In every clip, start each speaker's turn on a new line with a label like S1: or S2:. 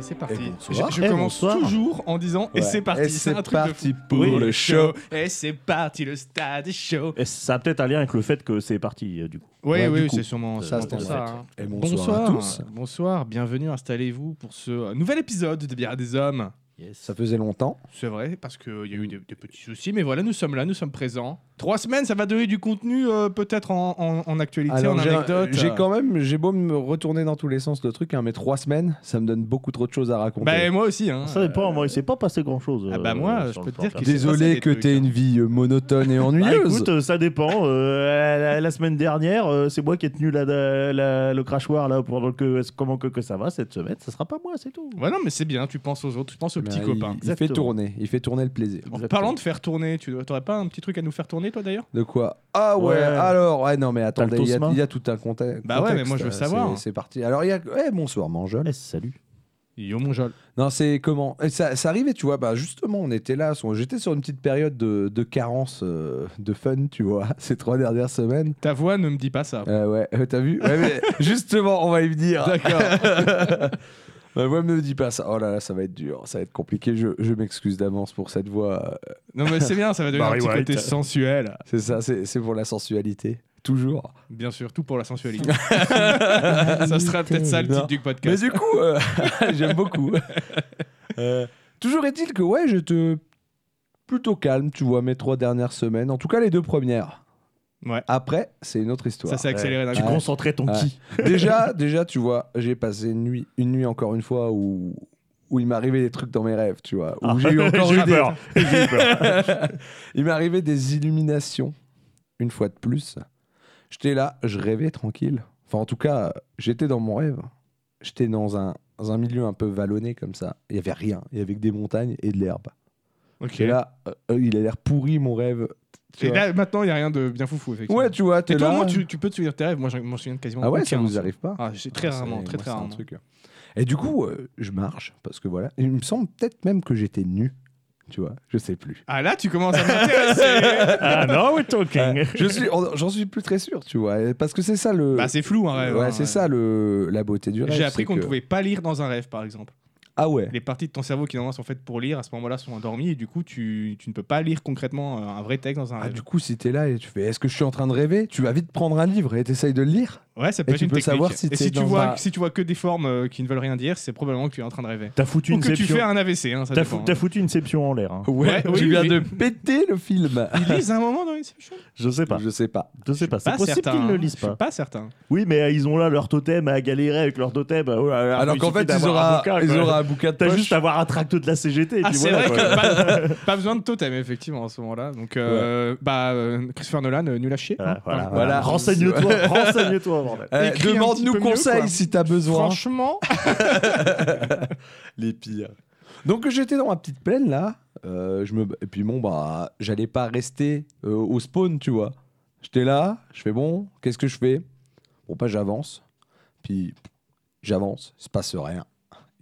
S1: c'est parti. Je,
S2: bonsoir.
S1: je
S3: Eh,
S1: commence
S3: bonsoir.
S1: toujours en disant et
S3: Ouais.
S1: c'est parti.
S2: Et
S1: C'est
S2: c'est
S1: un truc de fou.
S2: parti pour
S3: Oui.
S2: le show.
S1: Et c'est parti, le stade est chaud.
S3: Et ça a peut-être un lien avec le fait que c'est parti, euh, du coup.
S1: Oui,
S2: Ouais,
S1: oui,
S2: du coup,
S1: c'est sûrement
S3: ça,
S1: sûrement
S2: c'est
S1: pour
S2: en
S1: ça.
S2: fait.
S1: hein.
S2: Et
S1: Bonsoir, bonsoir, bienvenue, installez-vous pour ce euh, nouvel épisode de Bière à des hommes.
S2: Ça faisait longtemps.
S1: C'est vrai, parce qu'il y a eu des, des petits soucis, mais voilà, nous sommes là, nous sommes présents. Trois semaines, ça va donner du contenu euh, peut-être en, en- en actualité,
S2: Alors,
S1: en
S2: j'ai-
S1: anecdote.
S2: J'ai quand même, j'ai beau me retourner dans tous les sens le truc, hein, mais trois semaines, ça me donne beaucoup trop de choses à raconter.
S1: Bah, moi aussi. Hein.
S3: Ça dépend, moi, il s'est pas passé grand-chose.
S1: Ah
S3: euh,
S1: bah moi,
S3: sur
S1: je
S3: le
S1: peux te
S3: plan
S1: dire
S3: perso.
S1: qu'il s'est passé
S2: Désolé
S1: des
S2: que
S1: trucs,
S2: t'aies
S1: hein.
S2: une vie euh, monotone
S1: Bah,
S2: et
S3: Ah,
S2: ennuyeuse.
S3: écoute, euh, ça dépend. Euh, la, la semaine dernière, euh, c'est moi qui ai tenu la, la- le crachoir là pendant que euh, comment que, que ça va cette semaine. Ça sera pas moi, c'est tout.
S1: Ouais, non, mais c'est bien, tu penses aux autres, tu penses aux
S2: Bah,
S1: petits
S2: il-
S1: copains.
S2: Il, fait
S3: Exactement.
S2: tourner, il fait tourner le plaisir.
S1: En parlant de faire tourner, tu n'aurais pas un petit truc à nous faire tourner, toi d'ailleurs
S2: De quoi Ah ouais,
S3: Ouais.
S2: alors, ouais, non, mais attendez, il y, a-
S3: tosma
S2: il y a tout un contexte.
S1: Bah ouais, mais moi, je veux
S2: euh,
S1: savoir.
S2: c'est- C'est parti. Alors, il y a. Eh, bonsoir, Mangeol.
S3: Eh, salut.
S1: Yo, mon jol.
S2: Non, c'est comment Et ça, ça arrivait, tu vois. Bah justement, on était là. son- J'étais sur une petite période de, de carence euh, de fun, tu vois, ces trois dernières semaines.
S1: Ta voix ne me dit pas ça.
S2: Euh, ouais, euh, t'as vu Ouais, mais Justement, on va y venir. D'accord. Ma voix me dit pas ça. Oh là là, ça va être dur, ça va être compliqué. Je, je m'excuse d'avance pour cette voix. euh,
S1: Non, mais c'est bien, ça va donner un
S3: Barry
S1: petit
S3: White.
S1: côté sensuel.
S2: C'est ça, c'est c'est pour la sensualité. Toujours.
S1: Bien sûr, tout pour la sensualité. ça sera peut-être ça le titre
S2: Non.
S1: du
S2: Mais
S1: podcast.
S2: du coup, euh, j'aime beaucoup. Euh, toujours est-il que, ouais, j'étais plutôt calme, tu vois, mes trois dernières semaines. En tout cas, les deux premières.
S1: Ouais.
S2: Après, c'est une autre histoire.
S1: Ça s'est accéléré d'un
S3: Tu
S1: coup.
S3: concentrais ton
S2: Ouais.
S3: qui
S2: déjà, déjà, tu vois, j'ai passé une nuit, une nuit encore une fois où, où il m'arrivait des trucs dans mes rêves, tu vois. Où
S3: Ah,
S2: j'ai eu encore
S3: j'ai
S2: eu
S3: eu
S2: des...
S3: peur. J'ai eu peur.
S2: il m'arrivait des illuminations, une fois de plus. J'étais là, je rêvais tranquille. Enfin, en tout cas, j'étais dans mon rêve. J'étais dans un, dans un milieu un peu vallonné comme ça. Il y avait rien. Il y avait que des montagnes et de l'herbe.
S1: Ok.
S2: Et là, euh, euh, il a l'air pourri mon rêve. tu
S1: Et
S2: vois.
S1: là, maintenant, il n'y a rien de bien foufou, effectivement.
S2: ouais, tu vois, t'es
S1: Et toi,
S2: là.
S1: au moins, tu, tu peux te souvenir de tes rêves. Moi, je m'en souviens de quasiment
S2: Ah ouais,
S1: aucun.
S2: ça vous arrive pas
S1: Ah, j'ai très
S2: Ouais,
S1: rarement,
S2: c'est-
S1: très
S2: moi,
S1: très
S2: c'est un
S1: rarement.
S2: truc. euh. Et du coup, euh, je marche parce que voilà. Il me semble peut-être même que j'étais nu. Tu vois, je sais plus.
S1: Ah là, tu commences à m'intéresser.
S3: Ah non, we're talking.
S2: Je suis, on- j'en suis plus très sûr, tu vois, et parce que c'est ça le.
S1: bah, c'est flou, un
S2: ouais,
S1: rêve. hein.
S2: c'est ça le la beauté du rêve.
S1: J'ai appris
S2: c'est
S1: qu'on ne
S2: que-
S1: pouvait pas lire dans un rêve, par exemple.
S2: Ah ouais.
S1: Les parties de ton cerveau qui normalement sont faites pour lire à ce moment-là sont endormies et du coup tu, tu ne peux pas lire concrètement euh, un vrai texte dans un
S2: Ah,
S1: rêve.
S2: du coup, si t'es là et tu fais, est-ce que je suis en train de rêver Tu vas vite prendre un livre et t'essayes de le lire.
S1: ouais, ça peut
S2: et
S1: être
S2: tu
S1: une
S2: peux
S1: technique.
S2: savoir si
S1: et
S2: t'es
S1: si tu
S2: dans
S1: vois
S2: un-
S1: si tu vois que des formes euh, qui ne veulent rien dire, c'est probablement que tu es en train de rêver.
S3: T'as foutu
S1: Ou
S3: une
S1: que tu fais
S3: seption.
S1: un AVC, hein, ça
S3: T'as
S1: dépend,
S3: fou-
S1: hein.
S3: t'as foutu une seption en l'air. hein.
S1: Ouais, oui,
S2: tu viens
S1: oui.
S2: de péter le film.
S1: Ils lisent un moment dans Inception
S3: Je sais pas.
S2: Je sais pas.
S3: Je sais pas. C'est
S1: Pas
S3: possible
S1: certain,
S3: qu'ils ne le
S1: hein.
S3: lisent
S1: Je suis
S3: pas.
S1: pas certain.
S3: Oui, mais euh, ils ont là leur totem à galérer avec leur totem. Oh là là,
S2: Alors
S3: il
S2: qu'en
S3: suffit
S2: Ah, fait, ils,
S3: d'avoir
S2: aura,
S3: un bouquin,
S2: ils
S3: quoi.
S2: auront un bouquin de
S3: T'as
S2: poche.
S3: juste à avoir un tracto de la CGT. Et
S1: Ah,
S3: puis
S1: c'est
S3: voilà,
S1: vrai
S3: quoi.
S1: que pas, pas besoin de totem, effectivement, à ce moment-là. Donc, euh, bah, euh, Christopher Nolan, euh, nul à chier. hein.
S3: Voilà, voilà,
S2: Voilà.
S3: voilà. Renseigne-toi, renseigne-toi, bordel.
S2: Euh,
S1: Écris un
S2: Demande-nous
S1: petit peu mieux,
S2: conseil
S1: quoi.
S2: si t'as besoin.
S1: Franchement,
S2: les pires. Donc j'étais dans ma petite plaine là, euh, je me et puis bon bah j'allais pas rester euh, au spawn, tu vois. J'étais là, je fais bon, qu'est-ce que je fais Bon pas j'avance. Puis j'avance, il se passe rien.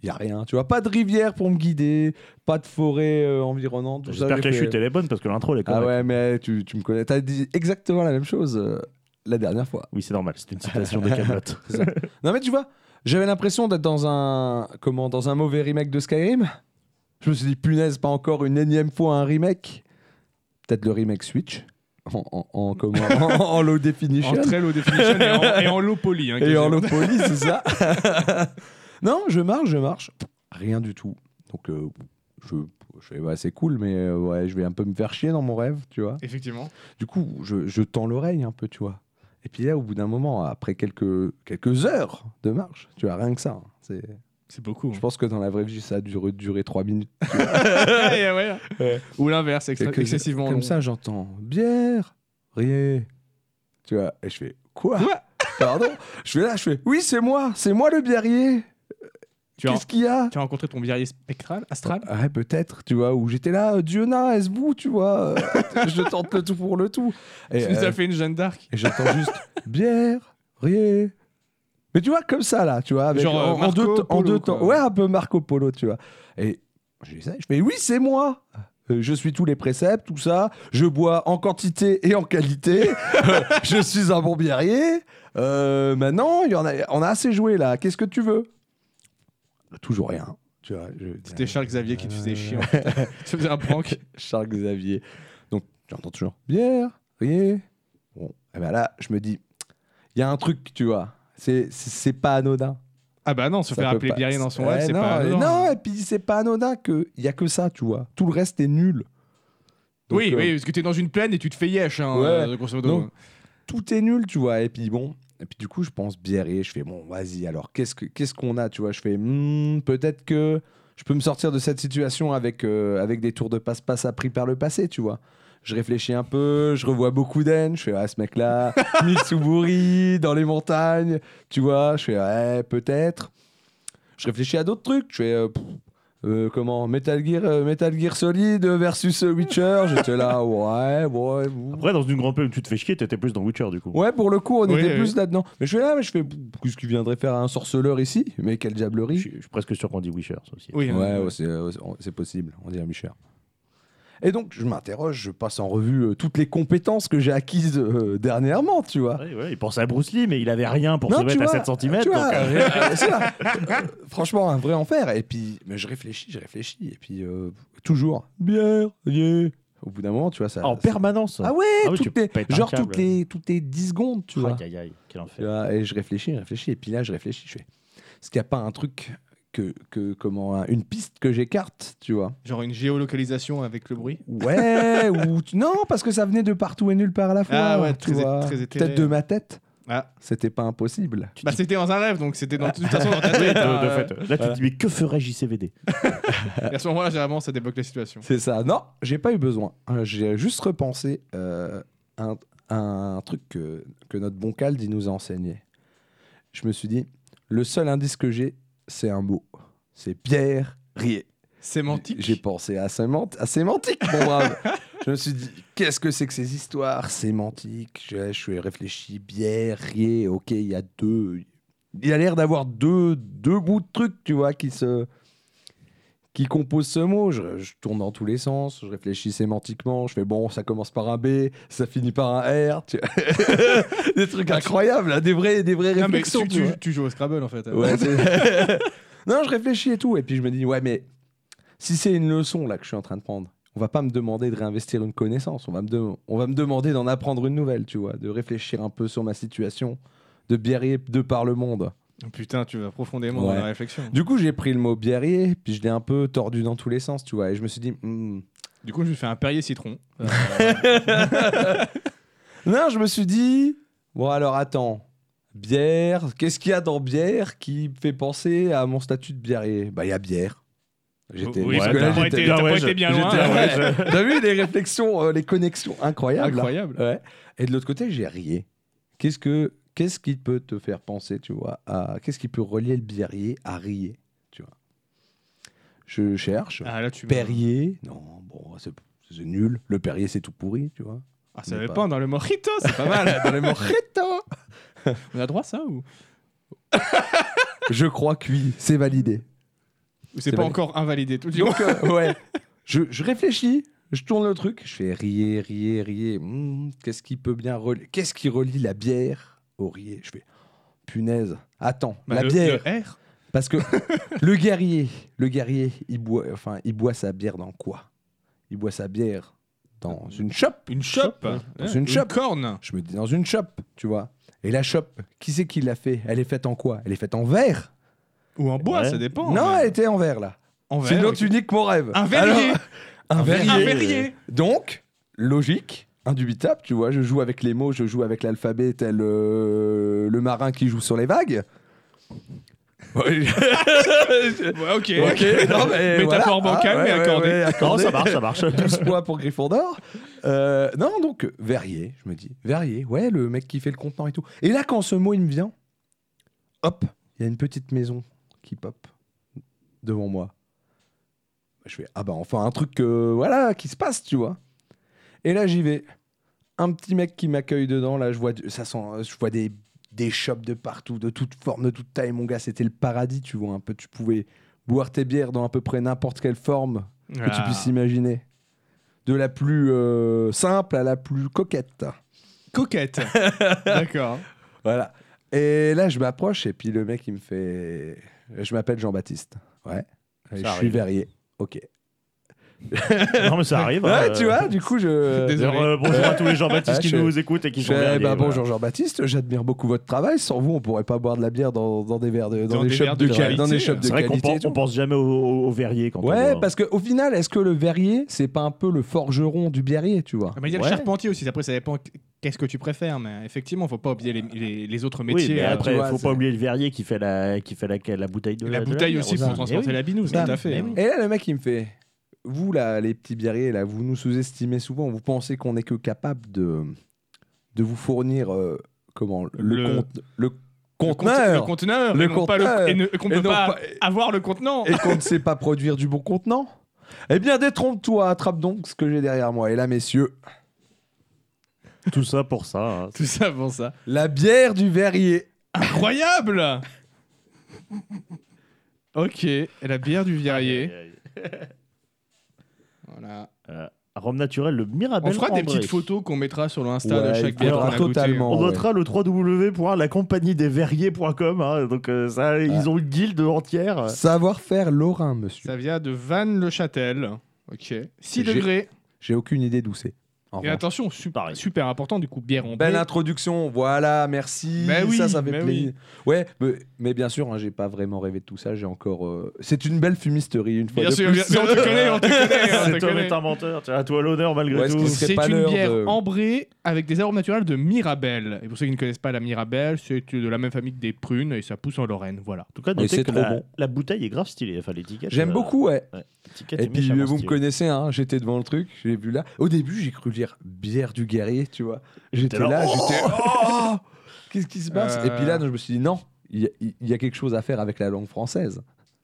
S2: Il y a rien, tu vois, pas de rivière pour me guider, pas de forêt euh, environnante. tout ça,
S3: J'espère
S2: j'ai
S3: que la
S2: fait-
S3: chute elle est bonne parce que l'intro elle est
S2: Ah
S3: correcte.
S2: ouais, mais tu, tu me connais, t'as dit exactement la même chose euh, la dernière fois.
S3: Oui, c'est normal, c'est une citation de Camelot.
S2: Non mais tu vois, j'avais l'impression d'être dans un comment dans un mauvais remake de Skyrim. Je me suis dit punaise, pas encore une énième fois un remake. Peut-être le remake Switch en en, en, comment, en, en low definition
S1: en très low definition et en, et en low poly. hein,
S2: et
S1: quasiment.
S2: en low poly, c'est ça. non, je marche, je marche, rien du tout. Donc euh, je je fais ouais, c'est cool mais euh, ouais, je vais un peu me faire chier dans mon rêve, tu vois.
S1: Effectivement.
S2: Du coup, je, je tends l'oreille un peu, tu vois. Et puis là, au bout d'un moment, après quelques, quelques heures de marche, tu vois, rien que ça. hein, c'est... hein.
S1: C'est beaucoup.
S2: Je pense que dans la vraie vie, ça a dû durer 3 minutes.
S1: Ouais, ouais.
S2: Ouais.
S1: Ou l'inverse, extra-
S2: Quelques-
S1: excessivement
S2: Comme
S1: long.
S2: ça, j'entends bière, riez. Tu vois, et je fais quoi Pardon Je fais là, je fais oui, c'est moi, c'est moi le biérier.
S1: Tu as,
S2: Qu'est-ce qu'il y a
S1: tu as rencontré ton biérier spectral, astral
S2: Ouais, peut-être, tu vois, où j'étais là, euh, Diona, est-ce vous, tu vois euh, Je tente le tout pour le tout. Et,
S1: Tu nous
S2: euh,
S1: as fait une Jeanne d'Arc.
S2: Et j'entends juste bière, riez. Mais tu vois, comme ça, là, tu vois, avec,
S1: Genre, euh,
S2: en, en
S1: Marco
S2: deux, te- en
S1: Polo,
S2: deux
S1: quoi.
S2: temps. Ouais, un peu Marco Polo, tu vois. Et je dis ça, je fais oui, c'est moi. Euh, Je suis tous les préceptes, tout ça. Je bois en quantité et en qualité. Euh, je suis un bon biérier. Euh, maintenant, il y en a, on a assez joué là. Qu'est-ce que tu veux Toujours rien. Tu vois, je- euh,
S1: C'était Charles Xavier qui te faisait chier. en fait. Tu faisais un prank.
S2: Charles Xavier. Donc j'entends toujours bière, riez. Bon, et ben là, je me dis, il y a un truc, tu vois. C'est c'est- c'est pas anodin.
S1: Ah bah non, se
S2: Ça
S1: faire
S2: peut
S1: appeler
S2: pas-
S1: Birien dans son
S2: Ouais,
S1: rêve, c'est
S2: non,
S1: pas.
S2: et-
S1: non.
S2: Non, et puis c'est pas anodin que il y a que ça, tu vois. Tout le reste est nul. Donc,
S1: oui,
S2: euh,
S1: oui, parce que t'es dans une plaine et tu te fais yesh, hein,
S2: Ouais.
S1: euh, grosso modo.
S2: Non. Tout est nul, tu vois. Et puis bon, et puis du coup, je pense bière, riez. Je fais bon, vas-y. Alors qu'est-ce que qu'est-ce qu'on a, tu vois Je fais hmm, peut-être que je peux me sortir de cette situation avec euh, avec des tours de passe-passe appris par le passé, tu vois. Je réfléchis un peu, je revois beaucoup d'En, je fais ah ce mec là, Mitsuburi dans les montagnes, tu vois, je fais ouais, peut-être. Je réfléchis à d'autres trucs, je fais euh, pff, euh, comment Metal Gear euh, Metal Gear Solid versus euh, Witcher, j'étais là ouais, ouais, ouais.
S3: Après, dans une grande plaine où tu te fais chier, t'étais plus dans Witcher du coup.
S2: Ouais, pour le coup, on
S1: Oui,
S2: était
S1: oui.
S2: plus là-dedans. Mais je fais là, mais je fais qu'est-ce qu'il viendrait faire un sorceleur ici Mais quelle
S3: Je,
S2: diablerie
S3: suis- hein. je suis presque sûr qu'on dit Witcher ça aussi.
S1: Oui,
S2: Ouais,
S1: euh,
S2: ouais, c'est, euh, c'est possible, on dirait Michel. Et donc, je m'interroge, je passe en revue euh, toutes les compétences que j'ai acquises euh, dernièrement, tu vois.
S3: Ah Ouais, ouais, il pensait à Bruce Lee, mais il avait rien pour
S2: Non,
S3: se
S2: tu
S3: mettre à
S2: vois,
S3: 7 cm.
S2: Tu vois,
S3: donc, euh,
S2: euh, c'est ça. Euh, franchement, un vrai enfer. Et puis, mais je réfléchis, je réfléchis. Et puis, euh, toujours, bière, yeah. Au bout d'un moment, tu vois, ça.
S3: euh, en
S2: ça-
S3: permanence.
S2: Ah ouais,
S3: Ah oui, tu
S2: toutes les-
S3: pètes un
S2: genre
S3: câble. Ah,
S2: toutes les, toutes les 10 secondes, tu vois.
S3: Aïe, aïe, aïe, quel
S2: Tu
S3: enfer.
S2: vois, et je réfléchis, je réfléchis, et puis là, je réfléchis, je fais. Est-ce qu'il n'y a pas un truc que, que comment hein, une piste que j'écarte, tu vois
S1: Genre une géolocalisation avec le bruit.
S2: Ouais, ou tu- non, parce que ça venait de partout et nulle part à la fois.
S1: Ah ouais,
S2: tu
S1: très é-
S2: vois.
S1: très éthéré,
S2: Peut-être de ma tête,
S1: Ah.
S2: c'était pas impossible.
S1: Bah c'était dans un rêve, donc c'était
S2: Ah.
S1: dans, de toute façon dans ta
S3: Oui, de-
S1: tête. hein,
S3: de
S1: euh,
S3: fait. Là, tu te dis, mais que ferait JCVD
S1: Et à ce moment-là, généralement, ça débloque la situation.
S2: C'est ça. Non, j'ai pas eu besoin. Euh, J'ai juste repensé euh, un, un truc que, que notre bon Caldi nous a enseigné. Je me suis dit, le seul indice que j'ai, c'est un mot. C'est Pierre Rier.
S1: Sémantique.
S2: J'ai pensé à, sémant- à sémantique, mon brave. je me suis dit, qu'est-ce que c'est que ces histoires sémantiques je, je suis réfléchi, bière, rier, ok, il y a deux. Il a l'air d'avoir deux, deux bouts de trucs, tu vois, qui se. Qui composent ce mot, je, je tourne dans tous les sens, je réfléchis sémantiquement, je fais bon, ça commence par un B, ça finit par un R, tu vois. des trucs incroyables, là, des vrais, des vraies
S1: Non, mais
S2: réflexions.
S1: tu,
S2: tu
S1: tu-
S2: vois.
S1: tu joues au Scrabble en fait. euh.
S2: Ouais, c'est- non, je réfléchis et tout. Et puis je me dis, ouais, mais si c'est une leçon là que je suis en train de prendre, on va pas me demander de réinvestir une connaissance. On va me, de- on va me demander d'en apprendre une nouvelle, tu vois, de réfléchir un peu sur ma situation, de biérier de par le monde.
S1: Oh, Putain, tu vas profondément dans
S2: Ouais.
S1: la réflexion.
S2: Du coup, j'ai pris le mot biérier, puis je l'ai un peu tordu dans tous les sens, tu vois. Et je me suis dit, hmm.
S1: Du coup, je fais un Perrier citron. Euh,
S2: non, je me suis dit, bon, alors attends. Bière, qu'est-ce qu'il y a dans bière qui me fait penser à mon statut de biérier Bah, il y a bière. J'étais
S1: Oui,
S2: parce
S1: bah,
S2: que là,
S1: t'as pas
S2: j'étais-
S1: été- t'as
S3: Ah ouais,
S1: pas
S3: je-
S1: été bien
S3: j'étais-
S1: loin.
S3: ah ouais,
S1: ouais.
S3: je-
S2: T'as vu les réflexions, euh, les connexions incroyables. là
S1: Incroyable.
S2: Ouais. Et de l'autre côté, j'ai rié. Qu'est-ce que qu'est-ce qui peut te faire penser, tu vois, à qu'est-ce qui peut relier le biérier à rier, tu vois Je cherche.
S1: Ah là, tu.
S2: Perrier, non, bon, c'est c'est nul. Le Perrier, c'est tout pourri, tu vois.
S1: Ah, ça
S2: Mais
S1: dépend
S2: pas.
S1: dans le mojito, c'est pas mal.
S2: Dans les mojitos.
S1: On a droit à ça ou
S2: Je crois que oui, c'est validé.
S1: ou c'est
S2: C'est
S1: pas
S2: validé.
S1: encore invalidé tout le
S2: Donc, euh, ouais, je, je réfléchis, je tourne le truc, je fais rier, rier, rier. Hmm, Qu'est-ce qui peut bien relier Qu'est-ce qui relie la bière au rier Je fais punaise. Attends,
S1: Bah,
S2: la
S1: le-
S2: bière,
S1: le R.
S2: parce que le guerrier, le guerrier, il boit, enfin, il boit sa bière dans quoi Il boit sa bière dans une chope.
S1: Une chope.
S2: ouais. Dans
S1: Ouais,
S2: une chope.
S1: corne.
S2: Je me dis dans une chope, tu vois. Et la chope, qui c'est qui l'a fait Elle est faite en quoi Elle est faite en verre
S1: Ou en bois,
S3: Ouais.
S1: ça dépend.
S2: Non,
S1: mais-
S2: elle était en verre là.
S1: en verre.
S2: C'est notre unique mon rêve.
S1: Un verrier.
S2: Alors, un verrier.
S1: Un
S3: verrier.
S1: verrier.
S2: Donc, logique, indubitable, tu vois, je joue avec les mots, je joue avec l'alphabet tel euh, le marin qui joue sur les vagues. Ouais,
S1: Ouais, ok.
S2: ok, non, mais
S1: Métaphore
S2: voilà.
S1: bancale, mais
S2: Ah, ouais, ouais,
S1: accordée.
S2: ouais,
S3: Non,
S2: accordée.
S3: ça marche, ça marche.
S2: 12 points pour Gryffondor. Euh, non, donc, Verrier, je me dis. Verrier, ouais, le mec qui fait le contenant et tout. Et là, quand ce mot, il me vient, hop, il y a une petite maison qui pop devant moi. Je fais, ah bah enfin, un truc, euh, voilà, qui se passe, tu vois. Et là, j'y vais. Un petit mec qui m'accueille dedans, là, je vois, du- ça sent, euh, je vois des, des shops de partout, de toutes formes, de toute taille, mon gars, c'était le paradis, tu vois, un peu, tu pouvais boire tes bières dans à peu près n'importe quelle forme que tu
S1: Ah.
S2: puisses imaginer. De la plus euh, simple à la plus coquette.
S1: Coquette. D'accord.
S2: Voilà. Et là, je m'approche et puis le mec, il me fait. Je m'appelle Jean-Baptiste. Ouais. je suis
S3: arrive.
S2: verrier. Ok.
S3: Non, mais ça arrive.
S2: Ouais,
S3: euh,
S2: tu vois, du coup, je.
S1: Désolé.
S3: alors, euh, bonjour à tous les Jean-Baptiste
S2: Ah,
S3: qui
S2: je-
S3: nous écoutent et qui
S2: Je
S3: sont
S2: fais,
S3: verriers,
S2: bah,
S3: voilà.
S2: bonjour Jean-Baptiste, j'admire beaucoup votre travail. Sans vous, on pourrait pas boire de la bière dans, dans des verres de, dans,
S1: Dans
S2: des,
S1: des
S2: shops
S1: verres
S2: de,
S1: de
S2: quali- dans des
S1: qualité,
S2: shops de
S1: hein.
S3: C'est vrai qu'on
S2: qualité et
S3: pense,
S2: tout.
S3: on hein. pense jamais au, au, au verrier quand on
S2: Ouais,
S3: voit-
S2: parce qu'au final, est-ce que le verrier, c'est pas un peu le forgeron du biérier, tu vois
S1: Ah, mais il y a
S3: Ouais.
S1: le charpentier aussi. Après, ça dépend qu'est-ce que tu préfères. Mais effectivement, faut pas oublier les, les- les autres
S3: Oui,
S1: métiers.
S3: mais
S1: euh,
S3: après,
S2: hein, tu vois,
S3: faut
S2: c'est-
S3: pas oublier le verrier qui fait la, qui fait la, la bouteille de
S1: la
S3: de
S1: bouteille
S3: bière,
S1: aussi
S3: Rosa.
S1: pour transporter
S3: Eh oui.
S1: la binouse. Tout
S2: Putain,
S1: à fait.
S3: mais
S1: hein.
S3: oui.
S2: Et là, le mec, il me fait Vous, là, les petits biériers, là, vous nous sous-estimez souvent, vous pensez qu'on est que capable de, de vous fournir euh, comment le,
S1: Le-
S2: conte- le
S1: Le conte-
S2: conteneur
S1: Le conteneur.
S2: Le
S1: et non pas le-
S2: conteneur.
S1: et ne- et qu'on
S2: Et
S1: peut
S2: non
S1: pas
S2: pas-
S1: avoir le contenant.
S2: et qu'on ne sait pas produire du bon contenant Eh bien, détrompe-toi, attrape donc ce que j'ai derrière moi. Et là, messieurs,
S3: Tout ça pour ça. hein.
S1: Tout ça pour ça.
S2: la bière du verrier.
S1: Incroyable Ok, et la bière du verrier. Voilà.
S3: Euh, Rhum naturel, le Mirabel.
S1: On fera des
S3: André.
S1: petites photos qu'on mettra sur l'Insta de
S2: Ouais,
S1: chaque
S2: il
S1: bière
S2: faudra
S1: qu'on a goûtée.
S2: totalement.
S3: On
S2: Oh, ouais.
S3: notera le www.lacompagniedesverriers.com. Hein, donc euh,
S2: Ah.
S3: ça, ils ont une guilde entière.
S2: Savoir faire l'orin, monsieur.
S1: Ça vient de Vannes-le-Châtel. Ok. 6
S2: J'ai-
S1: degrés.
S2: J'ai aucune idée d'où c'est. En
S1: Et
S2: revanche.
S1: attention, su-
S3: Pareil.
S1: super important, du coup, bière en
S2: Belle
S1: blé.
S2: introduction, voilà, merci.
S1: Mais oui,
S2: ça, ça fait
S1: mais
S2: plaisir. Ouais, mais, mais bien sûr, hein, j'ai pas vraiment rêvé de tout ça. J'ai encore. euh, C'est une belle fumisterie une fois
S1: Bien
S2: de
S1: sûr,
S2: plus.
S1: bien sûr, on te connaît, on te connaît, on te
S3: Cet homme
S1: connaît.
S3: est un menteur. Tiens, à toi l'honneur malgré
S2: Ouais, ce
S3: tout.
S2: qui serait
S1: C'est
S2: pas
S1: une
S2: l'heure
S1: bière
S2: de-
S1: ambrée avec des arômes naturels de Mirabelle. Et pour ceux qui ne connaissent pas la Mirabelle, c'est de la même famille que des prunes et ça pousse en Lorraine. Voilà.
S3: En tout cas,
S2: Mais
S3: notez
S2: c'est
S3: que
S2: trop
S3: la,
S2: bon.
S3: la bouteille est grave stylée. Enfin, l'étiquette.
S2: J'aime
S3: euh,
S2: beaucoup, ouais.
S3: l'étiquette
S2: Et
S3: est
S2: puis
S3: méchamment
S2: vous me
S3: stylée.
S2: connaissez, hein, j'étais devant le truc, j'ai vu là. Au début, j'ai cru lire bière du guerrier, tu vois. J'étais
S3: là,
S2: là,
S3: oh
S2: j'étais. Oh Qu'est-ce qui se passe
S1: Euh.
S2: Et puis là, non, je me suis dit non, il y, a- il y a quelque chose à faire avec la langue française.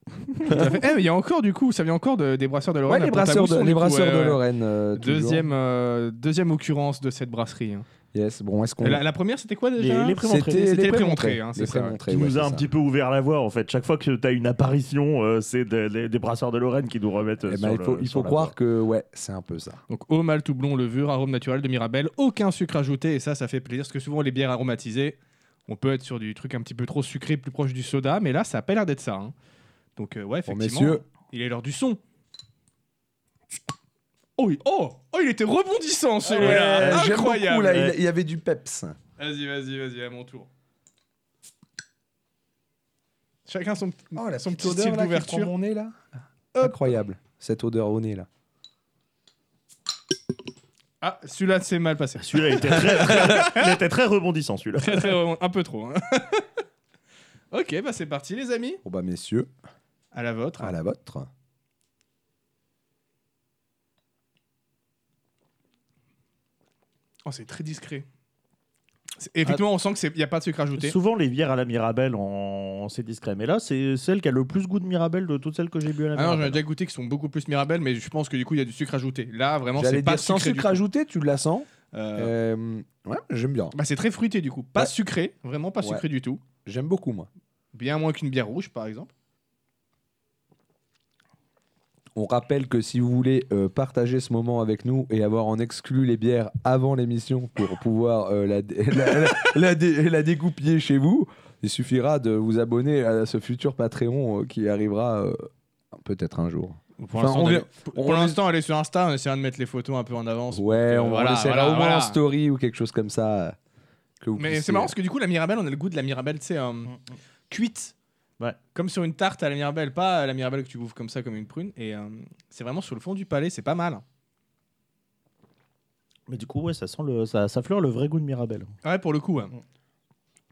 S1: Tout à fait. Eh, mais il y a encore, du coup, ça vient encore de- des brasseurs de
S2: Ouais,
S1: Lorraine.
S2: les
S1: à
S2: brasseurs de,
S1: Pont-à-Mousson,
S2: les
S1: du coup,
S2: brasseurs
S1: ouais,
S2: de
S1: ouais.
S2: Lorraine. euh, toujours.
S1: Deuxième, euh, deuxième occurrence de cette brasserie. hein.
S2: Yes, bon, est-ce qu'on.
S1: La, la première, c'était quoi déjà
S3: Les- les prémontrés.
S2: C'était
S1: C'était
S2: les
S1: les
S2: prémontrés.
S1: prémontrés, hein, c'est
S2: Les
S1: ça, ouais.
S2: prémontrés,
S3: Qui
S2: ouais,
S3: nous a
S2: c'est
S3: un
S2: ça.
S3: petit peu ouvert la voie en fait. Chaque fois que tu as une apparition, euh, c'est de- des- des brasseurs de Lorraine qui nous remettent. euh,
S2: Eh ben,
S3: sur
S2: il
S3: le-
S2: faut, il
S3: sur
S2: faut
S3: la
S2: croire
S3: voie.
S2: que ouais, c'est un peu ça.
S1: Donc eau, malt, doublon, levure, arôme naturel de Mirabelle, aucun sucre ajouté et ça, ça fait plaisir parce que souvent les bières aromatisées, on peut être sur du truc un petit peu trop sucré, plus proche du soda, mais là, ça a pas l'air d'être ça. hein. Donc euh, ouais,
S2: Bon,
S1: effectivement,
S2: messieurs,
S1: il est l'heure du son. Oh, oui. oh, oh, il était rebondissant
S2: euh,
S1: celui-là,
S2: j'aime beaucoup,
S1: incroyable.
S2: là, il, il y avait du peps.
S1: Vas-y, vas-y, vas-y, à mon tour. Chacun son, p-
S2: Oh, la
S1: son petit
S2: petite odeur
S1: style
S2: là, qui prend
S1: d'ouverture.
S2: mon nez là. Incroyable, cette odeur au nez là.
S1: Ah, celui-là, c'est mal passé.
S3: Celui-là il était très, très- il était très rebondissant celui-là.
S1: Très, très, vraiment, un peu trop. hein. ok, bah c'est parti, les amis.
S2: Bon bah messieurs,
S1: À la vôtre.
S2: à la vôtre.
S1: Oh, c'est très discret. C'est- Effectivement, on sent qu'il n'y a pas de sucre ajouté.
S3: Souvent les bières à la Mirabelle, on... c'est discret. Mais là, c'est celle qui a le plus goût de Mirabelle de toutes celles que j'ai bu à la
S1: Ah non, j'en ai
S3: Mirabelle.
S1: déjà goûté qui sont beaucoup plus Mirabelle, mais je pense que du coup, il y a du sucre ajouté. Là, vraiment,
S2: J'allais
S1: c'est pas
S2: dire sans
S1: sucré. du
S2: sucre
S1: tout.
S2: ajouté, tu la sens
S1: Euh,
S2: Euh, Ouais, j'aime bien.
S1: bah, c'est très fruité du coup. Pas
S2: Ouais.
S1: sucré, vraiment pas
S2: Ouais.
S1: sucré du tout.
S2: J'aime beaucoup moi.
S1: Bien moins qu'une bière rouge, par exemple.
S2: On rappelle que si vous voulez euh, partager ce moment avec nous et avoir en exclu les bières avant l'émission pour pouvoir euh, la, dé- la, la- la dé- la dégoupiller chez vous, il suffira de vous abonner à ce futur Patreon euh, qui arrivera euh, peut-être un jour.
S1: Pour
S2: Enfin,
S1: l'instant,
S2: on
S1: d'aller-
S2: vient-
S1: pour-
S2: on
S1: pour
S2: vient-
S1: l'instant, aller sur Insta, on essaiera de mettre les photos un peu en avance.
S2: Ouais,
S1: euh,
S2: on
S1: voilà,
S2: laissera
S1: voilà,
S2: au moins
S1: voilà.
S2: en story ou quelque chose comme ça. euh, Que vous
S1: Mais
S2: puissiez-
S1: c'est marrant parce que du coup, la Mirabelle, on a le goût de la Mirabelle, tu sais, euh, cuite.
S3: Ouais.
S1: Comme sur une tarte à la Mirabelle, pas à la Mirabelle que tu bouffes comme ça, comme une prune. Et euh, c'est vraiment sur le fond du palais, c'est pas mal.
S3: Mais du coup, ouais, ça sent le, ça, ça fleure le vrai goût de Mirabelle.
S1: Ouais, pour le coup. ouais.
S3: Mm.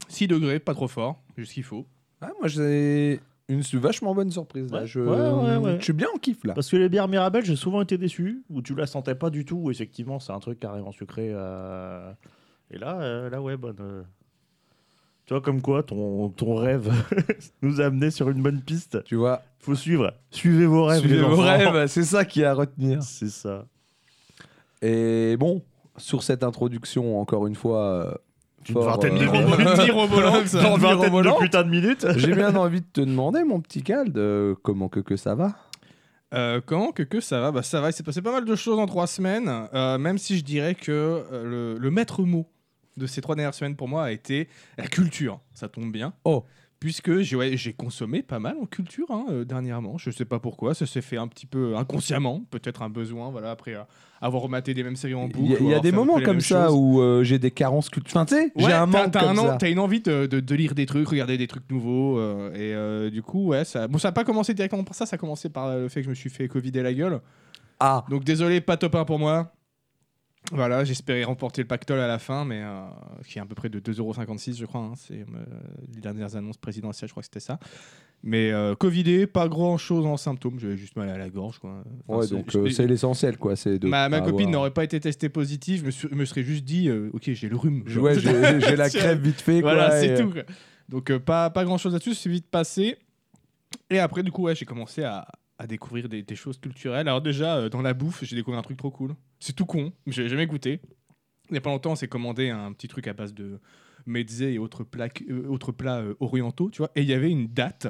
S1: 6 degrés, pas trop fort, juste ce qu'il faut.
S2: Ah, moi j'ai une su- vachement bonne surprise là.
S3: Ouais,
S2: Je...
S3: ouais, ouais, ouais.
S2: je suis bien en kiff là.
S3: Parce que les bières Mirabelle, j'ai souvent été déçu, où tu la sentais pas du tout, où effectivement, c'est un truc carrément sucré. euh, Et là, euh, là, ouais, bonne. euh, Tu vois, comme quoi, ton, ton rêve nous a amené sur une bonne piste.
S2: Tu vois,
S3: Faut suivre. Suivez vos rêves.
S2: suivez
S3: les
S2: vos
S3: enfants.
S2: rêves, c'est ça qui a à retenir.
S3: C'est ça.
S2: Et bon, sur cette introduction, encore une fois, euh,
S3: Une
S2: fort,
S3: vingtaine
S2: euh,
S3: de gros mots. Dans une
S2: Envie
S3: vingtaine
S2: revolante.
S3: de putain de minutes.
S2: j'ai bien envie de te demander, mon petit Calde, euh, comment que, que ça va
S1: Euh, comment que, que ça va Bah ça va, il s'est passé pas mal de choses en trois semaines, euh, même si je dirais que euh, le, le maître mot de ces trois dernières semaines pour moi a été la culture. Ça tombe bien.
S2: Oh.
S1: puisque j'ai ouais, j'ai consommé pas mal en culture hein, euh, dernièrement. Je sais pas pourquoi, ça s'est fait un petit peu inconsciemment, peut-être un besoin, voilà, après euh, avoir rematé des mêmes séries en
S2: Il y
S1: boucle. hein,
S2: a-
S1: ou
S2: il y a
S1: avoir
S2: des
S1: fait un peu
S2: moments
S1: les
S2: comme
S1: mêmes
S2: ça
S1: choses.
S2: où euh, j'ai des carences culturelles. Enfin, tu sais,
S1: Ouais,
S2: j'ai un
S1: t'as-
S2: manque
S1: t'as
S2: comme
S1: un en-
S2: ça.
S1: T'as une envie de, de- de lire des trucs, regarder des trucs nouveaux. euh, et euh, du coup, ouais, ça. Bon, ça n'a pas commencé directement par ça, ça a commencé par euh, le fait que je me suis fait Covider la gueule.
S2: Ah,
S1: Donc désolé, pas top 1 pour moi. Voilà, j'espérais remporter le pactole à la fin, mais euh, qui est à peu près de 2,56€, je crois. hein, c'est euh, les dernières annonces présidentielles, je crois que c'était ça. Mais euh, Covidé, pas grand chose en symptômes, j'avais juste mal à la gorge. Quoi. Enfin,
S2: ouais,
S1: Ah, c'est-
S2: donc
S1: je-
S2: euh, c'est Ah, l'essentiel quoi. C'est de
S1: Ma, ma
S2: pas
S1: copine
S2: avoir-
S1: n'aurait pas été testée positive, je me, suis- me serais juste dit, euh, ok, j'ai le rhume. genre.
S2: Ouais, j'ai j'ai la
S1: C'est-
S2: crève vite fait quoi.
S1: Voilà,
S2: et,
S1: c'est
S2: euh,
S1: tout. quoi. Donc euh, pas, pas grand chose là-dessus, c'est vite passé. Et après, du coup, ouais, j'ai commencé à, à découvrir des, des choses culturelles. Alors déjà, euh, dans la bouffe, j'ai découvert un truc trop cool. C'est tout con, mais j'avais jamais goûté. Il n'y a pas longtemps, on s'est commandé un petit truc à base de mezze et autres, plaques, euh, autres plats euh, orientaux, tu vois. Et il y avait une date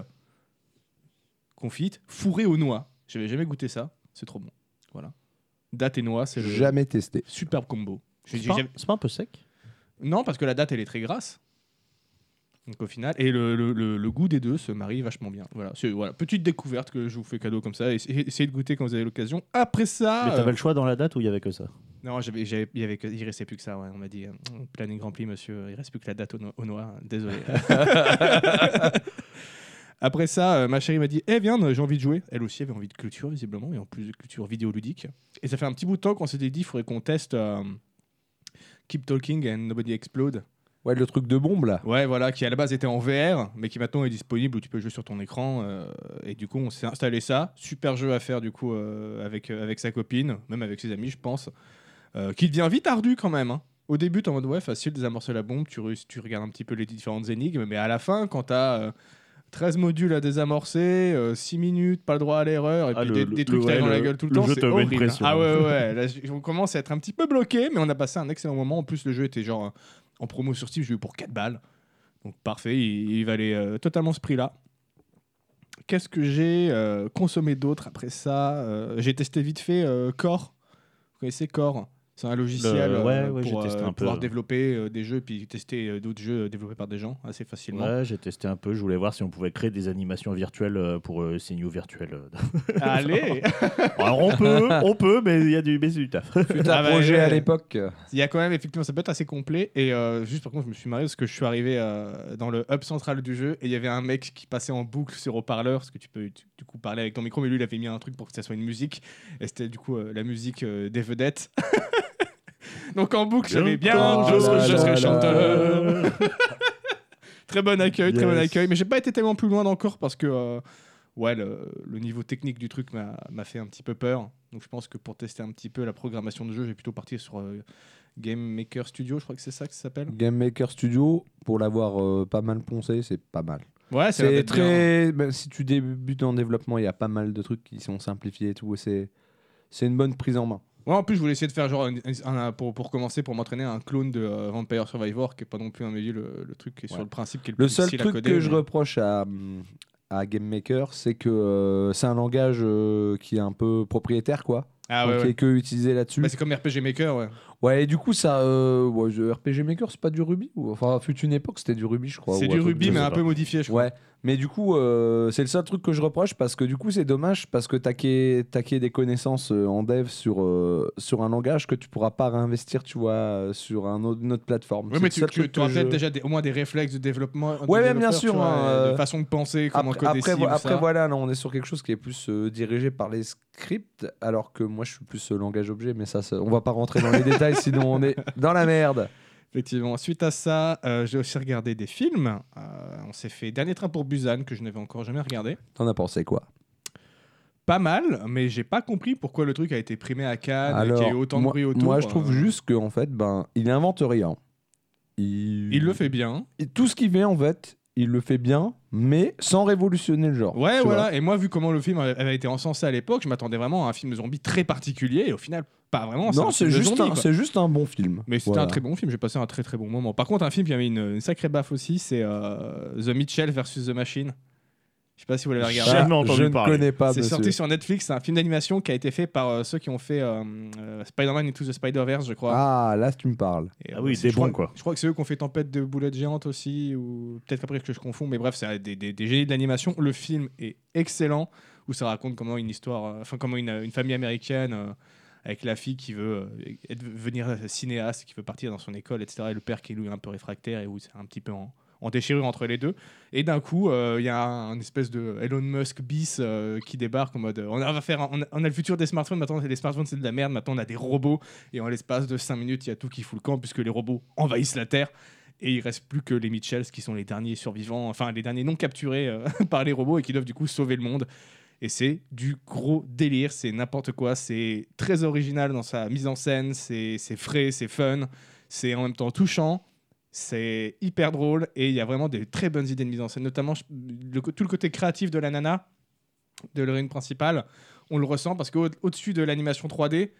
S1: confite fourrée aux noix. J'avais jamais goûté ça, c'est trop bon. Voilà. Date et noix, c'est le
S2: Jamais testé.
S1: superbe combo. J'ai-
S3: C'est
S1: j'ai
S3: pas,
S1: jamais-
S3: c'est pas un peu sec
S1: non, parce que la date, elle est très grasse. Donc au final, et le, le- le- le goût des deux se marie vachement bien. Voilà, c'est- voilà, petite découverte que je vous fais cadeau comme ça. Essa- Essayez de goûter quand vous avez l'occasion. Après
S3: Mais
S2: Ah.
S1: ça,
S3: t'avais
S1: euh,
S3: le choix dans la date où il y avait que ça
S1: non, j'avais, j'avais- il y avait que- il restait plus que ça. ouais. On m'a dit, euh, planning rempli, monsieur. Il reste plus que la date au, no- au noir. hein, Désolé. Après ça, euh, ma chérie m'a dit, eh viens, j'ai envie de jouer. Elle aussi avait envie de culture visiblement, et en plus de culture vidéoludique. Et ça fait un petit bout de temps qu'on s'était dit, il faudrait qu'on teste euh, Keep Talking and Nobody Explode.
S2: Ouais, le truc de bombe là.
S1: Ouais, voilà, qui à la base était en VR, mais qui maintenant est disponible où tu peux jouer sur ton écran. euh, et du coup, on s'est installé ça. Super jeu à faire, du coup, euh, avec, euh, avec sa copine, même avec ses amis, je pense. euh, qui devient vite ardu quand même. hein. Au début, t'es en mode ouais, facile, désamorcer la bombe, tu, rus- tu regardes un petit peu les différentes énigmes, mais à la fin, quand t'as. euh, 13 modules à désamorcer, 6 minutes, pas le droit à l'erreur, et
S3: Ah,
S1: puis
S3: le-
S1: des,
S3: le-
S1: des trucs
S3: le-
S1: qui arrivent
S3: ouais,
S1: dans la
S3: le-
S1: gueule tout le,
S3: le
S1: temps,
S3: jeu
S1: c'est
S3: te met une
S1: horrible. hein.
S3: pression.
S1: Ah ouais, ouais, ouais, là, j- on commence à être un petit peu bloqué, mais on a passé un excellent moment. En plus, le jeu était genre euh, en promo sur Steam, je l'ai eu pour 4 balles. Donc parfait, il, il valait euh, totalement ce prix-là. Qu'est-ce que j'ai euh, consommé d'autre après ça Euh, J'ai testé vite fait euh, Core. Vous connaissez Core C'est un logiciel
S3: Le- ouais,
S1: euh,
S3: ouais, j'ai
S1: pour
S3: testé
S1: euh,
S3: un peu.
S1: pouvoir développer euh, des jeux puis tester euh, d'autres jeux développés par des gens assez facilement.
S3: Ouais, j'ai testé un peu. Je voulais voir si on pouvait créer des animations virtuelles euh, pour euh, CNU virtuel. euh.
S1: Allez
S3: Alors on peut, on peut, mais il y a du, mais c'est du taf.
S2: Putain,
S1: Ah bah,
S2: projet
S1: ouais.
S2: à l'époque.
S1: Il y a quand même, effectivement, ça peut être assez complet. Et euh, juste par contre, je me suis marié parce que je suis arrivé euh, dans le hub central du jeu et il y avait un mec qui passait en boucle sur haut-parleur parce que tu peux tu- du coup parler avec ton micro, mais lui il avait mis un truc pour que ça soit une musique et c'était du coup euh, la musique euh, des vedettes. Donc en boucle, j'avais bien,
S2: Bientôt,
S1: je, serai- je
S2: la,
S1: serai
S2: la,
S1: chanteur.
S2: la.
S1: Très bon accueil, très bon
S2: Yes.
S1: accueil. Mais j'ai pas été tellement plus loin encore parce que euh, ouais, le, le niveau technique du truc m'a m'a fait un petit peu peur. Donc je pense que pour tester un petit peu la programmation de jeu, j'ai plutôt parti sur euh, Game Maker Studio, je crois que c'est ça que ça s'appelle.
S2: Game Maker Studio, pour l'avoir euh, pas mal poncé, c'est pas mal.
S1: Ouais, ça a l'air
S2: C'est
S1: d'être bien. hein.
S2: très. ben, si tu débutes en développement, il y a pas mal de trucs qui sont simplifiés et tout. et C'est c'est une bonne prise en main.
S1: Ouais, en plus, je voulais essayer de faire genre une- un- un- pour, pour commencer, pour m'entraîner un clone de euh, Vampire Survivor qui est pas non plus un milieu le, le truc qui est sur
S2: Ouais.
S1: le principe qui est le,
S2: Le
S1: plus
S2: seul
S1: difficile à
S2: truc
S1: coder,
S2: que je
S1: mais-
S2: reproche à, hum, à Game Maker, c'est que euh, c'est un langage euh, qui est un peu propriétaire, quoi.
S1: Ah
S2: Donc,
S1: ouais,
S2: qui
S1: ouais.
S2: est que utilisé là-dessus.
S1: Bah, c'est comme RPG Maker, ouais.
S2: Ouais, et du coup, ça. euh, ouais, je- RPG Maker, c'est pas du Ruby ou- Enfin, fut une époque, c'était du Ruby, je crois.
S1: c'est
S2: ou
S1: du
S2: un truc
S1: Ruby,
S2: de-
S1: mais
S3: sais
S1: un
S3: pas.
S1: peu modifié, je crois.
S2: Ouais, mais du coup, euh, c'est le seul truc que je reproche parce que du coup, c'est dommage parce que t'as qu'est- t'as qu'est des connaissances euh, en dev sur, euh, sur un langage que tu pourras pas réinvestir, tu vois, euh, sur un autre, une autre plateforme.
S1: Oui,
S2: C'est
S1: mais
S2: le
S1: tu,
S2: seul
S1: tu
S2: truc que
S1: auras
S2: je-
S1: peut-être déjà des- au moins des réflexes de développement. de
S2: Ouais, ouais, bien
S1: développeur,
S2: sûr,
S1: tu vois,
S2: hein,
S1: et de
S2: euh,
S1: façon de penser, comment
S2: Après,
S1: coder
S2: après,
S1: ci,
S2: vo-
S1: ou
S2: après,
S1: ça.
S2: voilà, là, on est sur quelque chose qui est plus euh, dirigé par les scripts, alors que moi, je suis plus euh, langage objet, mais ça, ça- on va pas rentrer dans les détails, sinon on est dans la merde.
S1: Effectivement. Suite à ça, euh, j'ai aussi regardé des films. Euh, on s'est fait Dernier train pour Busan, que je n'avais encore jamais regardé.
S2: T'en as pensé quoi
S1: Pas mal, mais j'ai pas compris pourquoi le truc a été primé à Cannes, qu'il Ah, y a eu autant de
S2: moi,
S1: bruit autour.
S2: moi, je trouve
S1: Euh,
S2: juste qu'en fait, ben, il invente rien. Il...
S1: Il le fait bien.
S2: Et tout ce qu'il fait en fait, il le fait bien, mais sans révolutionner le genre.
S1: Ouais,
S2: tu
S1: voilà. Et moi, vu comment le film avait avait été encensé à l'époque, je m'attendais vraiment à un film zombie très particulier. Et au final, pas vraiment.
S2: vois.
S1: un
S2: Non, c'est
S1: film de
S2: juste,
S1: zombie,
S2: un-
S1: quoi.
S2: c'est juste un bon film.
S1: Mais c'était
S2: Voilà.
S1: un très bon film, j'ai passé un très très bon moment. Par contre, un film qui avait une, une sacrée baffe aussi, c'est euh, The Mitchell versus The Machine, Je sais pas si vous l'avez regardé.
S3: Jamais
S2: Ah,
S3: entendu
S2: je ne
S3: parler.
S2: connais pas,
S1: C'est
S2: monsieur.
S1: sorti sur Netflix, c'est un film d'animation qui a été fait par euh, ceux qui ont fait euh, euh, Spider-Man Into the Spider-Verse, je crois.
S2: Ah, là, tu me parles.
S1: Et,
S3: Ah oui,
S1: c'est-
S3: des
S1: je crois-
S3: bons, quoi.
S1: Je crois que c'est eux qui ont fait Tempête de boulettes géantes aussi, ou peut-être après que je confonds, mais bref, c'est des, des, des génies de l'animation. Le film est excellent, où ça raconte comment une histoire, euh, enfin comment une, une famille américaine euh, avec la fille qui veut euh, être- devenir cinéaste, qui veut partir dans son école, etc. Et le père qui lui est un peu réfractaire et où c'est un petit peu en, en déchirure entre les deux. Et d'un coup, euh, il y a un, un espèce de Elon Musk bis euh, qui débarque en mode euh, on va faire, un- on a, on a le futur des smartphones. Maintenant, les smartphones c'est de la merde. Maintenant, on a des robots. Et en l'espace de 5 minutes, il y a tout qui fout le camp puisque les robots envahissent la Terre. Et il reste plus que les Mitchells qui sont les derniers survivants, enfin les derniers non capturés euh, par les robots et qui doivent du coup sauver le monde. Et c'est du gros délire, c'est n'importe quoi, c'est très original dans sa mise en scène, c'est c'est frais, c'est fun, c'est en même temps touchant, c'est hyper drôle et il y a vraiment des très bonnes idées de mise en scène, notamment je- le co- tout le côté créatif de la nana, de l'héroïne principale, on le ressent parce qu'au-dessus de l'animation 3D,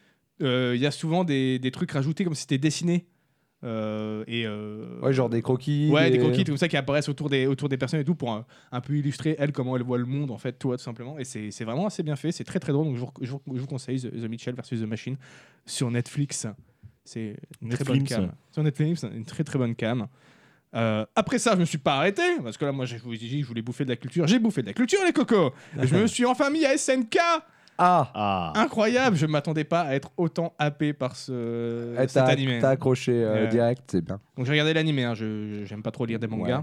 S1: euh, il y a souvent des, des trucs rajoutés comme si c'était dessiné. Euh, et euh,
S2: Ouais, genre des croquis.
S1: Ouais, des croquis, tout ça qui apparaissent autour des, autour des personnes et tout pour un, un peu illustrer, elle, comment elle voit le monde, en fait, toi, tout simplement. Et c'est c'est vraiment assez bien fait, c'est très très drôle. Donc je vous, je vous- je vous conseille The, The Mitchell versus The Machine sur Netflix. C'est une très bonne
S3: Netflix.
S1: cam. Sur Netflix, une très très bonne cam. Euh, après ça, je me suis pas arrêté parce que là, moi, je vous ai dit, je voulais bouffer de la culture. J'ai bouffé de la culture, les cocos. je me suis enfin mis à SNK.
S2: Ah,
S3: Ah,
S1: Incroyable. Je m'attendais pas à être autant happé par ce
S2: eh,
S1: Euh, cet
S2: t'as
S1: animé.
S2: t'as accroché euh,
S1: Ouais.
S2: direct, c'est bien.
S1: Donc j'ai regardé l'animé, hein, je je- j'aime pas trop lire des mangas.
S2: Ouais.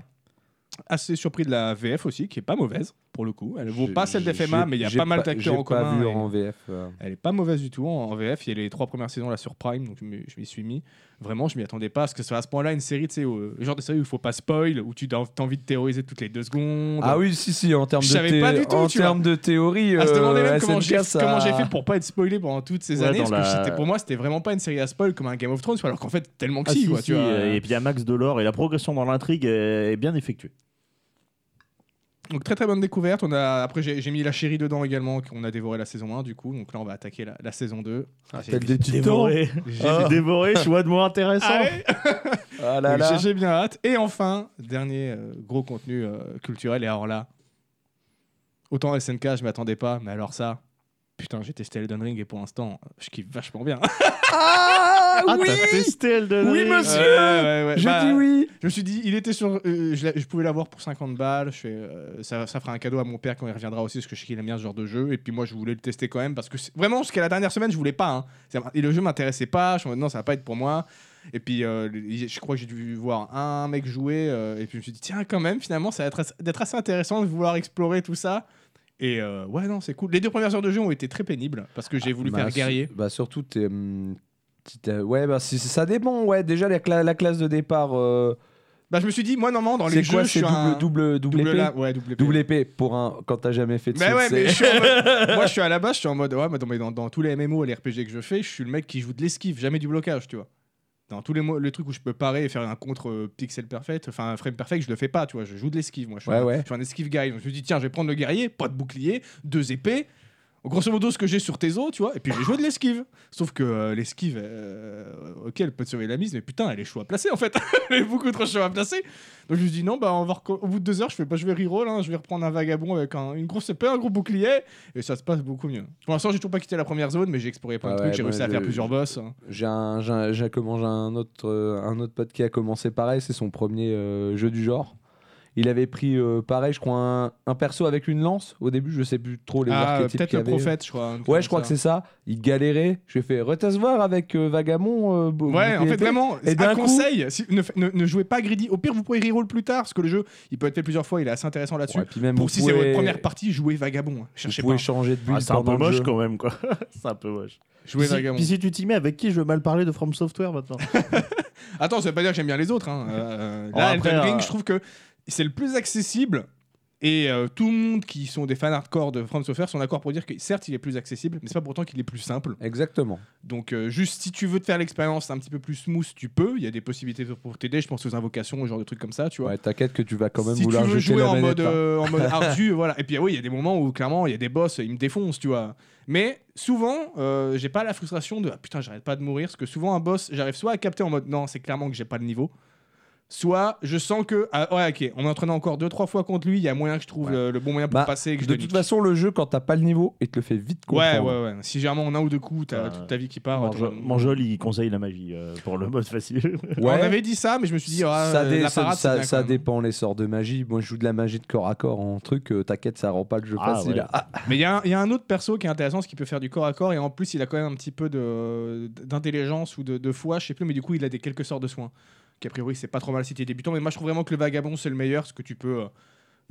S1: Assez surpris de la VF aussi, qui est pas mauvaise pour le coup. Elle vaut
S2: J'ai-
S1: pas celle
S2: j'ai-
S1: d'FMA, mais il y a
S2: j'ai
S1: pas mal d'acteurs en
S2: J'ai pas
S1: commun.
S2: vu
S1: et
S2: en VF. euh.
S1: Elle est pas mauvaise du tout en, en VF. Il y a les trois premières saisons là sur Prime, donc je m'y je m'y suis mis. Vraiment, je m'y attendais pas à ce que ce soit à ce point-là une série, tu sais, au- le genre de série où il faut pas spoil, où tu as envie de terroriser toutes les deux secondes.
S2: Ah oui, si, si, en termes
S1: Je
S2: de,
S1: savais pas
S2: thé-
S1: du tout,
S2: en
S1: tu vois. Ah,
S2: termes de théorie.
S1: à se demander
S2: euh,
S1: même comment j'ai
S2: SNK, ça-
S1: comment j'ai fait pour pas être spoilé pendant toutes ces
S3: Ouais,
S1: années.
S3: dans
S1: Parce que
S3: la-
S1: c'était- pour moi, c'était vraiment pas une série à spoil comme un Game of Thrones, alors qu'en fait, tellement que
S3: Ah,
S1: si,
S3: si,
S1: quoi,
S3: si,
S1: tu vois.
S3: euh, Et puis il y a Max Delors et la progression dans l'intrigue est est bien effectuée.
S1: Donc très très bonne découverte. On a après j'ai j'ai mis la chérie dedans également qu'on a dévoré la saison 1 du coup. Donc là on va attaquer la, la saison 2. Ah, j'ai-
S2: T'as des titans.
S3: Dévoré,
S1: j'ai-
S3: Ah. dévoré, choix de mots intéressant.
S1: Ah ouais
S2: Ah là
S1: Donc,
S2: là.
S1: j'ai- J'ai bien hâte. Et enfin dernier euh, gros contenu euh, culturel et alors là autant SNK je m'attendais pas mais alors ça putain j'ai testé Elden Ring et pour l'instant je kiffe vachement bien.
S2: Ah
S3: Ah,
S2: oui
S3: t'as testé Elden
S2: Oui,
S3: Ring.
S2: monsieur.
S1: ouais, ouais.
S2: J'ai
S1: Bah,
S2: dit oui
S1: Je me suis dit, il était sur. euh, je, l'ai- je pouvais l'avoir pour 50 balles. Je fais, euh, ça, ça fera un cadeau à mon père quand il reviendra aussi, parce que je sais qu'il aime bien ce genre de jeu. Et puis moi, je voulais le tester quand même, parce que c'est- vraiment, jusqu'à la dernière semaine, je voulais pas. hein. Ça m'a- Et le jeu m'intéressait pas. Je suis en mode, non, ça va pas être pour moi. Et puis, euh, il- je crois que j'ai dû voir un mec jouer. euh, et puis, je me suis dit, tiens, quand même, finalement, ça va être, as- d'être assez intéressant de vouloir explorer tout ça. Et euh, ouais, non, c'est cool. Les deux premières heures de jeu ont été très pénibles, parce que j'ai voulu
S2: Bah,
S1: faire
S2: su-
S1: guerrier.
S2: Bah surtout, t'es, hum, si t'as- ouais, bah si- ça dépend. Ouais, déjà la, cla- la classe de départ. euh,
S1: Bah, je me suis dit, moi, normalement, dans les
S2: c'est
S1: jeux,
S2: quoi
S1: je suis
S2: C'est double,
S1: un-
S2: double, double, épée
S1: la- ouais, double épée.
S2: Double épée pour un quand t'as jamais fait de
S1: Mais
S2: saut,
S1: ouais,
S2: c'est-
S1: mais je suis en mode- moi je suis à la base, je suis en mode ouais, mais dans, mais dans- dans tous les MMO et les RPG que je fais, je suis le mec qui joue de l'esquive, jamais du blocage, tu vois. Dans tous les mo- le truc où je peux parer et faire un contre euh, pixel perfect, enfin un frame perfect, je le fais pas, tu vois. Je joue de l'esquive, moi. Je suis,
S2: Ouais,
S1: un,
S2: ouais.
S1: je suis un esquive guy. Donc je me dis tiens, je vais prendre le guerrier, pas de bouclier, deux épées. Grosso modo, ce que j'ai sur tes os, tu vois, et puis je vais jouer de l'esquive. Sauf que euh, l'esquive, euh, ok, elle peut te sauver la mise, mais putain, elle est chaud à placer en fait. elle est beaucoup trop chaud à placer. Donc je me dis non, bah on va reco- au bout de deux heures, je fais pas, je vais reroll, hein, je vais reprendre un vagabond avec un- une grosse épée, un gros bouclier, et ça se passe beaucoup mieux. Pour l'instant, j'ai toujours pas quitté la première zone, mais j'ai exploré plein de
S2: Ah
S1: trucs,
S2: ouais,
S1: j'ai
S2: moi,
S1: réussi à
S2: je-
S1: faire plusieurs boss. hein.
S2: J'ai un, j'ai un- j'ai- comment, j'ai un autre, euh, un autre pote qui a commencé pareil, c'est son premier euh, jeu du genre. Il avait pris euh, pareil, je crois, un, un perso avec une lance. Au début, je sais plus trop les
S1: Ah,
S2: archétypes
S1: peut-être
S2: qu'il y
S1: le
S2: avait.
S1: prophète, je crois.
S2: Ouais, je crois que c'est ça. Il galérait. Je lui ai fait retasse voir avec euh, Vagamon. euh, bou-
S1: Ouais, en
S2: bouclier
S1: fait,
S2: épée.
S1: vraiment,
S2: Et
S1: c'est
S2: d'un
S1: un
S2: coup-
S1: conseil, si- ne, fa- ne- ne jouez pas greedy. Au pire, vous pourrez reroll plus tard, parce que le jeu, il peut être fait plusieurs fois, il est assez intéressant là-dessus.
S2: Ouais, puis même
S1: Pour
S2: vous
S1: si c'est
S2: pouvez-
S1: votre première partie, jouez vagabond. hein. Cherchez
S2: vous
S1: pas.
S2: pouvez changer de build
S3: Ah, c'est un peu
S2: pendant le
S3: moche
S2: jeu.
S3: quand même, quoi. c'est un peu moche.
S1: Jouez
S3: puis, si,
S1: vagabond.
S3: puis si tu t'y mets, avec qui je veux mal parler de From Software maintenant
S1: Attends, ça veut pas dire que j'aime bien les autres. hein. Euh,
S3: Oh,
S1: là,
S3: après,
S1: Elden Ring,
S3: euh,
S1: je trouve que c'est le plus accessible. Et euh, tout le monde qui sont des fans hardcore de From Software sont d'accord pour dire que certes, il est plus accessible, mais c'est pas pourtant qu'il est plus simple.
S2: Exactement.
S1: Donc, euh, juste si tu veux te faire l'expérience un petit peu plus smooth, tu peux. Il y a des possibilités pour- pour t'aider. Je pense aux invocations, au genre de trucs comme ça, tu vois.
S2: Ouais, t'inquiète que tu vas quand même
S1: si
S2: vouloir
S1: tu veux
S2: jeter
S1: jouer
S2: la
S1: en
S2: manette,
S1: mode,
S2: hein.
S1: euh, en mode ardu, voilà. Et puis ah oui, il y a des moments où clairement il y a des boss, ils me défoncent, tu vois. Mais souvent, euh, j'ai pas la frustration de ah, putain, j'arrête pas de mourir, parce que souvent un boss, j'arrive soit à capter en mode non, c'est clairement que j'ai pas le niveau, soit je sens que ah, ouais ok on m'entraîne encore deux trois fois contre lui il y a moyen que je trouve euh,
S2: Ouais.
S1: le, le bon moyen pour
S2: Bah,
S1: passer et que je
S2: de
S1: le
S2: toute
S1: nique.
S2: façon, le jeu, quand t'as pas le niveau, il te le fait vite
S1: ouais ouais
S2: comprendre.
S1: ouais si généralement en un ou deux coups t'as
S2: Euh,
S3: Ouais.
S1: toute ta vie qui part
S3: Mangeol,
S1: t'as-
S3: Mangeol, il conseille la magie euh, pour le mode facile.
S1: on
S2: Ouais.
S1: avait dit ça mais je me suis dit ah,
S2: ça,
S1: euh,
S2: dé-
S1: la
S2: ça-
S1: parade, c'est
S2: ça-
S1: bien
S2: ça
S1: quand même.
S2: dépend les sorts de magie. Moi, je joue de la magie de corps à corps en truc. euh, T'inquiète, ça rend pas le jeu
S3: Ah,
S2: facile.
S3: ouais.
S2: Ah,
S1: Mais il y, a un- il y a un autre perso qui est intéressant, ce qui peut faire du corps à corps, et en plus il a quand même un petit peu de- d'intelligence ou de, de foi, je sais plus, mais du coup il a des quelques sorts de soins. Qui a priori c'est pas trop mal si t'es débutant, mais moi je trouve vraiment que le vagabond c'est le meilleur, parce que tu peux euh,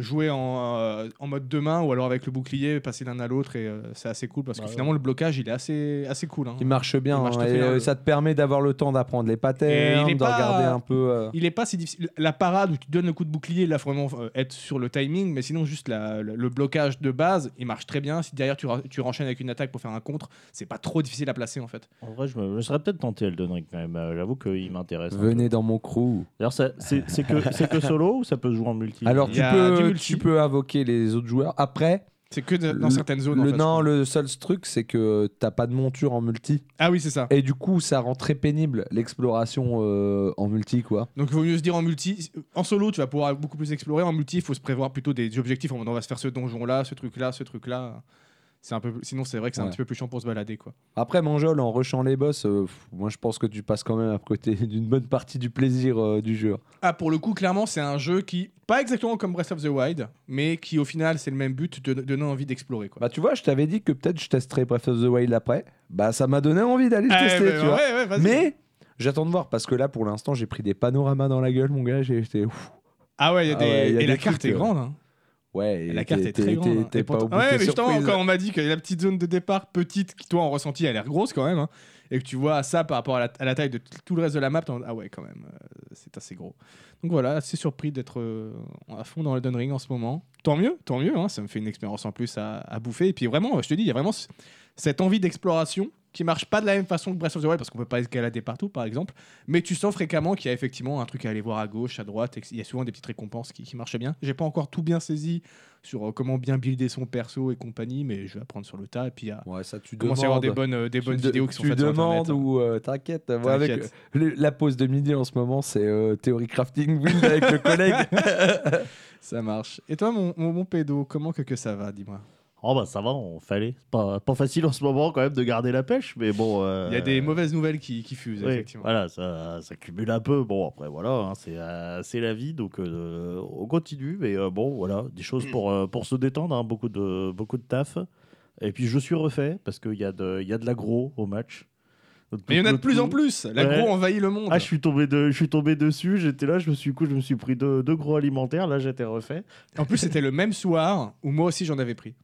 S1: jouer en, euh, en mode deux mains ou alors avec le bouclier, passer d'un à l'autre, et euh, c'est assez cool parce que
S3: Bah,
S1: finalement le blocage il est assez, assez cool. hein.
S2: il marche bien.
S1: Il marche
S2: hein,
S1: tout
S2: et,
S1: fait dans
S2: euh,
S1: le-
S2: Ça te permet d'avoir le temps d'apprendre les patterns,
S1: Et il est
S2: de
S1: pas-
S2: regarder un peu. euh,
S1: Il est pas si difficile. La parade où tu donnes le coup de bouclier, là, faut vraiment euh, être sur le timing, mais sinon, juste la- le, le blocage de base, il marche très bien. Si derrière tu, ra- tu renchaînes avec une attaque pour faire un contre, c'est pas trop difficile à placer en fait.
S3: En vrai, je, me, je serais peut-être tenté Elden Ring quand même. euh, J'avoue qu'il m'intéresse. un peu.
S2: Venez dans mon crew.
S3: D'ailleurs, ça- c'est c'est que, c'est que solo ou ça peut se jouer en multi
S2: Alors,
S1: Il
S2: tu
S1: y a du
S2: peux,
S1: multi.
S2: tu peux invoquer les autres joueurs. Après,
S1: C'est que de- dans
S2: Le-
S1: certaines zones. en
S2: le,
S1: fait,
S2: non,
S1: je crois.
S2: le seul truc, c'est que t'as pas de monture en multi.
S1: Ah oui, c'est ça.
S2: Et du coup, ça rend très pénible l'exploration euh, en multi, quoi.
S1: Donc il vaut mieux se dire en multi. En solo, tu vas pouvoir beaucoup plus explorer. En multi, il faut se prévoir plutôt des objectifs. en mode, On va se faire ce donjon-là, ce truc-là, ce truc-là. C'est un peu. Sinon, c'est vrai que c'est un
S2: Ouais.
S1: petit peu plus chiant pour se balader, quoi.
S2: Après, Manjol, en rushant les boss, euh, pff, moi je pense que tu passes quand même à côté d'une bonne partie du plaisir euh, du jeu.
S1: Ah, pour le coup, clairement, c'est un jeu qui, pas exactement comme Breath of the Wild, mais qui au final, c'est le même but de de donner envie d'explorer, quoi.
S2: Bah, tu vois, je t'avais dit que peut-être je testerais Breath of the Wild après. Bah, ça m'a donné envie d'aller le
S1: Eh,
S2: tester,
S1: bah,
S2: tu vois.
S1: ouais, ouais, vas-y.
S2: Mais j'attends de voir parce que là, pour l'instant, j'ai pris des panoramas dans la gueule, mon gars. J'ai été. ouf.
S1: Ah ouais, il y a
S2: Ah
S1: des...
S2: ouais, il y a
S1: et la
S2: des
S1: carte
S2: trucs,
S1: est
S2: euh,
S1: grande. hein.
S2: Ouais, et
S1: La carte
S2: t'es-
S1: est très
S2: t'es-
S1: grande. hein.
S2: T'es
S1: Et
S2: t'es pas au
S1: pourtant-
S2: bout
S1: Ouais,
S2: de
S1: mais
S2: tes
S1: justement,
S2: surprises.
S1: quand on m'a dit que la petite zone de départ petite, qui toi en ressenti, elle a l'air grosse quand même, hein, et que tu vois ça par rapport à la, à la taille de t- tout le reste de la map, t'es en mode, ah ouais, quand même, euh, c'est assez gros. Donc voilà, assez surpris d'être euh, à fond dans Elden Ring en ce moment. Tant mieux, tant mieux, hein, ça me fait une expérience en plus à, à bouffer. Et puis vraiment, je te dis, il y a vraiment c- cette envie d'exploration qui marche pas de la même façon que Breath of the Wild parce qu'on peut pas escalader partout par exemple mais tu sens fréquemment qu'il y a effectivement un truc à aller voir à gauche à droite et qu'il y a souvent des petites récompenses qui, qui marchent bien j'ai pas encore tout bien saisi sur euh, comment bien builder son perso et compagnie, mais je vais apprendre sur le tas et puis à
S2: Ouais, ça, tu
S1: commencer à avoir des
S2: demandes.
S1: bonnes, euh, des
S2: Tu
S1: bonnes
S2: de-
S1: vidéos qui sont
S2: tu
S1: faites
S2: demandes
S1: sur internet. hein.
S2: ou euh, t'inquiète, moi, avec
S1: T'inquiète.
S2: le- la pause de midi en ce moment, c'est euh, théorie crafting build avec le collègue.
S1: Ça marche. Et toi, mon, mon, mon pédo, comment que, que ça va, dis-moi
S3: Oh bah ça va, on fallait. C'est Pas, pas facile en ce moment quand même de garder la pêche, mais bon. euh,
S1: Il y a des mauvaises nouvelles qui, qui fusent,
S3: oui,
S1: effectivement.
S3: Voilà, ça, ça cumule un peu. Bon après voilà, hein, c'est euh, c'est la vie, donc euh, on continue. Mais euh, bon voilà, des choses pour euh, pour se détendre, hein, beaucoup de beaucoup de taf. Et puis je suis refait parce qu'il y a de il y a de l'agro au match.
S1: Mais il y en a de
S3: Le
S1: plus en
S3: tout-
S1: plus L'agro
S3: Ouais.
S1: envahit le monde
S3: Ah, je suis tombé de, je suis tombé dessus. J'étais là, je me suis coup, je me suis pris deux, deux gros alimentaires. Là, j'étais refait.
S1: En plus, c'était le même soir où moi aussi j'en avais pris,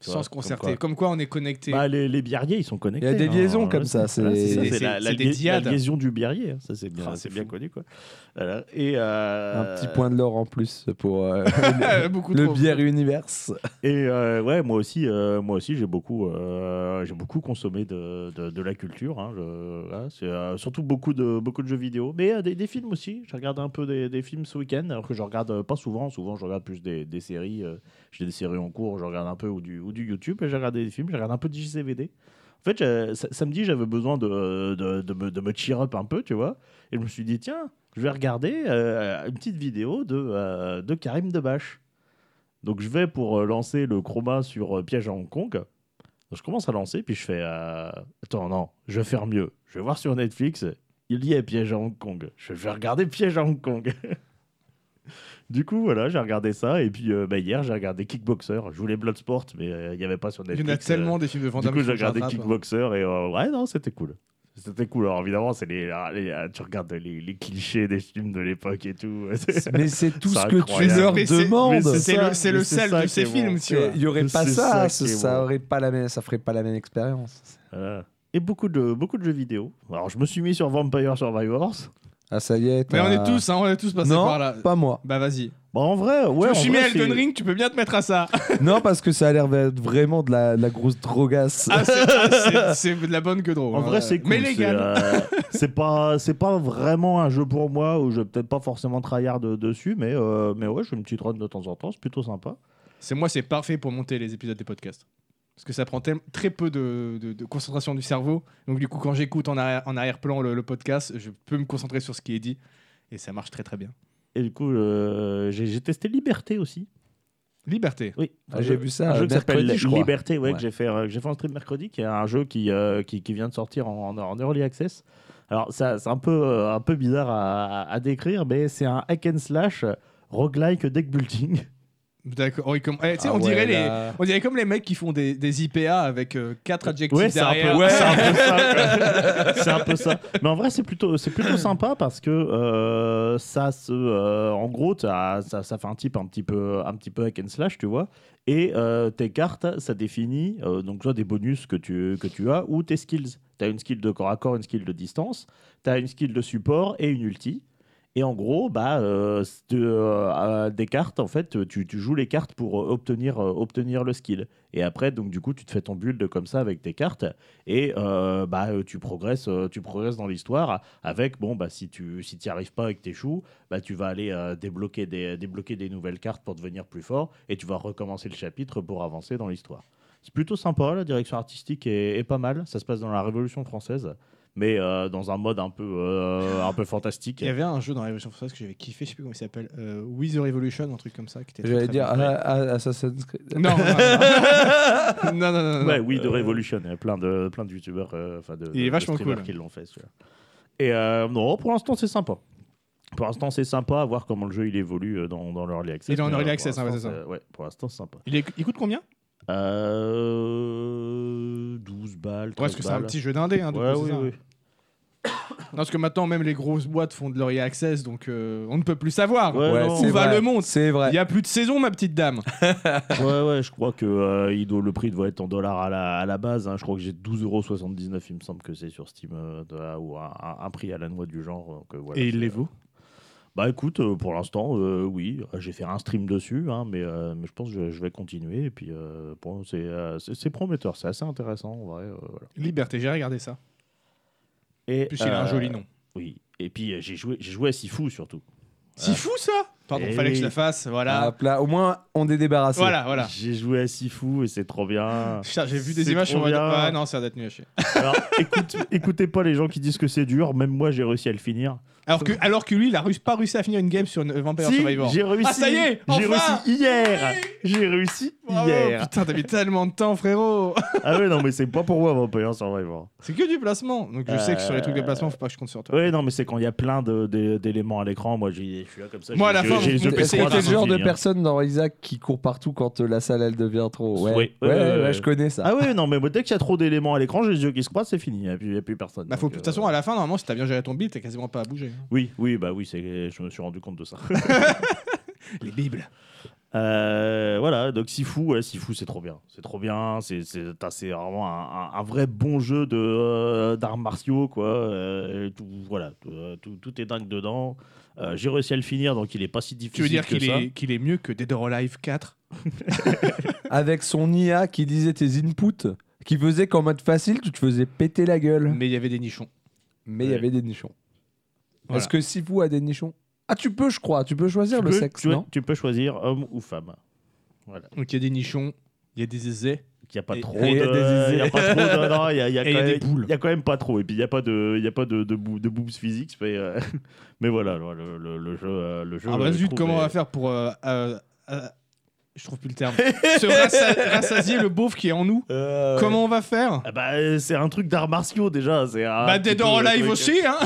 S1: sans se concerter. Comme quoi, on est connecté.
S3: Bah, les, les biarriers, ils sont
S2: Il y
S3: connectés.
S2: a des
S3: hein.
S2: liaisons comme
S3: Ouais,
S2: ça. C'est
S3: voilà, c'est ça,
S1: des-
S3: c'est la,
S1: c'est-
S3: la
S1: c'est des
S3: lia-
S1: diades.
S3: la liaison du biarrier. hein. Ça, c'est bien,
S1: Ah,
S3: c'est
S1: c'est
S3: bien
S1: fou.
S3: connu, quoi. Voilà. Et euh,
S2: un petit point de l'or en plus pour euh,
S1: Beaucoup
S2: le
S1: trop.
S2: bière universe.
S3: Et euh, ouais, moi aussi, euh, moi aussi, j'ai beaucoup, euh, j'ai beaucoup consommé de, de, de la culture. hein. Je- voilà, c'est euh, surtout beaucoup de beaucoup de jeux vidéo, mais euh, des, des films aussi. Je regarde un peu des, des films ce week-end, alors que je regarde euh, pas souvent. Souvent, je regarde plus des, des séries. euh, j'ai des séries en cours, je regarde un peu ou du ou du YouTube. Et j'ai regardé des films, je regarde un peu de JCVD. En fait, j'ai- sa- samedi, j'avais besoin de de, de me, de me cheer up un peu, tu vois. Et je me suis dit tiens, je vais regarder euh, une petite vidéo de euh, de Karim Debache. Donc je vais pour euh, lancer le chroma sur euh, Piège à Hong Kong. Donc, je commence à lancer, puis je fais euh, Attends, non, je vais faire mieux. Je vais voir sur Netflix, il y a Piège à Hong Kong. Je vais regarder Piège à Hong Kong. du coup, voilà, j'ai regardé ça. Et puis euh, bah, hier, j'ai regardé Kickboxer. Je voulais Bloodsport, mais euh, il n'y avait pas sur
S1: Il
S3: Netflix.
S1: y en a tellement des films de
S3: Euh,
S1: Van
S3: Du
S1: Damme
S3: coup,
S1: qui
S3: j'ai
S1: font que
S3: regardé
S1: j'attrape.
S3: Kickboxer et euh, ouais, non, c'était cool. C'était cool. Alors évidemment, c'est les, ah, les- tu regardes les, les clichés des films de l'époque et tout.
S2: Mais c'est tout
S3: C'est
S2: ce que tu
S3: incroyable.
S2: leur
S1: Mais c'est-
S2: demandes.
S3: mais
S1: C'est
S3: ça,
S1: le, c'est le
S3: mais c'est
S1: sel
S3: ça
S1: de
S3: qui
S1: ces
S3: est bon.
S1: films, tu vois.
S2: Il y aurait pas
S3: C'est
S2: ça,
S3: ça
S2: ce-
S3: qui est
S2: ça
S3: bon.
S2: aurait pas la même, ça ferait pas la même expérience.
S3: Voilà. Et beaucoup de, beaucoup de jeux vidéo. Alors, je me suis mis sur Vampire Survivors.
S2: Ah ça y est.
S1: Mais on est
S2: t'as-
S1: tous, hein, on est tous passés
S2: Non,
S1: par là.
S2: pas moi.
S1: Bah vas-y.
S3: Bah, en vrai, ouais.
S1: je me
S3: en
S1: suis mis
S3: vrai,
S1: à Elden
S3: c'est-
S1: Ring, tu peux bien te mettre à ça.
S2: non parce que ça a l'air d'être vraiment de la, de la grosse drogasse.
S1: Ah, c'est- ah, c'est c'est de la bonne que drôle.
S3: En
S1: hein.
S3: vrai, c'est cool.
S1: Mais
S3: c'est,
S1: légal.
S3: euh, c'est pas, c'est pas vraiment un jeu pour moi où je vais peut-être pas forcément tryhard de- dessus, mais, euh, mais ouais, je fais une petite run de temps en temps. C'est plutôt sympa.
S1: C'est moi, c'est parfait pour monter les épisodes des podcasts. Parce que ça prend tel- très peu de, de- de concentration du cerveau. Donc, du coup, quand j'écoute en, arrière, en arrière-plan le, le podcast, je peux me concentrer sur ce qui est dit. Et ça marche très très bien.
S3: Et du coup, euh, j'ai j'ai testé Liberté aussi.
S1: Liberté.
S3: Oui.
S2: Ah, j'ai vu ça
S3: Un jeu qui s'appelle
S2: mercredi, je crois.
S3: Liberté, ouais,
S2: Ouais.
S3: que j'ai fait, euh, que j'ai fait en stream mercredi, qui est un jeu qui, euh, qui, qui vient de sortir en, en- en early access. Alors, ça, c'est un peu, euh, un peu bizarre à, à- à décrire, mais c'est un hack and slash euh, roguelike deck building.
S1: D'accord. Oh, il comm- eh, tu sais,
S2: Ah
S1: on, dirait
S2: ouais,
S1: les...
S2: là.
S1: on dirait comme les mecs qui font des, des IPA avec euh, quatre adjectifs
S3: Ouais, c'est un,
S1: derrière.
S3: peu, ouais, c'est un peu ça. quoi. c'est un peu ça. Mais en vrai, c'est plutôt, c'est plutôt sympa parce que euh, ça se. euh, en gros, t'as- ça, ça fait un type un petit peu, un petit peu hack and slash, tu vois. Et euh, tes cartes, ça définit euh, donc soit des bonus que tu, que tu as ou tes skills. Tu as une skill de corps à corps, une skill de distance, tu as une skill de support et une ulti. Et en gros, bah, euh, c'est de- euh, des cartes, en fait, tu, tu joues les cartes pour euh, obtenir, euh, obtenir le skill. Et après, donc du coup, tu te fais ton build comme ça avec tes cartes et euh, bah, euh, tu progresses, euh, tu progresses dans l'histoire avec bon bah si tu si t'y arrives pas avec tes choux, bah tu vas aller euh, débloquer des débloquer des nouvelles cartes pour devenir plus fort et tu vas recommencer le chapitre pour avancer dans l'histoire. C'est plutôt sympa, la direction artistique est, est pas mal. Ça se passe dans la Révolution française, mais euh, dans un mode un peu euh, un peu fantastique.
S1: Il y avait un jeu dans la Révolution française que j'avais kiffé, je sais plus comment il s'appelle, euh, With the Revolution, un truc comme ça. qui était très,
S2: J'allais
S1: très
S2: dire
S1: bien.
S2: ah, ah, Assassin's Creed.
S1: Non, non, non, non, non, non, non.
S3: Ouais, oui, de Revolution. Il y a plein de, plein de youtubeurs, euh, enfin de,
S1: Il est
S3: de- de
S1: vachement
S3: streamers
S1: cool.
S3: qui l'ont fait. celui-là. Et euh, non, pour l'instant, c'est sympa. Pour l'instant, c'est sympa à voir comment le jeu il évolue euh, dans, dans l'early access.
S1: Il est en
S3: mais,
S1: early
S3: euh, pour
S1: access, hein, ouais,
S3: l'instant,
S1: c'est ça.
S3: Ouais, pour l'instant, c'est sympa.
S1: Il, est- il coûte combien
S3: Euh, 12 balles. 13
S1: Ouais, parce que c'est un
S3: balles.
S1: petit jeu d'indé. Hein, du
S3: Ouais,
S1: coup, c'est
S3: oui,
S1: ça.
S3: oui.
S1: Non, parce que maintenant, même les grosses boîtes font de l'early access, donc euh, on ne peut plus savoir.
S3: Ouais, non.
S2: c'est
S1: Où va
S2: vrai,
S1: le monde
S2: C'est
S1: Il
S2: vrai.
S1: n'y a plus de saison, ma petite dame.
S3: ouais, ouais, je crois que euh, il doit- le prix doit être en dollars à la, à la base. hein. Je crois que j'ai 12,79€, il me semble que c'est sur Steam, euh, de la- ou un, un- un prix à la noix du genre. donc, euh, voilà, c'est-
S1: vaut.
S3: Bah écoute, euh, pour l'instant, euh, oui, Euh, j'ai fait un stream dessus, hein, mais, euh, mais je pense que je, je vais continuer. Et puis, euh, bon, c'est euh, c'est- c'est prometteur, c'est assez intéressant en vrai. euh, voilà.
S1: Liberté, j'ai regardé ça.
S3: Et,
S1: En plus, il a un
S3: euh,
S1: joli nom.
S3: Oui, et puis euh, j'ai joué, j'ai joué à Sifu surtout.
S1: C'est fou, ça Pardon,
S3: Eh
S1: fallait que
S3: oui.
S1: je la fasse,
S3: Ah,
S1: voilà.
S2: Hop là, au moins, on est débarrassé.
S1: voilà, voilà.
S3: J'ai joué à Sifu et c'est trop bien.
S1: Putain, J'ai vu des
S3: C'est
S1: images, je suis en
S3: trop
S1: mode,
S3: bien.
S1: Ouais, non, ça doit être nul à chier.
S3: Alors, écoute, écoutez pas les gens qui disent que c'est dur, même moi j'ai réussi à le finir.
S1: Alors que, alors que lui, il a réussi- pas réussi à finir une game sur une- euh, Vampire
S3: Si,
S1: Survivor.
S3: j'ai réussi.
S1: Ah, ça y est,
S3: J'ai
S1: enfin
S3: réussi hier J'ai réussi
S1: Bravo,
S3: hier
S1: Oh, Putain, t'as mis tellement de temps, frérot.
S3: Ah ouais, non, mais c'est pas pour moi Vampire Survivor.
S1: C'est que du placement. Donc je sais que sur les trucs de placement, faut pas que je compte sur toi.
S3: Ouais, non, mais c'est quand il y a plein de- de- d'éléments à l'écran. Moi, j'ai- je suis là comme ça.
S1: Moi, à
S3: j'ai-
S1: la fin,
S3: j'ai-
S1: mon
S3: j'ai les yeux
S1: PC
S2: Est-ce
S1: c'est
S3: pleins
S2: que t'es le genre de
S3: d'infini, hein.
S2: personne dans Isaac qui court partout quand euh, la salle elle devient trop Ouais,
S3: Oui,
S2: ouais,
S3: ouais, ouais,
S2: ouais,
S3: ouais.
S2: je connais ça.
S3: Ah ouais, non, mais moi, dès qu'il y a trop d'éléments à l'écran, j'ai les yeux qui se croisent, c'est fini. Il n'y a, plus personne.
S1: Bah, faut,
S3: Donc,
S1: de toute
S3: euh,
S1: façon, à la fin, normalement, si t'as bien géré ton build, t'as quasiment pas à bouger. hein.
S3: Oui, oui, bah oui, c'est- je me suis rendu compte de ça.
S1: Les bibles.
S3: Euh, voilà, donc Sifu, ouais, Sifu, c'est trop bien. C'est trop bien. C'est c'est- t'as- c'est vraiment un, un- un vrai bon jeu de, euh, d'arts martiaux, quoi. Euh, et tout, voilà, tout, euh, tout- tout est dingue dedans. Euh, j'ai réussi à le finir, donc il est pas si difficile.
S1: Tu veux dire
S3: que
S1: qu'il
S3: ça.
S1: est, qu'il est mieux que Dead or Alive 4
S2: Avec son IA qui disait tes inputs, qui faisait qu'en mode facile, tu te faisais péter la gueule.
S1: Mais il y avait des nichons.
S2: Mais il y
S3: Ouais.
S2: avait des nichons.
S1: Voilà.
S2: Est-ce que Sifu a des nichons Ah, tu peux, je crois. Tu peux choisir
S3: tu
S2: le
S3: peux,
S2: sexe,
S3: tu,
S2: non
S3: tu peux choisir homme ou femme. Voilà.
S1: Donc il y a des nichons, il y a des aisés.
S3: Il n'y a pas
S1: Et-
S3: trop
S2: et il y a
S3: de.
S2: des
S3: Il y a pas trop de. Non, il y a, il y a
S1: Et il y a
S3: quand
S1: des
S3: même-
S1: poules.
S3: il y a quand même pas trop. Et puis, il n'y a pas de, il y a pas de, de, bou- de boobs physiques. Mais, euh, mais voilà, le, le- le jeu. euh, Le jeu
S1: Ah bah
S3: euh, je
S1: zut,
S3: trouve,
S1: comment on
S3: est-
S1: va faire pour. euh, euh, euh, je trouve plus le terme. Se rassa- rassasier le beauf qui est en nous.
S3: Euh,
S1: Comment on va faire
S3: Ah bah, euh, c'est un truc d'arts martiaux déjà. C'est un
S1: Bah,
S3: petit
S1: Dead or
S3: peu Ah, le
S1: Alive
S3: truc.
S1: aussi, hein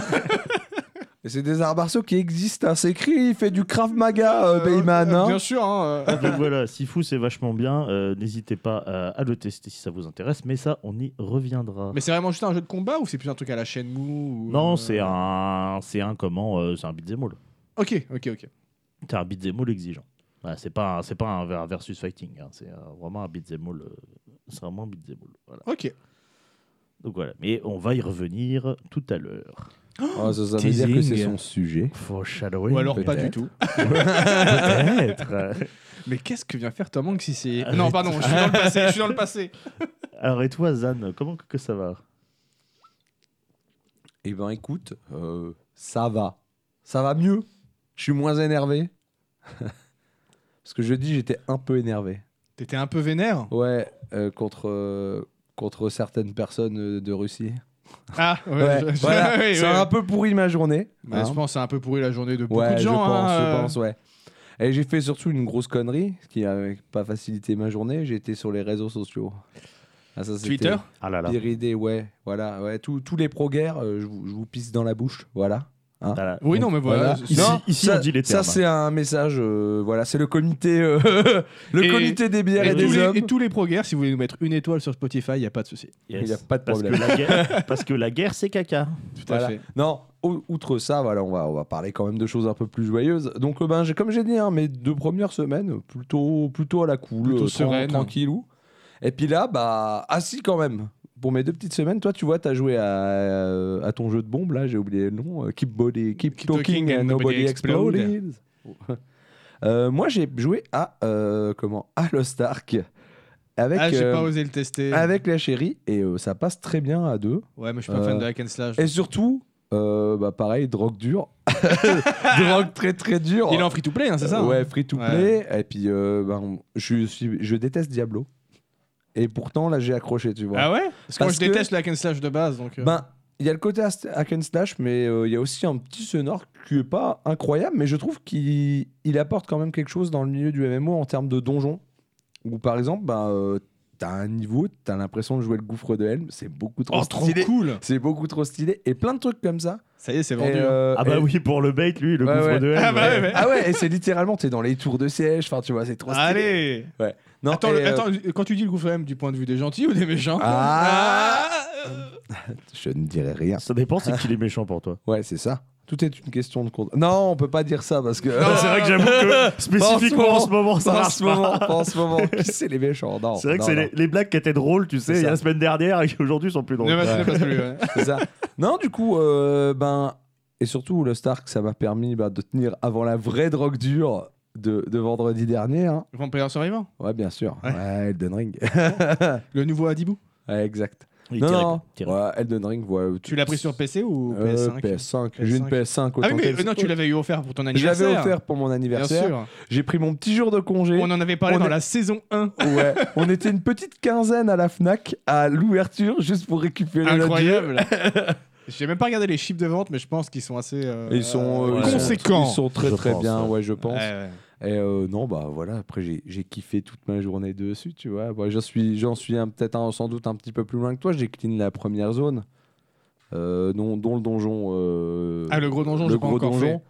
S2: Et C'est des arts martiaux qui existent. hein. C'est écrit, il fait du Krav Maga, euh, Bayman. hein.
S1: Bien sûr, hein. euh.
S3: Donc voilà, Sifu, c'est vachement bien. Euh, N'hésitez pas euh, à le tester si ça vous intéresse. Mais ça, on y reviendra.
S1: Mais c'est vraiment juste un jeu de combat ou c'est plus un truc à la chaîne mou euh,
S3: Non, c'est un, c'est un comment, euh, c'est un beat'em all.
S1: Ok, ok, ok.
S3: C'est un beat'em all exigeant. Voilà, c'est pas, un- c'est pas un ver- versus fighting. hein. C'est euh, vraiment un beat'em all. euh, c'est vraiment un beat'em all. Voilà.
S1: Ok.
S3: Donc voilà. Mais on va y revenir tout à l'heure.
S2: Oh, ça, ça veut dire que
S1: Teasing.
S2: c'est son sujet.
S3: Foreshadowing.
S1: Ou alors pas
S2: peut-être.
S1: du tout.
S3: peut-être.
S1: Mais qu'est-ce que vient faire Tom Hanks ici
S2: Ah,
S3: Arrête.
S1: Non, pardon, je suis dans le passé. Je suis dans le passé.
S3: alors et toi, Zan, comment que que ça va
S2: Eh ben écoute, euh, ça va. Ça va mieux. Je suis moins énervé. Parce que jeudi, j'étais un peu énervé.
S1: T'étais un peu vénère
S2: Ouais, euh, contre, euh, contre certaines personnes euh, de Russie.
S1: Ah, ouais,
S2: Ouais,
S1: je- je-
S2: voilà.
S1: oui,
S2: ça
S1: oui.
S2: a un peu pourri ma journée.
S1: Bah,
S2: hein.
S1: Je pense que ça a un peu pourri la journée de beaucoup
S2: Ouais,
S1: de
S2: je
S1: gens.
S2: pense,
S1: hein,
S2: je pense, ouais. Et j'ai fait surtout une grosse connerie, ce qui n'a pas facilité ma journée. J'étais sur les réseaux sociaux. Ah, ça,
S1: euh,
S2: c'était
S1: Twitter
S3: Ah là là.
S2: Iridé, ouais. Voilà, ouais. Tous tous les pro-guerres, euh, je, vous, je vous pisse dans la bouche. Voilà. hein.
S3: Ah là.
S1: Oui, non, mais voilà.
S2: Voilà.
S1: c'est-
S3: Non.
S1: c'est-
S3: ici,
S2: ça,
S3: on dit les
S2: ça,
S3: termes. hein.
S2: c'est un message. euh, voilà, c'est le comité, euh, le
S1: Et-
S2: comité des bières et,
S1: Et,
S2: des
S1: tous
S2: hommes.
S1: les, et tous les pro-guerres, si vous voulez nous mettre une étoile sur Spotify, il n'y a pas de souci.
S3: Yes.
S2: Il n'y a pas de
S3: Parce que,
S2: problème.
S3: la guerre, parce que la guerre, c'est caca.
S1: Tout
S2: Voilà.
S1: à fait.
S2: Non, ou- outre ça, voilà, on va, on va parler quand même de choses un peu plus joyeuses. Donc, euh, ben, j'ai- comme j'ai dit, hein, mes deux premières semaines, plutôt, plutôt à la cool,
S1: Plutôt
S2: euh, tran-
S1: sereine.
S2: tranquillou. Et puis là, bah, assis quand même. Pour mes deux petites semaines, toi, tu vois, t'as joué à, euh, à ton jeu de bombe, là, j'ai oublié le nom, euh, Keep, body, keep,
S1: Keep
S2: Talking,
S1: Talking
S2: and
S1: and
S2: Nobody,
S1: Nobody
S2: Explodes.
S1: Explode.
S2: Euh, moi, j'ai joué à, euh, comment, à Lost Ark avec,
S1: ah, j'ai
S2: euh,
S1: pas osé le tester.
S2: avec la chérie, et euh, ça passe très bien à deux.
S1: Ouais, mais je suis pas
S2: Euh,
S1: fan de hack and slash.
S2: Et surtout, euh, bah pareil, drogue dure. drogue très très dure.
S1: Il est en free to play, hein, c'est ça hein
S2: Ouais, free to play. Et puis, euh, bah, on- je, suis, je déteste Diablo. Et pourtant, là, j'ai accroché, tu vois.
S1: Ah ouais Parce que moi,
S2: Parce
S1: je
S2: que-
S1: déteste le hack and slash de base. Donc, euh,
S2: Ben, il y a le côté ast- hack and slash, mais euh, il y a aussi un petit sonore qui est pas incroyable, mais je trouve qu'il il apporte quand même quelque chose dans le milieu du MMO en termes de donjon. Où par exemple, ben, euh, t'as un niveau, t'as l'impression de jouer le gouffre de Helm, c'est beaucoup trop
S1: oh, trop
S2: stylé.
S1: cool
S2: C'est beaucoup trop stylé. Et plein de trucs comme ça.
S1: Ça y est, c'est
S2: Et,
S1: vendu. hein.
S2: euh,
S3: Ah bah
S2: et-
S3: oui, pour le bait, lui, le
S2: Ouais,
S3: gouffre
S2: ouais.
S3: de haine.
S1: Ah bah ouais, ouais.
S2: Ah ouais, et c'est littéralement, t'es dans les tours de siège, enfin tu vois, c'est trop stylé.
S1: Allez
S2: non,
S1: attends,
S2: et,
S1: le-
S2: euh,
S1: attends, quand tu dis le gouffre M, du point de vue des gentils ou des méchants
S2: Ah.
S1: Ah
S2: Je ne dirai rien.
S3: Ça dépend, c'est qu'il est méchant pour toi.
S2: Ouais, c'est ça. Tout est une question de compte. Non, on peut pas dire ça parce que.
S1: Non,
S3: C'est vrai que j'avoue que spécifiquement en ce moment, ça
S2: Pas en
S3: marche
S2: ce
S3: pas.
S2: moment, pas en ce moment. Qui c'est les méchants Non,
S3: C'est vrai que
S2: Oh, non,
S3: c'est
S2: non,
S3: les, les blagues qui étaient drôles, tu sais,
S2: C'est
S3: il y a
S2: ça.
S3: la semaine dernière et qui aujourd'hui sont plus drôles.
S1: Ne
S2: bah.
S1: m'assieds pas plus, ouais.
S2: c'est ça. Non, du coup, euh, ben. Et surtout, le Stark, ça m'a permis bah, de tenir avant la vraie drogue dure de, de vendredi dernier. hein.
S1: Vampire Survivant
S2: Ouais, bien sûr. Ouais,
S1: Ouais.
S2: Elden Ring.
S1: Le nouveau Adibou
S2: Ouais, exact.
S3: Oui,
S2: non,
S3: terrible,
S2: non.
S3: terrible.
S2: Ouais, Elden Ring, ouais,
S1: Tu l'as pris sur PC ou
S2: Euh,
S1: PS5
S2: PS5. J'ai une PS5 autant
S1: Ah oui, mais
S2: qu'elle
S1: euh, non,
S2: se
S1: tu l'avais eu offert pour ton
S2: Je l'avais
S1: anniversaire.
S2: offert pour mon
S1: bien
S2: anniversaire.
S1: sûr.
S2: J'ai pris mon petit jour de congé.
S1: On en avait parlé
S2: On
S1: dans
S2: est-
S1: la saison 1.
S2: Ouais. On était une petite quinzaine à la Fnac à l'ouverture juste pour récupérer notre
S1: Incroyable. J'ai même pas regardé les chiffres de vente, mais je pense qu'ils sont assez euh,
S2: jeu. Ils sont
S1: euh,
S2: euh, ils sont-
S1: conséquents.
S2: Ils sont très
S3: Je
S2: très
S3: pense,
S2: bien,
S3: ouais.
S2: ouais, je pense.
S1: Ouais, ouais.
S2: Et euh, non, bah voilà. Après, j'ai j'ai kiffé toute ma journée dessus, tu vois. Moi, j'en suis, j'en suis un- peut-être un- sans doute un petit peu plus loin que toi. J'ai clean la première zone, euh, dont, dont le donjon. euh,
S1: Ah, le gros donjon, j'ai pas
S2: gros
S1: encore
S2: donjon.
S1: fait.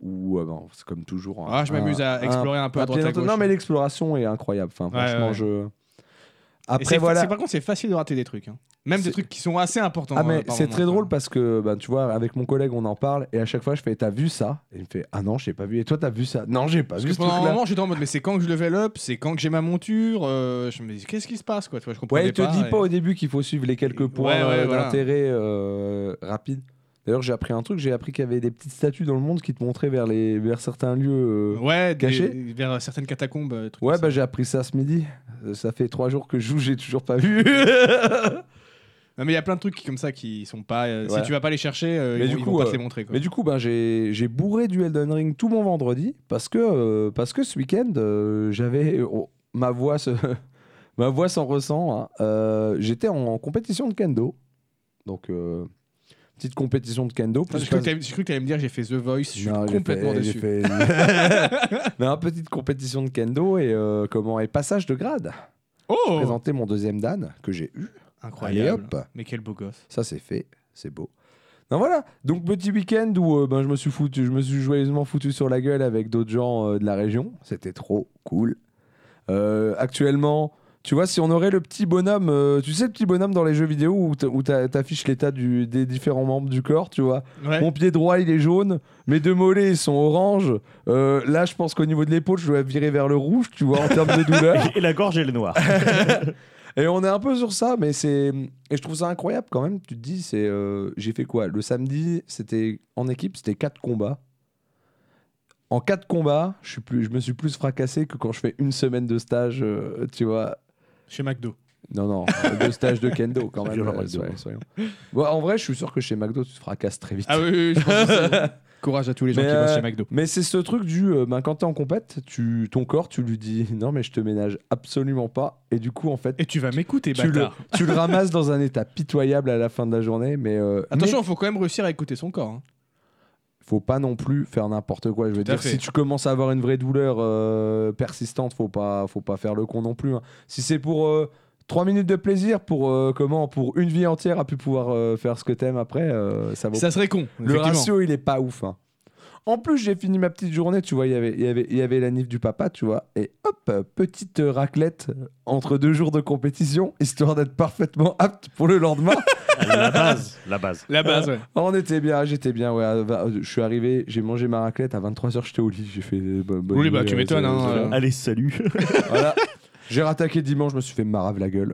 S2: Ou euh, c'est comme toujours.
S1: Ah, je
S2: un-
S1: m'amuse à
S2: un-
S1: explorer un peu à
S2: Ah,
S1: droite
S2: bien
S1: à
S2: entendu.
S1: gauche.
S2: Non, mais l'exploration est incroyable. Enfin,
S1: Ouais,
S2: franchement,
S1: ouais.
S2: je.
S1: Et
S2: Après,
S1: c'est-
S2: voilà.
S1: c'est- Par contre, c'est facile de rater des trucs. hein. Même
S2: C'est-
S1: des trucs qui sont assez importants.
S2: Ah,
S1: hein,
S2: mais
S1: par
S2: c'est
S1: moment,
S2: très
S1: quoi.
S2: drôle parce que, ben, tu vois, avec mon collègue, on en parle et à chaque fois, je fais T'as vu ça Et il me fait Ah non, j'ai pas vu. Et toi, t'as vu ça Non, j'ai pas
S1: Parce
S2: vu
S1: que
S2: ce
S1: pendant un
S2: truc-là.
S1: moment, j'étais en mode, mais c'est quand que je level up C'est quand que j'ai ma monture euh, Je me dis, qu'est-ce qui se passe quoi, tu vois, je comprenais
S2: Ouais, il te
S1: pas,
S2: dit
S1: et-
S2: pas au début qu'il faut suivre les quelques
S1: Ouais,
S2: points
S1: ouais,
S2: euh,
S1: voilà.
S2: d'intérêt euh, rapides. D'ailleurs, j'ai appris un truc j'ai appris qu'il y avait des petites statues dans le monde qui te montraient vers, les, vers certains lieux. euh,
S1: Ouais, des-
S2: caché.
S1: vers certaines catacombes. euh, trucs
S2: Ouais,
S1: comme
S2: bah j'ai appris ça ce midi. Euh, Ça fait trois jours que je joue, j'ai toujours pas vu. bah-
S1: ça. Non, mais il y a plein de trucs qui, comme ça qui sont pas. euh,
S2: Voilà.
S1: Si tu vas pas les chercher, euh,
S2: Mais
S1: ils,
S2: du
S1: vont, ils
S2: coup,
S1: vont pas
S2: euh,
S1: te les montrer. Quoi.
S2: Mais du coup, ben, j'ai j'ai bourré du Elden Ring tout mon vendredi parce que, euh, parce que ce week-end, euh, j'avais. oh, ma voix se- ma voix s'en ressent. hein. Euh, J'étais en, compétition de kendo. Donc, euh, petite compétition de kendo.
S1: J'ai cru que t'allais- j'ai cru que tu allais me dire, j'ai fait The Voice, je Ah, suis
S2: Non, j'ai
S1: complètement
S2: fait- j'ai
S1: déçu.
S2: fait- non, petite compétition de kendo et, euh, comment, et passage de grade.
S1: Oh
S2: Présenter mon deuxième dan que j'ai eu.
S1: Incroyable.
S2: Allez, hop.
S1: Mais quel beau gosse.
S2: Ça, c'est fait. C'est beau. Non, voilà. Donc, petit week-end où euh, ben, je, me suis foutu, je me suis joyeusement foutu sur la gueule avec d'autres gens euh, de la région. C'était trop cool. Euh, actuellement, tu vois, si on aurait le petit bonhomme, euh, tu sais, le petit bonhomme dans les jeux vidéo où t'a- où t'a- t'affiches l'état du- des différents membres du corps, tu vois.
S1: Ouais.
S2: Mon pied droit, il est jaune. Mes deux mollets, ils sont orange. Euh, là, je pense qu'au niveau de l'épaule, je dois virer vers le rouge, tu vois, en termes de douleur.
S3: Et la gorge, elle est noire.
S2: Et on est un peu sur ça, mais c'est. Et je trouve ça incroyable quand même. Tu te dis, c'est. euh, J'ai fait quoi Le samedi, c'était en équipe, c'était quatre combats. En quatre combats, je, suis plus... je me suis plus fracassé que quand je fais une semaine de stage, euh, tu vois.
S1: Chez McDo.
S2: Non, non, de stage de kendo quand
S3: C'est
S2: même.
S3: violent,
S2: euh,
S3: McDo.
S2: soyons- soyons. Bon, en vrai, je suis sûr que chez McDo, tu te fracasses très vite.
S1: Ah oui, oui, oui, je pense que c'est- Courage à tous les gens
S2: Mais,
S1: qui bossent
S2: euh,
S1: chez McDo.
S2: Mais c'est ce truc du euh, ben, quand t'es en compète, tu, ton corps, tu lui dis non, mais je te ménage absolument pas. Et du coup, en fait,
S1: Et tu vas m'écouter,
S2: tu le,
S1: bâtard.
S2: tu le ramasses dans un état pitoyable à la fin de la journée. Mais euh,
S1: Attention, faut quand même réussir à écouter son corps. hein.
S2: mais faut pas non plus faire n'importe quoi. Je veux
S1: Tout à
S2: dire,
S1: fait.
S2: si tu commences à avoir une vraie douleur euh, persistante, faut pas, faut pas faire le con non plus. hein. Si c'est pour. euh, trois minutes de plaisir pour euh, comment pour une vie entière à pu pouvoir euh, faire ce que t'aimes après euh, ça vaut
S1: Ça serait con.
S2: Le
S1: effectivement.
S2: ratio, il est pas ouf. hein. En plus, j'ai fini ma petite journée, tu vois, il y avait- il y avait- il y avait la nif du papa, tu vois, et hop, euh, petite euh, raclette entre deux jours de compétition, histoire d'être parfaitement apte pour le lendemain.
S3: La base, la base.
S1: La base, ouais.
S2: Ah, On était bien, j'étais bien, ouais. à vingt- euh, Je suis arrivé, j'ai mangé ma raclette, à 23h, j'étais au lit, j'ai fait... euh, bo- bonne
S1: Oui, bah,
S2: nuit,
S1: tu
S2: euh,
S1: m'étonnes,
S2: c'est-
S1: hein,
S2: c'est-
S1: euh.
S3: Allez, salut.
S2: Voilà. J'ai rattaqué dimanche, je me suis fait marave la gueule.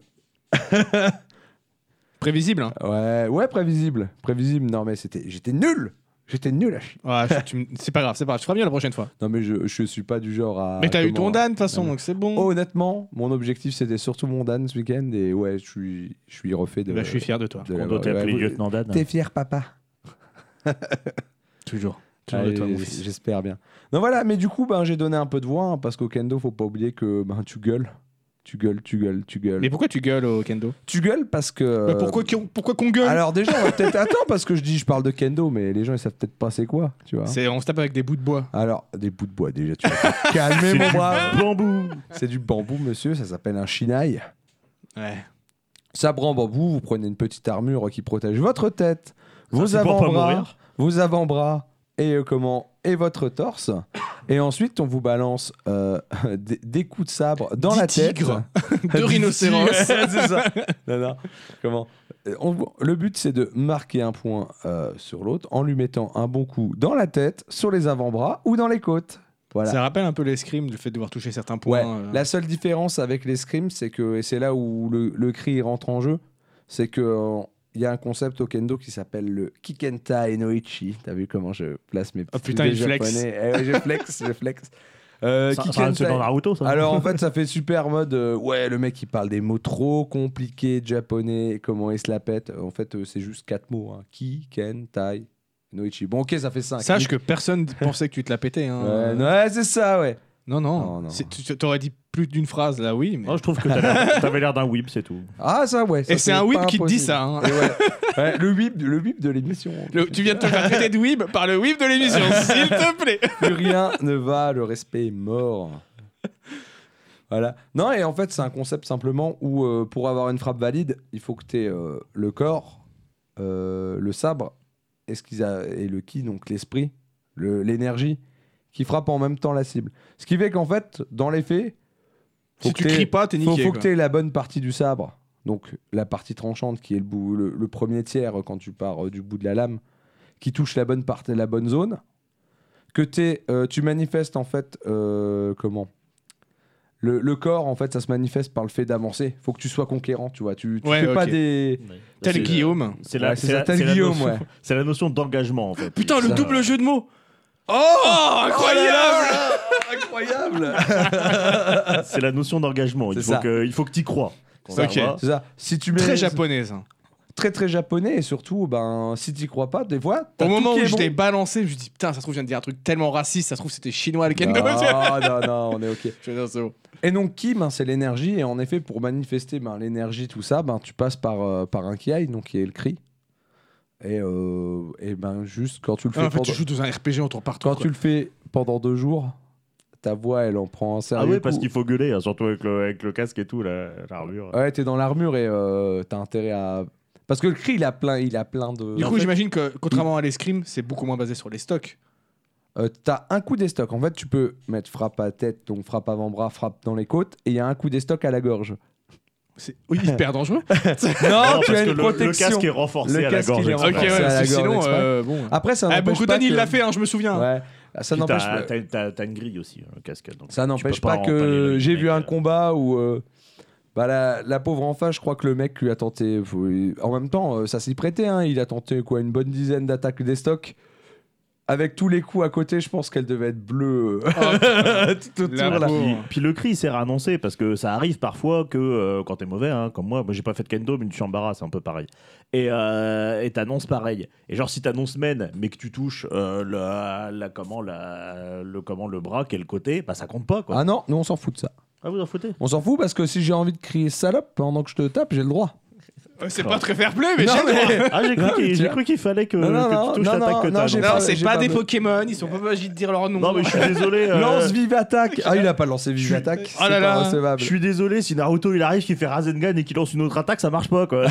S1: Prévisible. hein.
S2: Ouais, ouais, prévisible, prévisible, non mais c'était... J'étais nul J'étais nul à chier.
S1: Ouais, Ah, je- tu m- c'est pas grave, c'est pas grave. Tu feras mieux la prochaine fois.
S2: Non mais je, je suis pas du genre à...
S1: Ah, Mais Oh, t'as eu
S2: comment-
S1: ton Dan de toute façon,
S2: Ouais.
S1: donc c'est bon.
S2: Honnêtement, mon objectif c'était surtout mon Dan ce week-end et ouais, je suis, je suis refait de.
S1: Bah, je suis fier de toi.
S2: de
S3: On
S2: la-
S3: doit
S2: ouais,
S3: t'appeler
S2: vous-
S3: lieutenant Dan.
S2: T'es fier, papa.
S1: Toujours.
S2: Ah, j- J'espère bien. Non voilà, mais du coup, ben, j'ai donné un peu de voix hein, parce qu'au kendo, faut pas oublier que ben tu gueules, tu gueules, tu gueules, tu gueules.
S1: Mais pourquoi tu gueules au kendo
S2: Tu gueules parce que.
S1: Bah, Pourquoi qu'on pourquoi qu'on gueule
S2: Alors déjà, on va peut-être attends parce que je dis, je parle de kendo, mais les gens ils savent peut-être pas c'est quoi, tu vois.
S1: C'est- On se tape avec des bouts de bois.
S2: Alors des bouts de bois déjà. Tu vas te calmer
S3: C'est
S2: mon
S3: du
S2: bras.
S3: bambou.
S2: C'est du bambou, monsieur. Ça s'appelle un shinaï.
S1: Ouais.
S2: Sabre en bambou, bah, vous prenez une petite armure qui protège votre tête, vos
S3: c'est pour pas
S2: avant-bras,
S3: mourir.
S2: vos avant-bras et euh, comment et votre torse. Et ensuite, on vous balance euh, des, des coups de sabre dans
S1: Dix
S2: la
S1: tigres.
S2: tête.
S1: Deux
S2: Dix
S1: rhinocéros.
S2: tigres, c'est ça. Non, non. Comment Euh, on vous- Le but, c'est de marquer un point euh, sur l'autre en lui mettant un bon coup dans la tête, sur les avant-bras ou dans les côtes. Voilà.
S1: Ça rappelle un peu l'escrime, le fait de devoir toucher certains
S2: Ouais,
S1: points. euh.
S2: la seule différence avec l'escrime, c'est que, et c'est là où le, le cri rentre en jeu, c'est que euh, il y a un concept au kendo qui s'appelle le Kikenta Enoichi. T'as vu comment je place mes petits
S1: Oh putain,
S2: trucs
S1: il
S2: de
S1: flex.
S2: japonais Eh ouais, je flex, je flex. Euh,
S3: Ça- ça reste dans Naruto,
S1: hein.
S3: ça.
S2: alors en fait, ça fait super mode. euh, ouais, le mec il parle des mots trop compliqués de japonais, comment il se la pète. En fait, euh, c'est juste quatre mots. hein. Ki, ken, tai, noichi. Bon, ok, ça fait cinq.
S1: Sache que personne pensait que tu te la pétais. hein.
S2: Ouais, ouais, c'est ça, ouais.
S1: Non,
S2: Non,
S1: non. Oh,
S2: non.
S1: C'est- tu- T'aurais dit plus d'une phrase là, oui. Mais...
S3: Non, je trouve que t'as l'air- t'avais l'air d'un whip, c'est tout.
S2: Ah, ça, ouais. ça,
S1: Et c'est un whip
S2: pas
S1: qui te dit
S2: impossible.
S1: ça. hein.
S2: Et ouais. Ouais, le whip, le whip de l'émission.
S1: Le- tu viens de te faire traiter de whip par le whip de l'émission, s'il te plaît.
S2: Plus rien ne va, le respect est mort. Voilà. Non, et en fait, c'est un concept simplement où euh, pour avoir une frappe valide, il faut que tu aies le corps, euh, le sabre et, ce qu'ils a, et le ki, donc l'esprit, le- l'énergie, qui frappe en même temps la cible. Ce qui fait qu'en fait, dans les faits, faut
S1: Si
S2: que
S1: tu
S2: t'aies-
S1: cries pas, t'es
S2: faut,
S1: niqué.
S2: faut que
S1: quoi.
S2: tu aies la bonne partie du sabre. Donc la partie tranchante qui est le, bout, le, le premier tiers euh, quand tu pars euh, du bout de la lame, qui touche la bonne partie, la bonne zone. Que t'aies, euh, tu manifestes en fait euh, comment le, le corps en fait ça se manifeste par le fait d'avancer. Faut que tu sois conquérant, tu vois. Tu, tu
S1: Ouais,
S2: fais
S1: ok.
S2: pas des
S1: Tel
S3: C'est-
S1: Guillaume.
S3: C'est
S2: Ouais,
S3: la,
S2: c'est
S3: c'est
S2: ça,
S3: la-
S2: tel
S3: c'est la
S2: Guillaume,
S3: notion-
S2: ouais.
S3: C'est la notion d'engagement, en fait.
S1: Putain, le
S3: Ça-
S1: double jeu de mots. Oh,
S2: incroyable
S1: incroyable.
S2: incroyable.
S3: C'est la notion d'engagement. Il,
S2: C'est
S3: faut
S2: ça.
S3: que- il faut que t'y crois.
S1: Ok.
S3: Ça va.
S2: C'est ça. Si tu
S1: Très
S2: maîtrises-
S1: japonaise. hein.
S2: très très japonais et surtout ben si tu crois pas des fois. t'as
S1: Au
S2: tout
S1: moment
S2: qui
S1: où
S2: est
S1: je
S2: bon.
S1: l'ai balancé, je me dis putain, ça se trouve, je viens de dire un truc tellement raciste, ça se trouve, c'était chinois le kendo.
S2: Non non non, on est ok.
S1: Je veux dire, c'est bon.
S2: Et donc ki, ben, c'est l'énergie. Et en effet, pour manifester ben, l'énergie, tout ça, ben, tu passes par, euh, par un ki, donc qui est le cri. Et, euh, et ben juste quand tu le fais,
S1: Ah, En fait,
S2: pendant,
S1: tu joues dans un RPG, on t'en part
S2: quand tu le fais pendant deux jours, ta voix, elle en prend un
S3: Ah
S2: sérieux
S3: oui, parce
S2: coup.
S3: qu'il faut gueuler, hein, surtout avec le, avec le casque et tout, la- l'armure.
S2: Ouais, t'es dans l'armure et euh, t'as intérêt à... Parce que le cri, il a plein, il a plein de...
S1: Du
S2: En
S1: coup,
S2: fait,
S1: j'imagine que contrairement à l'escrime, c'est beaucoup moins basé sur les stocks.
S2: Euh, t'as un coup des stocks. En fait, tu peux mettre frappe à tête, donc frappe avant-bras, frappe dans les côtes, et il y a un coup des stocks à la gorge.
S1: C'est hyper dangereux.
S2: Non,
S3: parce
S2: Oh, tu as une
S3: que le- le,
S2: protection.
S3: casque est
S2: Le
S3: renforcé à la
S2: casque,
S3: gorge.
S2: il est
S1: ok,
S2: renforcé.
S3: exprès.
S1: ouais,
S2: à la
S1: parce que
S2: gorge
S1: sinon,
S2: exprès.
S1: euh, bon.
S2: Après, ça
S1: Ah,
S2: n'empêche pas
S1: Bogdan, il
S2: que-
S1: l'a fait, hein, je me souviens.
S2: Ouais. Bah, Ça
S3: Puis
S2: n'empêche
S3: t'as-
S2: pas.
S3: T'as t'as- t'as une grille aussi, hein, le casque. donc
S2: Ça
S3: tu
S2: n'empêche
S3: peux
S2: pas
S3: empaler
S2: que
S3: le
S2: j'ai
S3: mec,
S2: vu
S3: euh.
S2: un combat où euh, bah, la, la pauvre en face, je crois que le mec lui a tenté. faut- En même temps, euh, ça s'y prêtait. hein, il a tenté quoi une bonne dizaine d'attaques des stocks. avec tous les coups à côté, je pense qu'elle devait être bleue. euh, Tout autour,
S1: Oh. La
S2: là.
S1: peau.
S3: Puis, puis le cri sert à annoncer parce que ça arrive parfois que euh, quand t'es mauvais, hein, comme moi, moi j'ai pas fait de kendo, mais tu t'embarrasses, c'est un peu pareil. Et euh, et t'annonces pareil. Et genre si t'annonces men, mais que tu touches euh, la, la- comment la, le comment le bras, quel côté, bah ça compte pas quoi.
S2: Ah non, nous on s'en fout de ça.
S3: Ah, vous en foutez
S2: On s'en fout parce que si j'ai envie de crier salope pendant que je te tape, j'ai le droit.
S1: Euh, C'est pas très fair play, mais
S2: Non,
S1: j'ai le droit.
S2: mais-
S3: Ah j'ai cru
S2: Non,
S3: qu'il-
S2: tu
S3: j'ai
S2: vois.
S3: cru qu'il fallait que,
S2: Non, non,
S3: que
S2: non,
S3: tu touches
S2: non,
S3: l'attaque que
S2: non,
S3: t'as
S2: j'ai
S3: annoncée.
S1: Non,
S2: pas-
S1: c'est
S2: j'ai
S1: pas,
S2: pas
S1: des
S2: me-
S1: Pokémon, ils sont pas obligés de dire leur nom.
S3: Non mais je suis désolé. euh,
S2: Lance vive attaque. Ah, il a pas lancé vive
S3: Je-
S2: attaque.
S1: Oh là
S2: c'est pas
S1: là.
S2: recevable.
S3: Je suis désolé si Naruto il arrive, qui fait Rasengan et qu'il lance une autre attaque, ça marche pas quoi.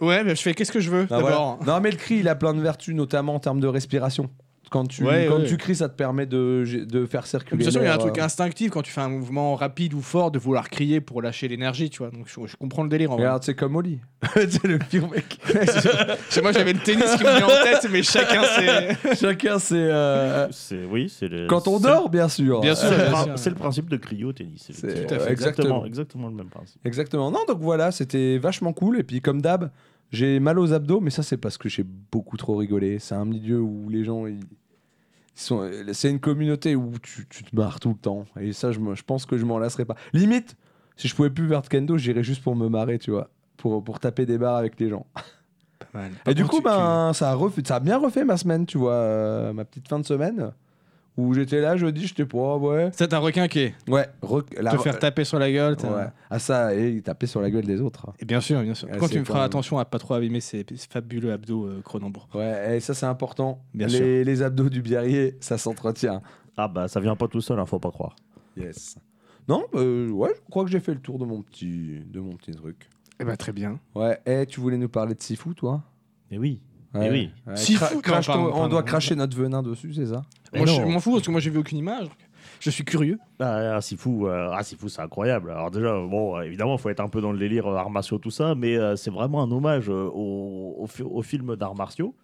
S1: Ouais, mais je fais qu'est-ce que je veux
S2: Ah, voilà.
S1: d'abord. hein.
S2: Non, mais le cri, il a plein de vertus, notamment en termes de respiration. Quand tu,
S1: Ouais,
S2: quand
S1: ouais.
S2: tu cries, ça te permet de, de faire
S1: De
S2: circuler.
S1: toute façon, il y a un
S2: l'air,
S1: truc
S2: euh.
S1: instinctif quand tu fais un mouvement rapide ou fort de vouloir crier pour lâcher l'énergie, tu vois. Donc je, je comprends le délire en vrai.
S2: Regarde, c'est comme Oli. c'est le pire mec.
S1: Chez moi, j'avais le tennis qui me venait en tête, mais chacun c'est.
S2: Chacun, c'est. euh,
S3: C'est oui, c'est le-
S2: Quand on
S3: c'est-
S2: dort, bien sûr.
S1: Bien
S3: C'est
S1: sûr.
S3: le
S1: bien
S3: prin-
S1: sûr.
S3: c'est le principe de cryo au tennis.
S2: C'est-
S3: effectivement.
S2: tout à fait.
S3: exactement, exactement le même principe.
S2: Exactement. Non, donc voilà, c'était vachement cool. Et puis, comme d'hab, j'ai mal aux abdos, mais ça, c'est parce que j'ai beaucoup trop rigolé. C'est un milieu où les gens. Ils... ils sont- euh, C'est une communauté où tu, tu te marres tout le temps. Et ça, je, me- je pense que je m'en lasserai pas. Limite, si je pouvais plus faire de kendo, j'irais juste pour me marrer, tu vois. Pour, pour taper des barres avec les gens.
S1: Ah,
S2: Et du coup, ben, ça, a refait- ça a bien refait ma semaine, tu vois. euh, ma petite fin de semaine. Où j'étais là, jeudi, j'étais pour. ah ouais.
S1: C'est un requin qui est.
S2: Ouais. rec- la-
S1: Te faire taper hein. sur la gueule. t'as-
S2: Ouais. Ah, ça, et taper sur la gueule des autres.
S1: Et bien sûr, bien sûr.
S2: Ouais,
S1: quand
S2: c'est
S1: tu me feras
S2: quand même-
S1: attention à pas trop abîmer ces ces fabuleux abdos euh, Cronenbourg.
S2: Ouais, et ça c'est important.
S1: Bien
S2: les,
S1: sûr.
S2: les abdos du biarrier, ça s'entretient.
S3: Ah bah ça vient pas tout seul, hein, faut pas croire.
S2: Yes. Non, euh, ouais, je crois que j'ai fait le tour de mon petit, de mon petit truc.
S1: Eh ben très bien.
S2: Ouais, et tu voulais nous parler de Sifu, toi
S3: Mais oui.
S2: ouais.
S3: Eh oui.
S2: Ouais,
S1: Sifu,
S2: cra-
S1: non,
S2: crache ton-
S1: pardon,
S2: on doit
S1: pardon.
S2: cracher notre venin dessus, c'est ça
S3: Mais
S1: moi, je
S3: non.
S1: m'en fous parce que moi, j'ai vu aucune image. Je suis curieux.
S3: Ah, ah, c'est fou, euh, ah, c'est fou, c'est incroyable. Alors déjà, bon, euh, évidemment, faut être un peu dans le délire euh, arts martiaux tout ça, mais euh, c'est vraiment un hommage euh, au, au fi- au film d'arts martiaux.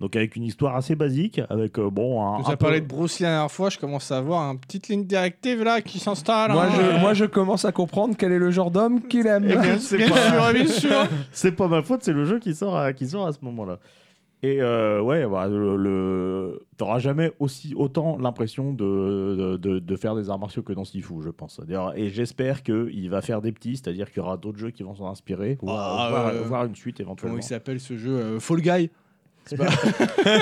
S3: Donc avec une histoire assez basique, avec euh, bon un,
S1: Tu nous
S3: un
S1: as
S3: peu-
S1: parlé de Bruce Lee la dernière fois. Je commence à avoir une petite ligne directive là qui s'installe.
S2: moi,
S1: hein.
S2: je, moi, je commence à comprendre quel est le genre d'homme qu'il aime.
S1: Eh bien,
S3: C'est
S1: bien sûr,
S3: pas-
S1: bien sûr.
S3: c'est pas ma faute, c'est le jeu qui sort à, qui sort à ce moment-là. Et euh, ouais, bah, le, le- t'auras jamais aussi autant l'impression de, de, de faire des arts martiaux que dans Sifu, je pense. D'ailleurs, Et j'espère qu'il va faire des petits, c'est-à-dire qu'il y aura d'autres jeux qui vont s'en inspirer, voire,
S1: Ah,
S3: voire-
S1: euh,
S3: voire une suite
S1: Comment
S3: éventuellement.
S1: il s'appelle ce jeu euh, Fall Guy.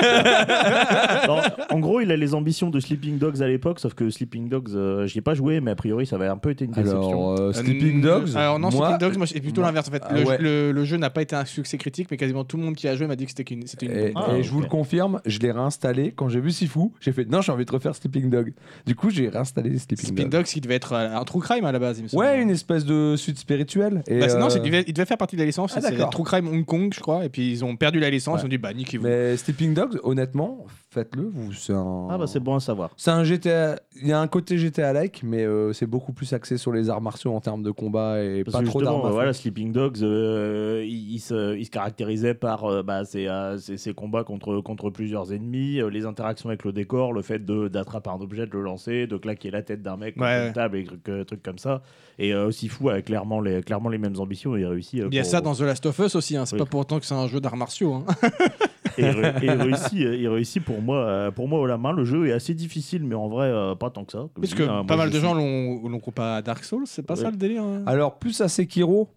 S3: Non, en gros, il a les ambitions de Sleeping Dogs à l'époque, sauf que Sleeping Dogs, euh, j'y ai pas joué, mais a priori, ça avait un peu été une déception.
S2: Alors, euh,
S1: Euh,
S2: Sleeping Dogs
S1: Alors non,
S2: moi,
S1: Sleeping Dogs, moi, c'est plutôt
S3: moi-
S1: l'inverse. En fait,
S2: Ah
S1: le,
S2: ouais.
S1: le- le jeu n'a pas été un succès critique, mais quasiment tout le monde qui a joué m'a dit que c'était qu'une- c'était une.
S2: Et,
S1: bombe.
S3: Ah,
S2: et
S3: ok.
S2: je vous le confirme, je l'ai réinstallé. Quand j'ai vu Sifu, j'ai fait non, j'ai envie de refaire Sleeping Dog. Du coup, j'ai réinstallé Sleeping,
S1: Sleeping
S2: Dog.
S1: Dogs, qui devait être euh, un true crime à la base, il me semble.
S2: Ouais, une espèce de suite spirituelle. Et
S1: Bah, c'est- Non,
S2: euh,
S1: c'est- il devait, il devait faire partie de la licence.
S2: Ah,
S1: c'est
S2: d'accord.
S1: True Crime Hong Kong, je crois. Et puis ils ont perdu la licence.
S2: Ouais.
S1: Ils ont dit bah niquez-vous.
S2: Mais Sleeping Dogs, honnêtement, faites-le. Vous, c'est un.
S3: Ah bah c'est bon à savoir.
S2: C'est un GTA. Il y a un côté GTA-like, mais euh, c'est beaucoup plus axé sur les arts martiaux en termes de combat et
S3: Parce
S2: pas
S3: que
S2: trop
S3: justement,
S2: d'armes. à
S3: euh,
S2: feu.
S3: voilà, Sleeping Dogs, euh, il, il se, il se caractérisait par euh, bah, ses, euh, ses- ses combats contre, contre plusieurs ennemis, euh, les interactions avec le décor, le fait de- d'attraper un objet, de le lancer, de claquer la tête d'un mec contre
S1: Ouais.
S3: une table et des trucs, euh, trucs comme ça. Et euh, aussi fou avec clairement les, clairement les mêmes ambitions. Il réussit. euh,
S1: Il y a
S3: pour-
S1: ça dans The Last of Us aussi. hein. C'est
S3: Oui.
S1: pas pour autant que c'est un jeu d'arts martiaux. hein.
S3: et, il ré- et il réussit, euh, il réussit pour moi, euh, pour moi au la main. Le jeu est assez difficile, mais en vrai, euh, pas tant que ça. Comme
S1: Parce
S3: je
S1: que
S3: dis, hein,
S1: pas
S3: moi,
S1: mal
S3: je
S1: de
S3: suis- Ah.
S1: gens l'ont l'ont comparé à Dark Souls. C'est pas
S3: Ouais.
S1: ça le délire. hein
S2: Alors plus à Sekiro,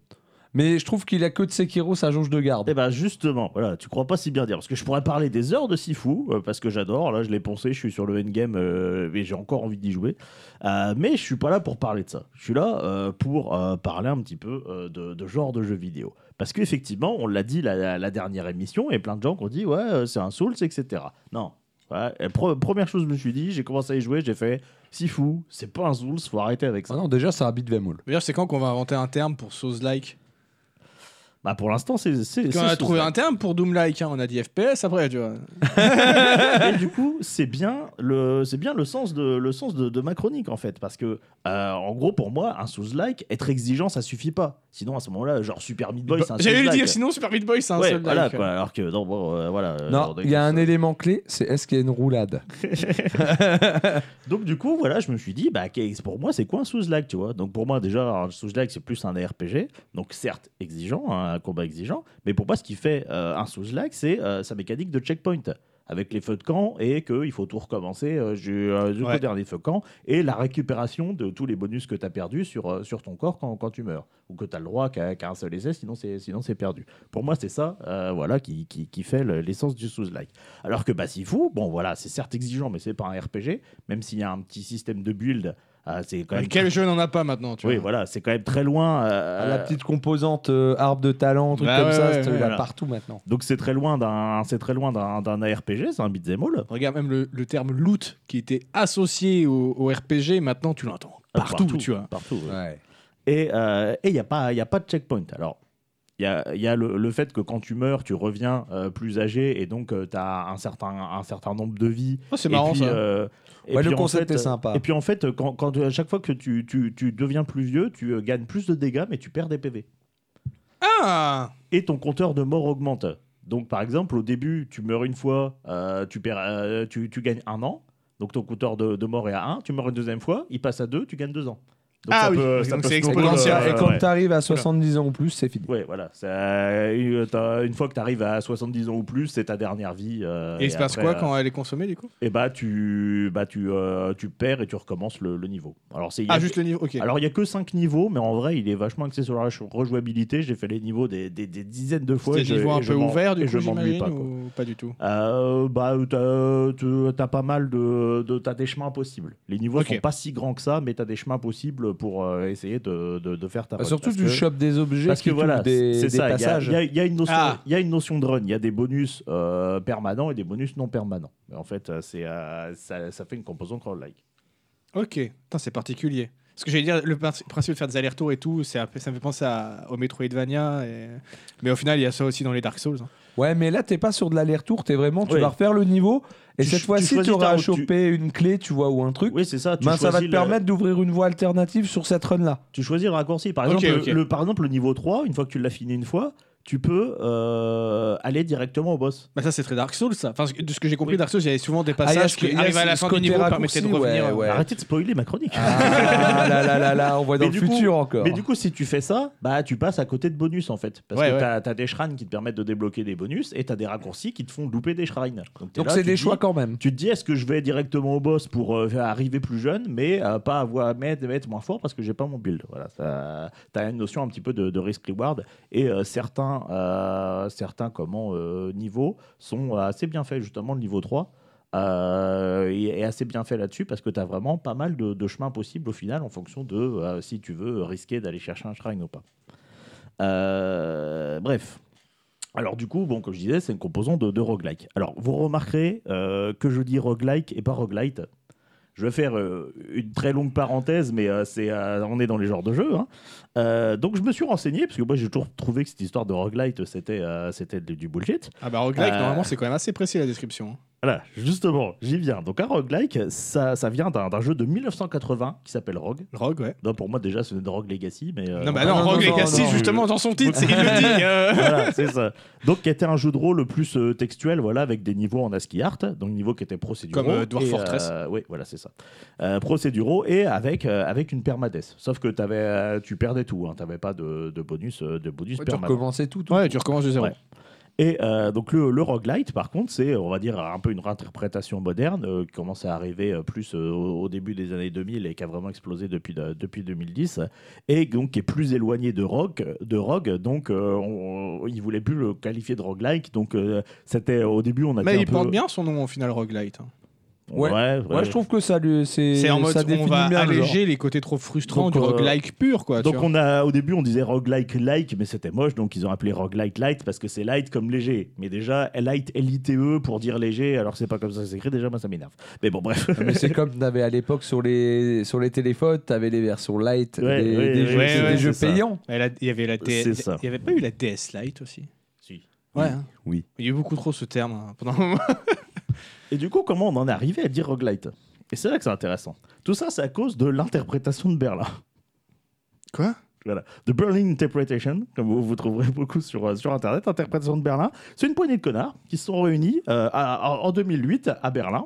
S2: mais je trouve qu'il a que de Sekiro sa jauge de garde.
S3: Eh ben justement, voilà, tu crois pas si bien dire, parce que je pourrais parler des heures de Sifu, euh, parce que j'adore, là je l'ai poncé, je suis sur le endgame euh, et j'ai encore envie d'y jouer, Euh, mais je suis pas là pour parler de ça, je suis là euh, pour euh, parler un petit peu euh, de, de genre de jeux vidéo. Parce qu'effectivement, on l'a dit la, la- la dernière émission, et plein de gens qui ont dit, ouais, euh, c'est un Souls, etc. Non, Ouais, et pre- première chose que je me suis dit, j'ai commencé à y jouer, j'ai fait, Sifu, c'est pas un Souls, faut arrêter avec ça.
S2: Ah non, déjà, c'est un beat them all.
S1: D'ailleurs, c'est quand qu'on va inventer un terme pour Souls-like
S3: Bah pour l'instant, c'est... c'est-
S1: Parce qu'on
S3: c'est
S1: a trouvé
S3: Souls-like.
S1: un terme pour Doom-like. hein. On a dit FPS après, tu vois.
S3: Et du coup, c'est bien le, c'est bien le sens de le sens de, de ma chronique en fait, parce que euh, en gros pour moi, un Souls like, être exigeant, ça suffit pas. Sinon à ce moment-là, genre Super Meat Boy, c'est un
S1: Bah, J'allais
S3: Souls-like.
S1: le dire, sinon Super Meat Boy, c'est un
S3: Ouais,
S1: Souls-like.
S3: voilà quoi. Alors que non, bon, euh, voilà. euh,
S2: non,
S3: genre,
S2: il y a un
S3: donc,
S2: élément clé, c'est est-ce qu'il y a une roulade
S3: Donc du coup, voilà, je me suis dit, bah qu'est- pour moi, c'est quoi un Souls like, tu vois Donc pour moi déjà, un Souls like, c'est plus un RPG, donc certes exigeant, hein, un combat exigeant, mais pour moi, ce qui fait euh, un Souls like, c'est euh, sa mécanique de checkpoint. avec les feux de camp et qu'il faut tout recommencer euh, ju- euh, jusqu'au
S1: Ouais.
S3: dernier feu de camp et la récupération de tous les bonus que tu as perdus sur, euh, sur ton corps quand, quand tu meurs ou que tu as le droit qu'à qu'à un seul essai, sinon c'est sinon c'est perdu. Pour moi, c'est ça euh, voilà, qui, qui, qui fait le- l'essence du sous-like. Alors que Bassifou, bon voilà, c'est certes exigeant, mais c'est pas un RPG, même s'il y a un petit système de build. euh, c'est quand
S1: Mais
S3: même
S1: quel jeu n'en a pas maintenant, tu
S3: oui,
S1: vois
S3: voilà, c'est quand même très loin. euh,
S2: Ah, La petite composante euh, arbre de talent, truc
S1: Bah
S2: comme
S1: ouais,
S2: ça,
S1: ouais,
S2: c'est
S1: ouais,
S2: là
S3: voilà.
S2: partout maintenant.
S3: Donc c'est très loin d'un, c'est très loin d'un, d'un ARPG, c'est un beat'em all.
S1: Regarde même le, le terme loot qui était associé au, au RPG, maintenant tu l'entends
S3: Euh,
S1: partout, tu vois.
S3: Partout. ouais. Et euh, et il n'y a pas, il y a pas de checkpoint. Alors. Il y a, il y a le, le fait que quand tu meurs, tu reviens euh, plus âgé et donc tu as un certain, un certain nombre de vies.
S1: Oh, c'est
S3: Et
S1: marrant
S3: puis,
S1: ça.
S3: euh, et
S2: Ouais,
S3: puis,
S2: le
S3: en
S2: concept
S3: fait,
S2: est sympa.
S3: Et puis en fait, quand, quand, à chaque fois que tu, tu, tu deviens plus vieux, tu euh, gagnes plus de dégâts mais tu perds des PV.
S1: Ah
S3: et ton compteur de mort augmente. Donc, par exemple, au début, tu meurs une fois, euh, tu, perds, euh, tu, tu gagnes un an. Donc, ton compteur de, de mort est à 1. Tu meurs une deuxième fois, il passe à 2, tu gagnes 2 ans. Donc,
S1: Ah
S3: ça
S1: oui,
S3: peut- ça
S1: donc
S3: peut
S1: c'est
S3: se
S2: Et quand,
S3: tourner,
S1: exponentiel.
S2: t'arri-
S3: euh,
S2: et quand
S3: ouais.
S2: t'arrives à 70 ans ou plus, c'est fini.
S3: Ouais, voilà. Ça- euh, t'as- une fois que tu arrives à 70 ans ou plus, c'est ta dernière vie. euh,
S1: Et il se passe
S3: après,
S1: quoi
S3: euh,
S1: quand elle est consommée du coup
S3: Et bah, tu, bah tu, euh, tu perds et tu recommences le, le niveau. Alors, c'est. il y a-
S1: Ah, juste le niveau, ok.
S3: alors, il n'y a que 5 niveaux, mais en vrai, il est vachement axé sur la rejou- rejouabilité. J'ai fait les niveaux des, des- des dizaines de fois.
S1: C'est
S3: et je-
S1: des niveaux
S3: et
S1: un
S3: je
S1: peu
S3: m'en-
S1: ouverts du
S3: et
S1: coup,
S3: je m'ennuie
S1: j'imagine,
S3: pas. quoi.
S1: ou pas du tout
S3: Euh, bah, t'as, t'as- t'as pas mal de, de- T'as des chemins possibles. Les niveaux
S1: Ok.
S3: sont pas si grands que ça, mais t'as des chemins possibles pour euh, essayer de, de- de faire ta
S2: Bah,
S3: run.
S2: surtout
S3: Ah Parce
S2: tu
S3: que-
S2: chopes des objets
S3: Parce
S2: qui
S3: que voilà,
S2: t'ouvrent des,
S3: c'est
S2: des
S3: ça. Il y a-
S2: passages.
S3: il y, a- il y a une notion-
S1: Ah.
S3: il y a une notion de run. Il y a des bonus euh, permanents et des bonus non permanents. Mais en fait, euh, c'est, euh, ça, ça fait une composante roguelike.
S1: Ok, Putain, c'est particulier. Parce que j'allais dire, le par- principe de faire des allers-retours et tout, c'est un peu- ça me fait penser à, au Metroidvania. et- Mais au final, il y a ça aussi dans les Dark Souls. hein.
S2: Ouais, mais là, t'es pas sur de l'aller-retour, t'es vraiment, tu
S3: Ouais.
S2: vas refaire le niveau, et cette
S3: Tu ch- tu
S2: fois-ci,
S3: choisis
S2: tu auras
S3: ta
S2: à
S3: route, tu-
S2: choper une clé, tu vois, ou un truc.
S3: Oui, c'est ça. Tu
S2: Ben, ça va te
S3: choisis le-
S2: permettre d'ouvrir une voie alternative sur cette run-là.
S3: tu choisis le raccourci. Par
S1: Ok,
S3: exemple,
S1: ok.
S3: Le, par exemple, le niveau 3, une fois que tu l'as fini une fois, tu peux euh, aller directement au boss.
S1: Bah ça, c'est très Dark Souls, ça. Enfin, ce que- de ce que j'ai compris,
S3: Oui.
S1: Dark Souls, il y avait souvent des
S2: Ah, il y a
S1: passages
S2: ce que-
S1: qui
S2: il y a
S1: arrivaient à la
S2: ce
S1: fin du
S2: côté
S1: niveau, permettaient de
S2: raccourci,
S1: revenir.
S2: ouais, ouais.
S3: Arrêtez de spoiler ma chronique.
S2: Ah là là là là, on voit dans
S3: Mais
S2: le
S3: du
S2: futur
S3: coup-
S2: encore.
S3: Mais du coup, si tu fais ça, bah tu passes à côté de bonus en fait. Parce
S1: Ouais,
S3: que
S1: ouais.
S3: t'as as des shrines qui te permettent de débloquer des bonus et t'as des raccourcis qui te font louper des shrines. t'es
S2: Donc
S3: là,
S2: c'est
S3: tu
S2: des
S3: te
S2: choix
S3: dis-
S2: quand même.
S3: Tu te dis, est-ce que je vais directement au boss pour euh, arriver plus jeune, mais euh, pas avoir mettre, mettre moins fort parce que j'ai pas mon build. Voilà, ça- t'as une notion un petit peu de, de risk reward et euh, certains, euh, certains comment euh, niveaux sont assez bien faits justement le niveau 3 euh, est est assez bien fait là-dessus parce que tu as vraiment pas mal de, de chemins possibles au final en fonction de euh, si tu veux risquer d'aller chercher un shrine ou pas. Euh, bref. Alors du coup, bon, comme je disais, c'est une composante de, de roguelike. Alors vous remarquerez euh, que je dis roguelike et pas roguelite. Je vais faire euh, une très longue parenthèse, mais euh, c'est, euh, on est dans les genres de jeux. hein. Euh, donc je me suis renseigné, parce que moi j'ai toujours trouvé que cette histoire de roguelite, c'était, euh, c'était du du bullshit.
S1: Ah bah roguelike,
S3: Euh,
S1: normalement, c'est quand même assez précis la description. hein.
S3: Voilà, justement, j'y viens. Donc un roguelike, ça, ça vient d'un d'un jeu de 1980 qui s'appelle Rogue.
S1: Rogue, ouais.
S3: Non, pour moi déjà, ce n'est de Rogue Legacy, mais... euh,
S1: non, bah
S3: on-
S1: non,
S2: non,
S1: Rogue
S2: non,
S1: Legacy,
S2: non,
S1: justement, dans son titre, c'est- il le dit. euh.
S3: voilà, c'est ça. Donc, qui était un jeu de rôle le plus euh, textuel, voilà, avec des niveaux en ASCII art, donc niveaux qui étaient procéduraux.
S1: Comme, euh, Dwarf
S3: et,
S1: Fortress.
S3: euh, oui, voilà, c'est ça. Euh, procéduraux et avec, euh, avec une permadeath. Sauf que t'avais, euh, tu perdais tout, hein, t'avais pas de, de bonus, euh, de bonus
S2: Ouais, Tu
S3: permanent.
S2: recommençais tout. tout.
S1: Ouais, tu recommences de zéro.
S3: Ouais. Et euh, donc le, le roguelite, par contre, c'est, on va dire, un peu une réinterprétation moderne euh, qui commence à arriver euh, plus euh, au au début des années 2000 et qui a vraiment explosé depuis, de- depuis 2010, et donc qui est plus éloigné de rogue. De rogue donc euh, on- on- ils ne voulaient plus le qualifier de roguelike, donc euh, c'était au début on a
S1: Mais
S3: été un
S1: il
S3: peu-
S1: porte bien son nom au final, roguelite. hein.
S3: Ouais, ouais.
S2: Ouais, je trouve que ça lui, c'est,
S1: C'est en mode
S2: ça
S1: on
S2: définit
S1: va
S2: bien le genre.
S1: alléger les côtés trop frustrants
S3: Donc,
S1: du
S3: euh,
S1: roguelike pur, quoi. tu
S3: Donc
S1: vois.
S3: on a au début on disait roguelike like mais c'était moche donc ils ont appelé roguelite light parce que c'est light comme léger mais déjà light L I T E pour dire léger alors que c'est pas comme ça que c'est écrit déjà moi ça m'énerve mais bon bref
S2: Mais c'est comme t'avais à l'époque sur les sur les téléphones, t'avais les versions light,
S3: Ouais,
S2: des,
S3: ouais,
S2: des
S3: ouais,
S2: jeux,
S1: ouais,
S2: des
S1: ouais,
S2: jeux
S3: c'est ça.
S2: payants.
S1: Elle a- Il y avait la DS.
S3: C'est ça.
S1: Il y avait pas eu la DS Lite aussi. Ouais. hein.
S2: oui.
S1: Il y a eu beaucoup trop ce terme hein, pendant un moment.
S3: Et du coup, comment on en est arrivé à dire roguelite Et c'est là que c'est intéressant. Tout ça, c'est à cause de l'interprétation de Berlin.
S1: Quoi
S3: Voilà. The Berlin Interpretation, comme vous, vous trouverez beaucoup sur, euh, sur Internet, interprétation de Berlin. C'est une poignée de connards qui se sont réunis euh, à- à- en 2008 à Berlin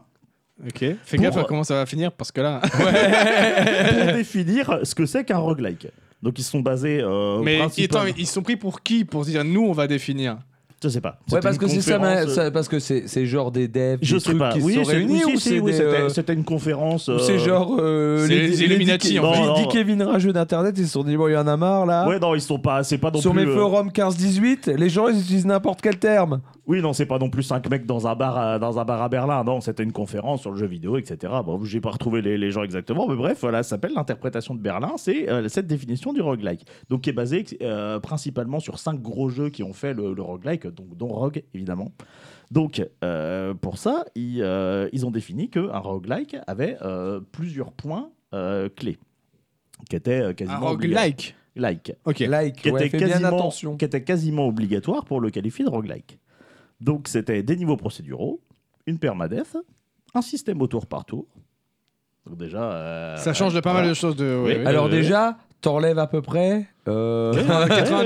S1: Ok. Fais
S3: Pour-
S1: gaffe à comment ça va finir parce que là.
S2: Bah,
S3: pour définir ce que c'est qu'un roguelike. Donc ils se sont basés euh, au
S1: Mais
S3: principal-
S1: attends, ils se sont pris pour qui Pour se dire nous on va définir.
S3: Je sais pas.
S2: Ouais,
S3: C'était
S2: parce
S3: une
S2: que c'est ça,
S3: conférence, euh,
S2: mais ça- parce que c'est c'est genre des devs,
S3: Je
S2: des
S3: sais
S2: trucs
S3: pas.
S2: qui se
S3: oui,
S2: sont
S3: c'est-
S2: réunis
S3: oui,
S2: ou
S3: si,
S2: c'est
S3: oui,
S2: des,
S3: c'était-
S2: euh,
S3: c'était une conférence.
S2: ou c'est
S3: euh,
S2: genre euh,
S1: c'est les Illuminati,
S2: dix-
S1: en
S3: fait.
S2: dix-
S3: Non,
S2: dix
S3: non.
S2: Kevin Rageux d'internet, ils se sont dit bon, il y en a marre là.
S3: Ouais, non, ils sont pas. C'est pas non
S2: Sur
S3: plus.
S2: mes
S3: euh,
S2: forums 15-18, les gens ils utilisent n'importe quel terme.
S3: Oui, non, c'est pas non plus cinq mecs dans un bar à, dans un bar à Berlin. Non, c'était une conférence sur le jeu vidéo, etc. Bon, j'ai pas retrouvé les, les gens exactement, mais bref, voilà, ça s'appelle l'interprétation de Berlin. C'est euh, cette définition du roguelike, donc qui est basée euh, principalement sur cinq gros jeux qui ont fait le, le roguelike, donc dont Rogue évidemment. Donc euh, pour ça, ils, euh, ils ont défini que un roguelike avait euh, plusieurs points euh, clés, qui étaient euh,
S1: Un
S3: quasiment obligatoires.
S1: Ah, roguelike.
S3: like
S1: Ok.
S2: Like,
S3: qui,
S2: ouais,
S3: était
S2: fais bien
S3: quasiment,
S2: attention.
S3: qui était quasiment obligatoire pour le qualifier de roguelike. Donc c'était des niveaux procéduraux, une permadeath, un système au tour par tour. Donc déjà. euh,
S1: Ça change de pas
S3: voilà.
S1: mal de choses. De... ouais,
S3: Oui.
S1: ouais.
S2: Alors
S3: euh,
S2: déjà, t'enlèves à peu près. euh, déjà,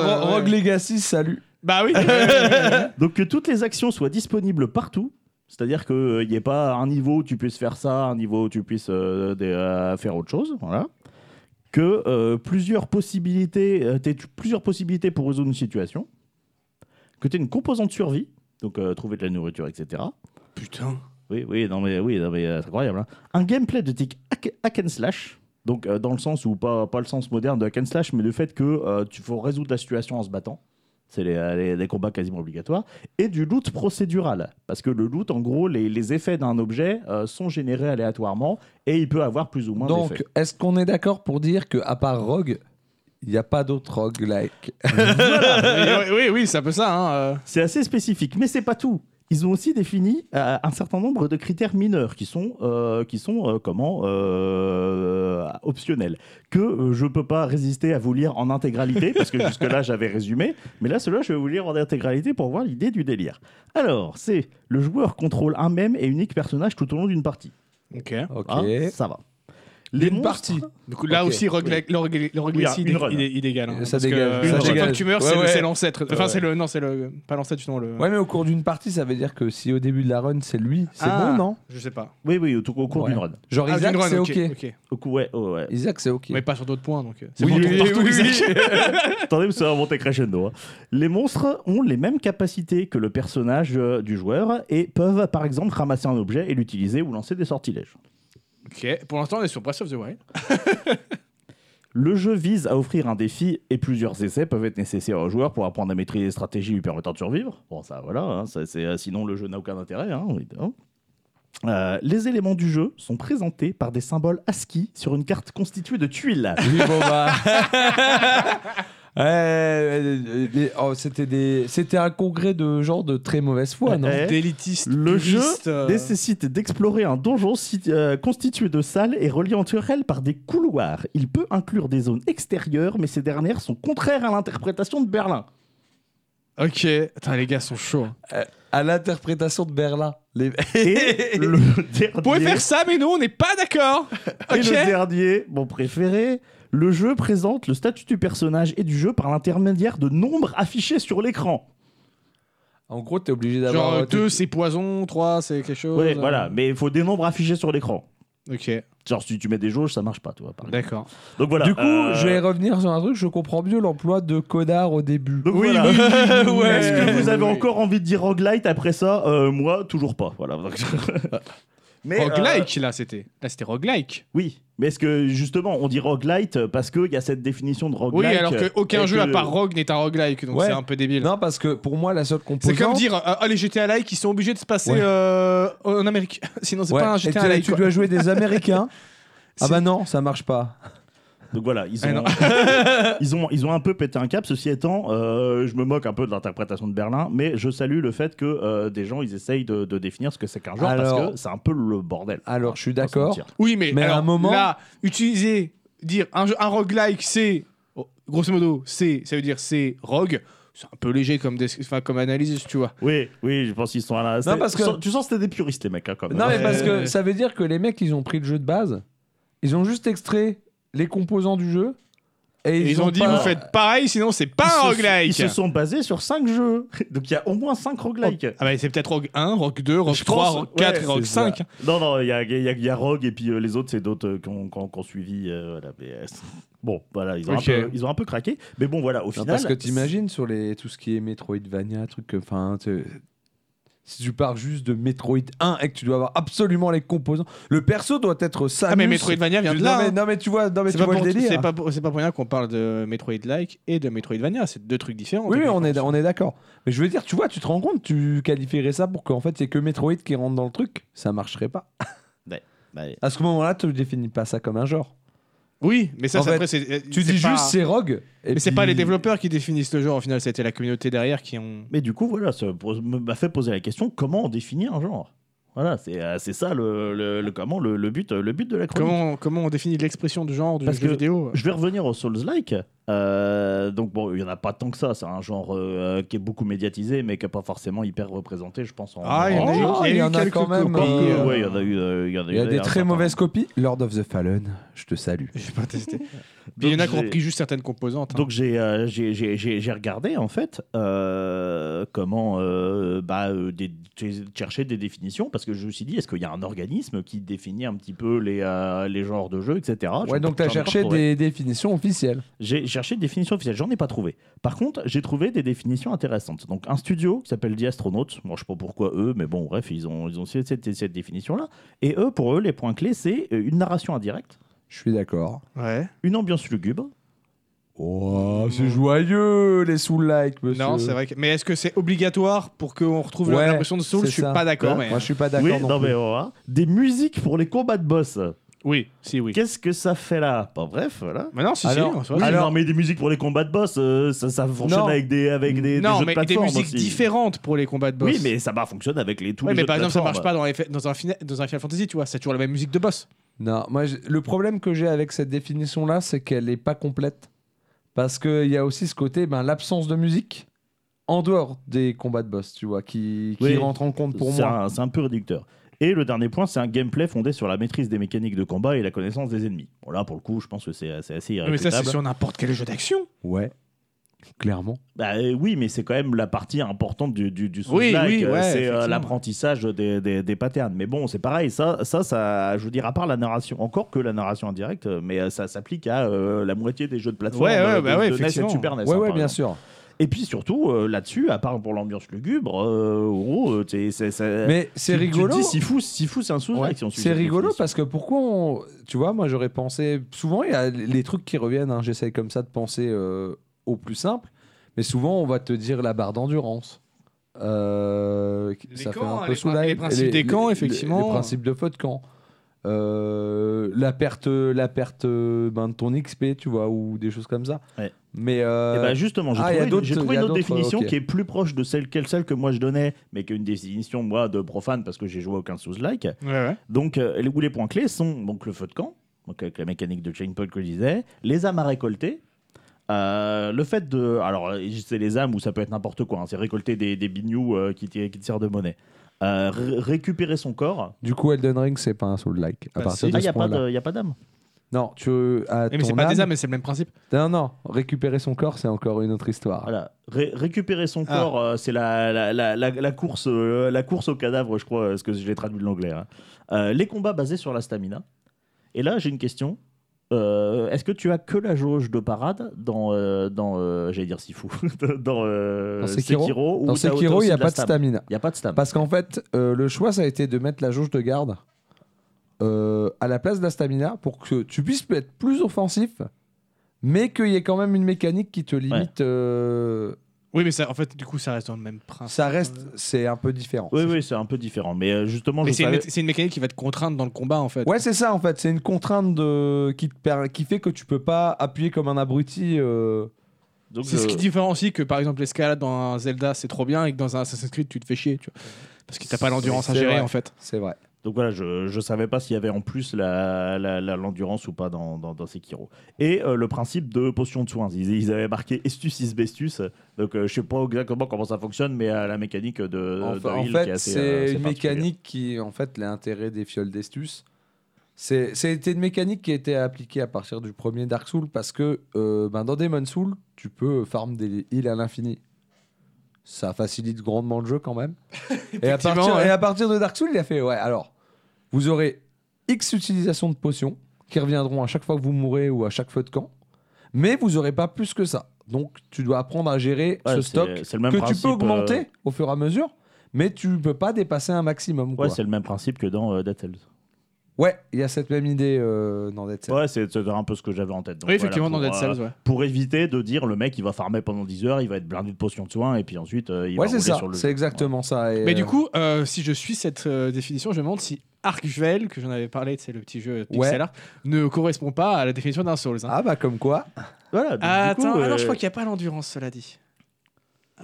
S1: euh,
S2: Ro-
S1: ouais.
S2: Rogue Legacy, salut.
S1: Bah oui. ouais, ouais, ouais, ouais.
S3: Donc que toutes les actions soient disponibles partout. C'est-à-dire qu'il n'y ait pas un niveau où tu puisses faire ça, un niveau où tu puisses euh, des- euh, faire autre chose. Voilà. Que euh, plusieurs possibilités, euh, t'aies tu- plusieurs possibilités pour résoudre une situation. Que tu aies une composante survie, donc euh, trouver de la nourriture, etc.
S1: Putain.
S3: Oui, oui, non mais, oui, non, mais euh, c'est incroyable. hein. Un gameplay de tic hack, hack and slash, donc euh, dans le sens où pas, pas le sens moderne de hack and slash, mais le fait que euh, tu faut résoudre la situation en se battant. C'est les, euh, les- les combats quasiment obligatoires. Et du loot procédural. Parce que le loot, en gros, les, les effets d'un objet euh, sont générés aléatoirement et il peut avoir plus ou moins
S2: Donc,
S3: d'effets.
S2: est-ce qu'on est d'accord pour dire que à part Rogue, il n'y a pas d'autre Rogue Like
S1: oui, oui, oui, c'est un peu ça. Hein. euh.
S3: C'est assez spécifique, mais c'est pas tout. Ils ont aussi défini euh, un certain nombre de critères mineurs qui sont, euh, qui sont euh, comment euh, optionnels. Que euh, je peux pas résister à vous lire en intégralité, parce que jusque-là j'avais résumé, mais là cela je vais vous lire en intégralité pour voir l'idée du délire. Alors, c'est le joueur contrôle un même et unique personnage tout au long d'une partie.
S1: Ok.
S2: Ok.
S3: Ah, ça va.
S2: D'une partie.
S1: Du coup, là
S2: Ok.
S1: aussi, Roguelike- le roguelike- le roguelike,
S3: Oui,
S1: il,
S3: une
S1: dé-
S3: run.
S1: il, dé- il dégale. hein,
S2: Ça
S1: parce que,
S2: dégage,
S1: euh,
S2: ça
S1: chaque fois
S2: dégage.
S1: que tu meurs,
S2: Ouais,
S1: c'est le-
S2: ouais.
S1: c'est l'ancêtre. Enfin,
S2: Ouais.
S1: c'est le. Non, c'est le. Pas l'ancêtre, justement. Le...
S2: Ouais, mais au cours d'une partie, ça veut dire que si au début de la run, c'est lui, c'est
S1: Ah,
S2: bon, non
S1: Je sais pas.
S3: Oui, oui, au, au cours
S2: Ouais.
S3: d'une run.
S2: Genre
S1: Ah,
S2: Isaac,
S1: d'une run,
S2: c'est ok.
S1: ok.
S3: Au cou- ouais, oh, ouais, ouais.
S2: Isaac, c'est ok.
S1: Mais pas sur d'autres points, donc. euh,
S2: Oui,
S1: bon,
S2: oui,
S1: on tourne
S2: oui,
S1: partout,
S2: oui,
S1: Isaac.
S3: Attendez, ça va monter crescendo. hein. Les monstres ont les mêmes capacités que le personnage euh, du joueur et peuvent, par exemple, ramasser un objet et l'utiliser ou lancer des sortilèges.
S1: Ok, pour l'instant on est sur Breath of the Wild.
S3: Le jeu vise à offrir un défi et plusieurs essais peuvent être nécessaires au joueur pour apprendre à maîtriser les stratégies lui permettant de survivre. Bon, ça, voilà, hein, ça, c'est, euh, sinon le jeu n'a aucun intérêt. hein, évidemment. Euh, les éléments du jeu sont présentés par des symboles ASCII sur une carte constituée de tuiles.
S2: Oui, bon, bah. Ouais, euh, les- oh, c'était des, c'était un congrès de genre de très mauvaise foi, non
S3: Eh,
S1: Délitiste.
S3: Le jeu
S1: Euh.
S3: nécessite d'explorer un donjon si- euh, constitué de salles et relié entre elles par des couloirs. Il peut inclure des zones extérieures, mais ces dernières sont contraires à l'interprétation de Berlin.
S1: Ok, Attends, les gars sont chauds.
S2: À l'interprétation de Berlin. Les...
S3: Et le dernier,
S1: Vous pouvez faire ça, mais nous on n'est pas d'accord.
S3: et
S1: Ok.
S3: le dernier, mon préféré, le jeu présente le statut du personnage et du jeu par l'intermédiaire de nombres affichés sur l'écran.
S2: En gros, t'es obligé d'avoir.
S1: Genre euh,
S2: t'es-
S1: 2 c'est poison, 3 c'est quelque chose.
S3: euh, Ouais,
S1: euh,
S3: voilà, mais il faut des nombres affichés sur l'écran.
S1: Ok,
S3: Genre si tu mets des jauges, ça marche pas, toi. Par exemple.
S1: d'accord.
S3: Donc voilà.
S2: Du coup,
S3: euh,
S2: je vais revenir sur un truc. Je comprends mieux l'emploi de connard au début.
S3: Donc
S1: Oui,
S3: voilà.
S1: oui,
S2: Ouais.
S3: Est-ce que vous avez
S1: Oui.
S3: encore envie de dire roguelite après ça Euh, Moi, toujours pas. Voilà. Donc, mais, euh,
S1: Roguelike là c'était. Là c'était roguelike.
S3: oui, mais est-ce que justement on dit roguelite parce qu'il y a cette définition de
S1: Oui,
S3: roguelite
S1: alors
S3: euh,
S1: qu'aucun
S3: et
S1: jeu
S3: que-
S1: à part Rogue n'est un roguelike, donc
S2: Ouais.
S1: c'est un peu débile.
S2: Non, parce que pour moi, la seule
S1: C'est
S2: composante.
S1: comme dire, euh, ah les GTA Like ils sont obligés de se passer
S2: Ouais.
S1: euh, en Amérique. Sinon c'est
S2: Ouais,
S1: pas un
S2: et
S1: GTA
S2: tu-
S1: Like.
S2: tu
S1: quoi.
S2: dois jouer des Américains. ah
S1: C'est-
S2: bah non, ça marche pas.
S3: Donc voilà, ils
S1: Ah,
S3: ont,
S1: non.
S3: ils, ont, ils ont un peu pété un cap. Ceci étant, euh, je me moque un peu de l'interprétation de Berlin, mais je salue le fait que euh, des gens ils essayent de, de définir ce que c'est qu'un genre parce
S2: Alors-
S3: que c'est un peu le bordel.
S1: Ah.
S2: Alors, je suis
S3: On va se
S2: d'accord.
S3: mentir.
S1: Oui, mais,
S2: Mais à
S1: alors,
S2: un moment-
S1: là, utiliser, dire un, jeu- un roguelike, c'est, oh, grosso modo, c'est, ça veut dire c'est rogue, c'est un peu léger comme, des, enfin, comme analyse, tu vois.
S3: Oui, oui, je pense qu'ils sont à la. c'est-
S2: parce que-
S3: tu sens- Tu sens que c'était des puristes les mecs hein, quand même.
S2: Non, mais
S1: Ouais.
S2: parce que ça veut dire que les mecs, ils ont pris le jeu de base, ils ont juste extrait les composants du jeu. Et
S1: Et
S2: ils,
S1: ils ont dit,
S2: pas-
S1: vous faites pareil, sinon c'est pas un
S3: ils, se, sont- ils
S1: roguelike.
S3: se sont basés sur 5 jeux. Donc il y a au moins 5 roguelikes.
S1: Ah bah c'est peut-être Rogue 1, Rogue 2, Rogue
S3: Je
S1: 3,
S3: pense,
S1: Rogue
S3: ouais,
S1: 4 et
S3: c'est
S1: Rogue
S2: ça.
S1: 5.
S3: Non, non, il y a, il y a- il y a Rogue et puis euh, les autres, c'est d'autres euh, qui ont qui ont- qui ont suivi. euh, voilà, mais, euh, Bon, voilà, ils ont,
S1: Ok.
S3: un, peu, ils ont un peu craqué. Mais bon, voilà, au
S2: Non,
S3: final.
S2: parce que t'imagines sur les, tout ce qui est Metroidvania, truc, enfin, tu- si tu pars juste de Metroid 1 et que tu dois avoir absolument les composants, le perso doit être ça.
S1: Ah, mais Metroidvania vient de là.
S2: Non mais,
S1: hein.
S2: non, mais tu vois, non, mais
S1: C'est pas,
S2: tu vois
S1: pour-
S2: le délire.
S1: c'est pas pour- c'est pas pour rien qu'on parle de Metroid-like et de Metroidvania. C'est deux trucs différents.
S2: Oui, oui, on est,
S1: techniquement.
S2: on est d'accord. Mais je veux dire, tu vois, tu te rends compte, tu qualifierais ça pour qu'en fait, c'est que Metroid qui rentre dans le truc. Ça marcherait pas.
S3: Bah,
S2: À ce moment-là, tu définis pas ça comme un genre.
S1: Oui, mais ça,
S2: En
S1: c'est-
S2: fait,
S1: après, c'est. euh,
S2: Tu
S1: c'est
S2: dis
S1: pas-
S2: juste c'est Rogue. et
S1: Mais c'est
S2: puis-
S1: pas les développeurs qui définissent le genre. Au final, c'était la communauté derrière qui ont.
S3: Mais du coup, voilà, ça pose- m'a fait poser la question comment on définit un genre Voilà, c'est euh, c'est ça le, le- le- comment le, le but euh, le but de la chronique.
S1: Comment, comment on définit l'expression du genre du
S3: Parce
S1: jeu
S3: que-
S1: vidéo
S3: Je vais revenir au Souls-like. Euh, donc bon, il y en a pas tant que ça. C'est un genre euh, qui est beaucoup médiatisé, mais qui est pas forcément hyper représenté, je pense. En,
S1: Ah, il y en a,
S2: Oh,
S1: eu-
S2: il
S1: il
S2: y
S1: eu
S2: en a
S1: quelques
S2: quand même,
S1: copies,
S2: euh,
S1: euh,
S3: Ouais, il y en a eu. euh, il y en a,
S2: Il y a
S3: eu
S2: des
S3: un
S2: très
S3: certain
S2: mauvaises copies. Lord of the Fallen, je te salue.
S1: J'ai pas testé.
S3: nombre.
S1: Il y en a
S3: Donc,
S1: qui ont
S3: j'ai-
S1: pris juste certaines composantes. hein.
S3: Donc j'ai euh, j'ai- j'ai- j'ai- j'ai regardé en fait euh, comment euh, bah, euh, des- j'ai cherché des définitions parce que je me suis dit est-ce qu'il y a un organisme qui définit un petit peu les, euh, les genres de jeux etc.
S2: ouais,
S3: J'en-
S2: donc t'as
S3: j'en Ah, ai pas
S2: cherché
S3: trouvé.
S2: des définitions officielles.
S3: J'ai cherché des définitions officielles, j'en ai pas trouvé. Par contre, j'ai trouvé des définitions intéressantes. Donc, un studio qui s'appelle The Astronauts, moi je sais pas pourquoi eux, mais bon, bref, ils ont, ils ont cette, cette- cette définition-là. Et eux, pour eux, les points clés, c'est euh, une narration indirecte,
S2: Je suis d'accord.
S1: Ouais.
S3: une ambiance lugubre.
S2: Oh, c'est
S1: Mm.
S2: joyeux, les soul-like,
S3: euh,
S2: monsieur.
S1: Non, c'est vrai. que- Mais est-ce que c'est obligatoire pour qu'on retrouve
S2: Ouais,
S1: l'impression de Soul
S2: c'est
S1: Je suis
S2: ça.
S1: pas d'accord.
S2: Moi,
S1: Mais... euh,
S2: je suis pas d'accord.
S3: Oui,
S2: non
S3: non,
S2: plus.
S3: mais on va. Des musiques pour les combats de boss.
S1: Oui, si, oui.
S3: Qu'est-ce que ça fait là Bah, bref, voilà.
S1: Mais non, si,
S2: Alors,
S1: si. en soi,
S3: Oui,
S1: c'est-
S2: alors-
S3: non, mais des musiques pour les combats de boss, euh, ça, ça fonctionne
S2: Non.
S3: avec des, avec des, des
S1: non,
S3: jeux de
S1: mais des
S3: plateforme
S1: musiques
S3: aussi.
S1: différentes pour les combats de boss.
S3: Oui, mais ça va fonctionne avec les tous
S1: Ouais,
S3: les
S1: mais
S3: jeux
S1: par
S3: de
S1: exemple, ça marche
S3: plateforme.
S1: pas dans, les fa- dans, un fina- dans un Final Fantasy, tu vois, c'est toujours la même musique de boss.
S2: Non, moi, je- le problème que j'ai avec cette définition-là, c'est qu'elle n'est pas complète. Parce qu'il y a aussi ce côté, ben, l'absence de musique en dehors des combats de boss, tu vois, qui, qui
S3: Oui.
S2: rentre en compte pour
S3: C'est
S2: moi.
S3: un- C'est un peu réducteur. Et le dernier point, c'est un gameplay fondé sur la maîtrise des mécaniques de combat et la connaissance des ennemis. Bon, là, pour le coup, je pense que c'est c'est assez
S1: mais ça, c'est
S3: irréfutable.
S1: sur n'importe quel jeu d'action.
S2: Ouais, clairement.
S3: Bah, euh, oui, mais c'est quand même la partie importante du, du, du
S1: Oui,
S3: Souls-like,
S1: oui,
S3: euh,
S1: ouais,
S3: c'est euh,
S1: effectivement.
S3: l'apprentissage des, des, des patterns. Mais bon, c'est pareil, ça, ça, ça, je veux dire, à part la narration, encore que la narration indirecte, euh, mais euh, ça s'applique à euh, la moitié des jeux de plateforme
S1: Ouais, ouais,
S3: euh, de,
S1: bah ouais,
S3: de NES et de
S1: effectivement.
S3: Super NES. hein,
S2: Ouais, ouais,
S3: par
S2: bien
S3: exemple.
S2: sûr.
S3: Et puis surtout, euh, là-dessus, à part pour l'ambiance lugubre, euh, en gros, euh, t'es- c'est c'est-
S2: Mais c'est
S3: tu- tu te
S2: rigolo.
S3: dis, Sifu, Sifu, c'est un Souls-like.
S2: Ouais,
S3: si on suit
S2: c'est
S3: cette
S2: rigolo
S3: définition.
S2: parce que pourquoi on... Tu vois, moi j'aurais pensé... Souvent, il y a les trucs qui reviennent, hein, j'essaye comme ça de penser euh, au plus simple, mais souvent on va te dire la barre d'endurance. Euh,
S1: Les
S2: ça fait
S1: camps,
S2: un peu
S1: les
S2: sous
S1: prin-
S2: la-
S1: les principes des camps, effectivement.
S2: Les, principes de feu de camp. Euh, la perte, la perte ben, de ton XP, tu vois, ou des choses comme ça.
S3: Ouais.
S2: Mais euh,
S3: Eh ben, justement, j'ai
S2: ah, y a
S3: trouvé,
S2: d'autres-
S3: une- j'ai
S2: y
S3: trouvé
S2: a
S3: une autre
S2: d'autres,
S3: définition
S2: ok.
S3: qui est plus proche de celle, que celle que moi je donnais, mais qui est une définition moi de profane parce que j'ai joué à aucun Souls-like.
S1: Ouais, ouais.
S3: Donc euh, les- où les points clés sont donc le feu de camp, donc avec la mécanique de chain Paul que je disais, les âmes à récolter. euh, le fait de. Alors, euh, c'est les âmes où ça peut être n'importe quoi. hein, c'est récolter des, des bignoux euh, qui, t- qui te servent de monnaie. Euh, ré- récupérer son corps.
S2: du coup, Elden Ring, c'est pas un soul like. À
S1: Bah, si.
S2: partir de
S3: Ah, il
S2: ce
S3: n'y a, pas
S2: point-là.
S3: de- Ah, y a pas d'âme.
S2: Non, tu veux à
S1: Eh, Mais c'est
S2: ton
S1: pas des
S2: âme-
S1: âmes, mais c'est le même principe.
S2: Non, non, récupérer son corps, c'est encore une autre histoire.
S3: Voilà. Ré- récupérer son
S1: Ah.
S3: corps, euh, c'est la, la, la, la, la course, euh, la course au cadavre, je crois, euh, ce que j'ai traduit de l'anglais. hein. Euh, les combats basés sur la stamina. Et là, j'ai une question. Euh, Est-ce que tu as que la jauge de parade dans, euh, dans euh, j'allais dire Sifu, dans, euh,
S2: Dans Sekiro
S3: ou
S2: Dans
S3: t'as
S2: Sekiro,
S3: aussi
S2: il n'y a
S3: la
S2: pas de
S3: stam
S2: stamina.
S3: Il n'y a pas de stam.
S2: Parce qu'en fait, euh, le choix, ça a été de mettre la jauge de garde euh, à la place de la stamina pour que tu puisses être plus offensif, mais qu'il y ait quand même une mécanique qui te limite. euh,
S1: Oui, mais ça, en fait, du coup, ça reste dans le même principe.
S2: ça reste, c'est un peu différent.
S3: Oui, oui, c'est un peu différent. Mais euh, justement,
S1: Mais
S3: je
S1: c'est une,
S3: savais-
S1: mé- c'est une mécanique qui va te contraindre dans le combat, en fait.
S2: Ouais, c'est ça en fait. C'est une contrainte de... qui, te per- qui fait que tu peux pas appuyer comme un abruti. euh,
S3: donc euh,
S1: C'est
S3: je-
S1: ce qui différencie que, par exemple, l'escalade dans un Zelda, c'est trop bien, et que dans un Assassin's Creed, tu te fais chier, tu vois. Parce que t'as pas l'endurance à
S2: C'est
S1: gérer,
S2: vrai.
S1: en fait.
S2: C'est vrai.
S3: Donc voilà, je ne savais pas s'il y avait en plus la- la- la- l'endurance ou pas dans, dans, dans Sekiro. Et euh, le principe de potion de soins. Ils, ils avaient marqué Estus is Bestus. Donc euh, je sais pas exactement comment ça fonctionne, mais euh, la mécanique de,
S2: En,
S3: de
S2: fa- en
S3: heal qui est
S2: fait,
S3: assez,
S2: c'est
S3: euh, assez
S2: une
S3: particulière.
S2: mécanique qui, en fait, l'intérêt des fioles d'Estus, c'est- c'était une mécanique qui a été appliquée à partir du premier Dark Souls parce que euh, ben, dans Demon Souls, tu peux farm des îles à l'infini. Ça facilite grandement le jeu quand même. et, à
S1: Effectivement,
S2: partir,
S1: ouais.
S2: et à partir de Dark Souls, il a fait ouais, alors, vous aurez X utilisations de potions qui reviendront à chaque fois que vous mourrez ou à chaque feu de camp. mais vous aurez pas plus que ça. Donc tu dois apprendre à gérer
S3: Ouais,
S2: ce
S3: c'est-
S2: stock
S3: c'est le même
S2: que tu
S3: principe,
S2: peux
S3: euh,
S2: augmenter au fur et à mesure, mais tu peux pas dépasser un maximum. quoi.
S3: Ouais, c'est le même principe que dans euh, Dead Cells.
S2: Ouais, il y a cette même idée euh, dans Dead Cells.
S3: Ouais, c'est c'est un peu ce que j'avais en tête. Donc,
S1: oui, effectivement,
S3: voilà,
S1: dans
S3: pour,
S1: Dead
S3: euh,
S1: Cells, ouais.
S3: Pour éviter de dire le mec, il va farmer pendant 10 heures, il va être blindé de potions de soins, et puis ensuite, euh, il
S2: Ouais,
S3: va
S2: c'est
S3: rouler
S2: ça,
S3: sur le.
S2: c'est exactement ça. et,
S1: Mais du
S2: euh,
S1: coup, euh, si je suis cette euh, définition, je me demande si Arcvel, que j'en avais parlé, c'est le petit jeu pixel
S2: Ouais.
S1: art, ne correspond pas à la définition d'un Souls. hein.
S2: Ah bah comme quoi.
S3: Voilà, donc, du
S1: Attends,
S3: coup,
S1: ah non, je
S3: euh,
S1: crois qu'il n'y a pas l'endurance, cela dit.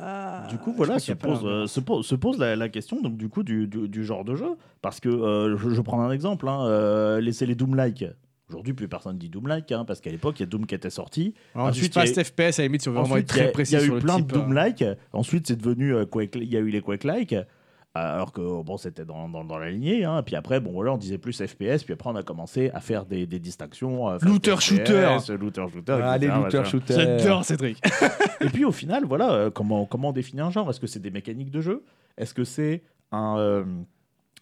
S1: Ah,
S3: Du coup,
S1: je
S3: voilà,
S1: crois
S3: se
S1: qu'il y a pas
S3: pose,
S1: l'endurance.
S3: euh, se pose, se pose la, la question donc, du coup du, du- du genre de jeu. Parce que, euh, je, je prends un exemple, hein, euh, laissez les Doom-like. Aujourd'hui, plus personne dit Doom-like, hein, parce qu'à l'époque, il y a Doom qui était sorti.
S1: Alors,
S3: ensuite,
S1: ensuite,
S3: il y a-
S1: fast FPS, à la limite, si on veut vraiment être
S3: Ensuite, il y
S1: très
S3: a- il
S1: précis
S3: y a
S1: sur
S3: eu
S1: le
S3: plein
S1: type,
S3: de
S1: euh,
S3: Doom-like. Ensuite, c'est devenu euh, Quake. Il y a eu les Quake-like. euh, Alors que bon, c'était dans, dans- dans la lignée. hein. Puis après, bon, voilà, on disait plus FPS. Puis après, on a commencé à faire des, des distinctions. euh,
S1: Looter
S3: FPS,
S1: shooter. Ah,
S3: Looter shooter.
S2: Allez,
S3: etc.,
S2: looter
S3: machin.
S2: shooter.
S1: J'adore Cédric.
S3: Et puis au final, voilà, euh, comment, comment on définit un genre Est-ce que c'est des mécaniques de jeu Est-ce que c'est un, euh,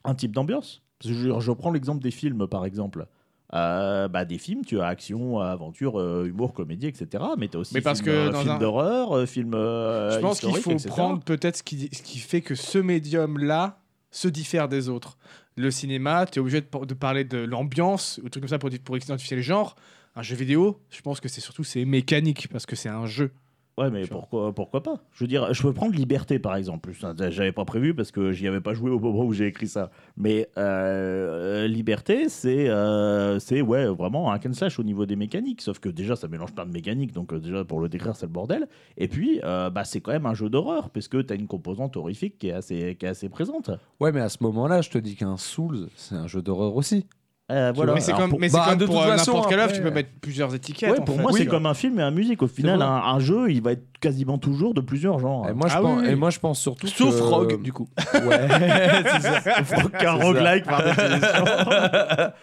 S3: un type d'ambiance Parce que je, je prends l'exemple des films, par exemple. Euh, bah, des films, tu as action, aventure, euh, humour, comédie, etc. Mais tu as aussi
S1: Mais parce
S3: film,
S1: que
S3: euh,
S1: dans
S3: film
S1: un-
S3: d'horreur, euh, film. euh,
S1: je pense qu'il
S3: historique,
S1: faut
S3: etc..
S1: prendre peut-être ce qui, ce qui fait que ce médium-là se diffère des autres. Le cinéma, tu es obligé de, par- de parler de l'ambiance ou trucs comme ça pour, di- pour identifier les genres. Un jeu vidéo, je pense que c'est surtout c'est mécanique parce que c'est un jeu.
S3: Ouais, mais
S1: Tu vois.
S3: pourquoi, pourquoi pas Je veux dire, je peux prendre Liberté par exemple. Ça, J'avais pas prévu parce que j'y avais pas joué au moment où j'ai écrit ça. Mais euh, euh, Liberté, c'est euh, c'est, ouais, vraiment un hack and slash au niveau des mécaniques. Sauf que déjà, ça mélange plein de mécaniques. Donc, euh, déjà, pour le décrire, c'est le bordel. Et puis, euh, bah, c'est quand même un jeu d'horreur parce que t'as une composante horrifique qui est assez, qui est assez présente. Euh,
S2: Ouais, mais à ce moment-là, je te dis qu'un Souls, c'est un jeu d'horreur aussi.
S3: Euh, voilà.
S1: mais c'est
S3: Alors,
S1: comme,
S3: pour-
S1: mais c'est
S2: bah,
S1: comme
S2: de
S1: pour
S2: toute
S1: euh,
S2: façon,
S1: n'importe quelle œuvre,
S2: après-
S1: tu peux mettre plusieurs étiquettes.
S3: ouais,
S1: en
S3: pour
S1: fait.
S3: moi,
S1: Oui. bah.
S3: c'est comme un film et un musique. Au final,
S2: vrai.
S3: un, un jeu, il va être quasiment toujours de plusieurs genres. hein.
S2: Et moi, je
S1: Ah
S2: pense,
S1: oui, oui.
S2: et moi, je pense surtout.
S1: Sauf
S2: que-
S1: Rogue, du coup.
S2: Ouais, c'est ça.
S1: Ah,
S3: Qu'un roguelike par définition.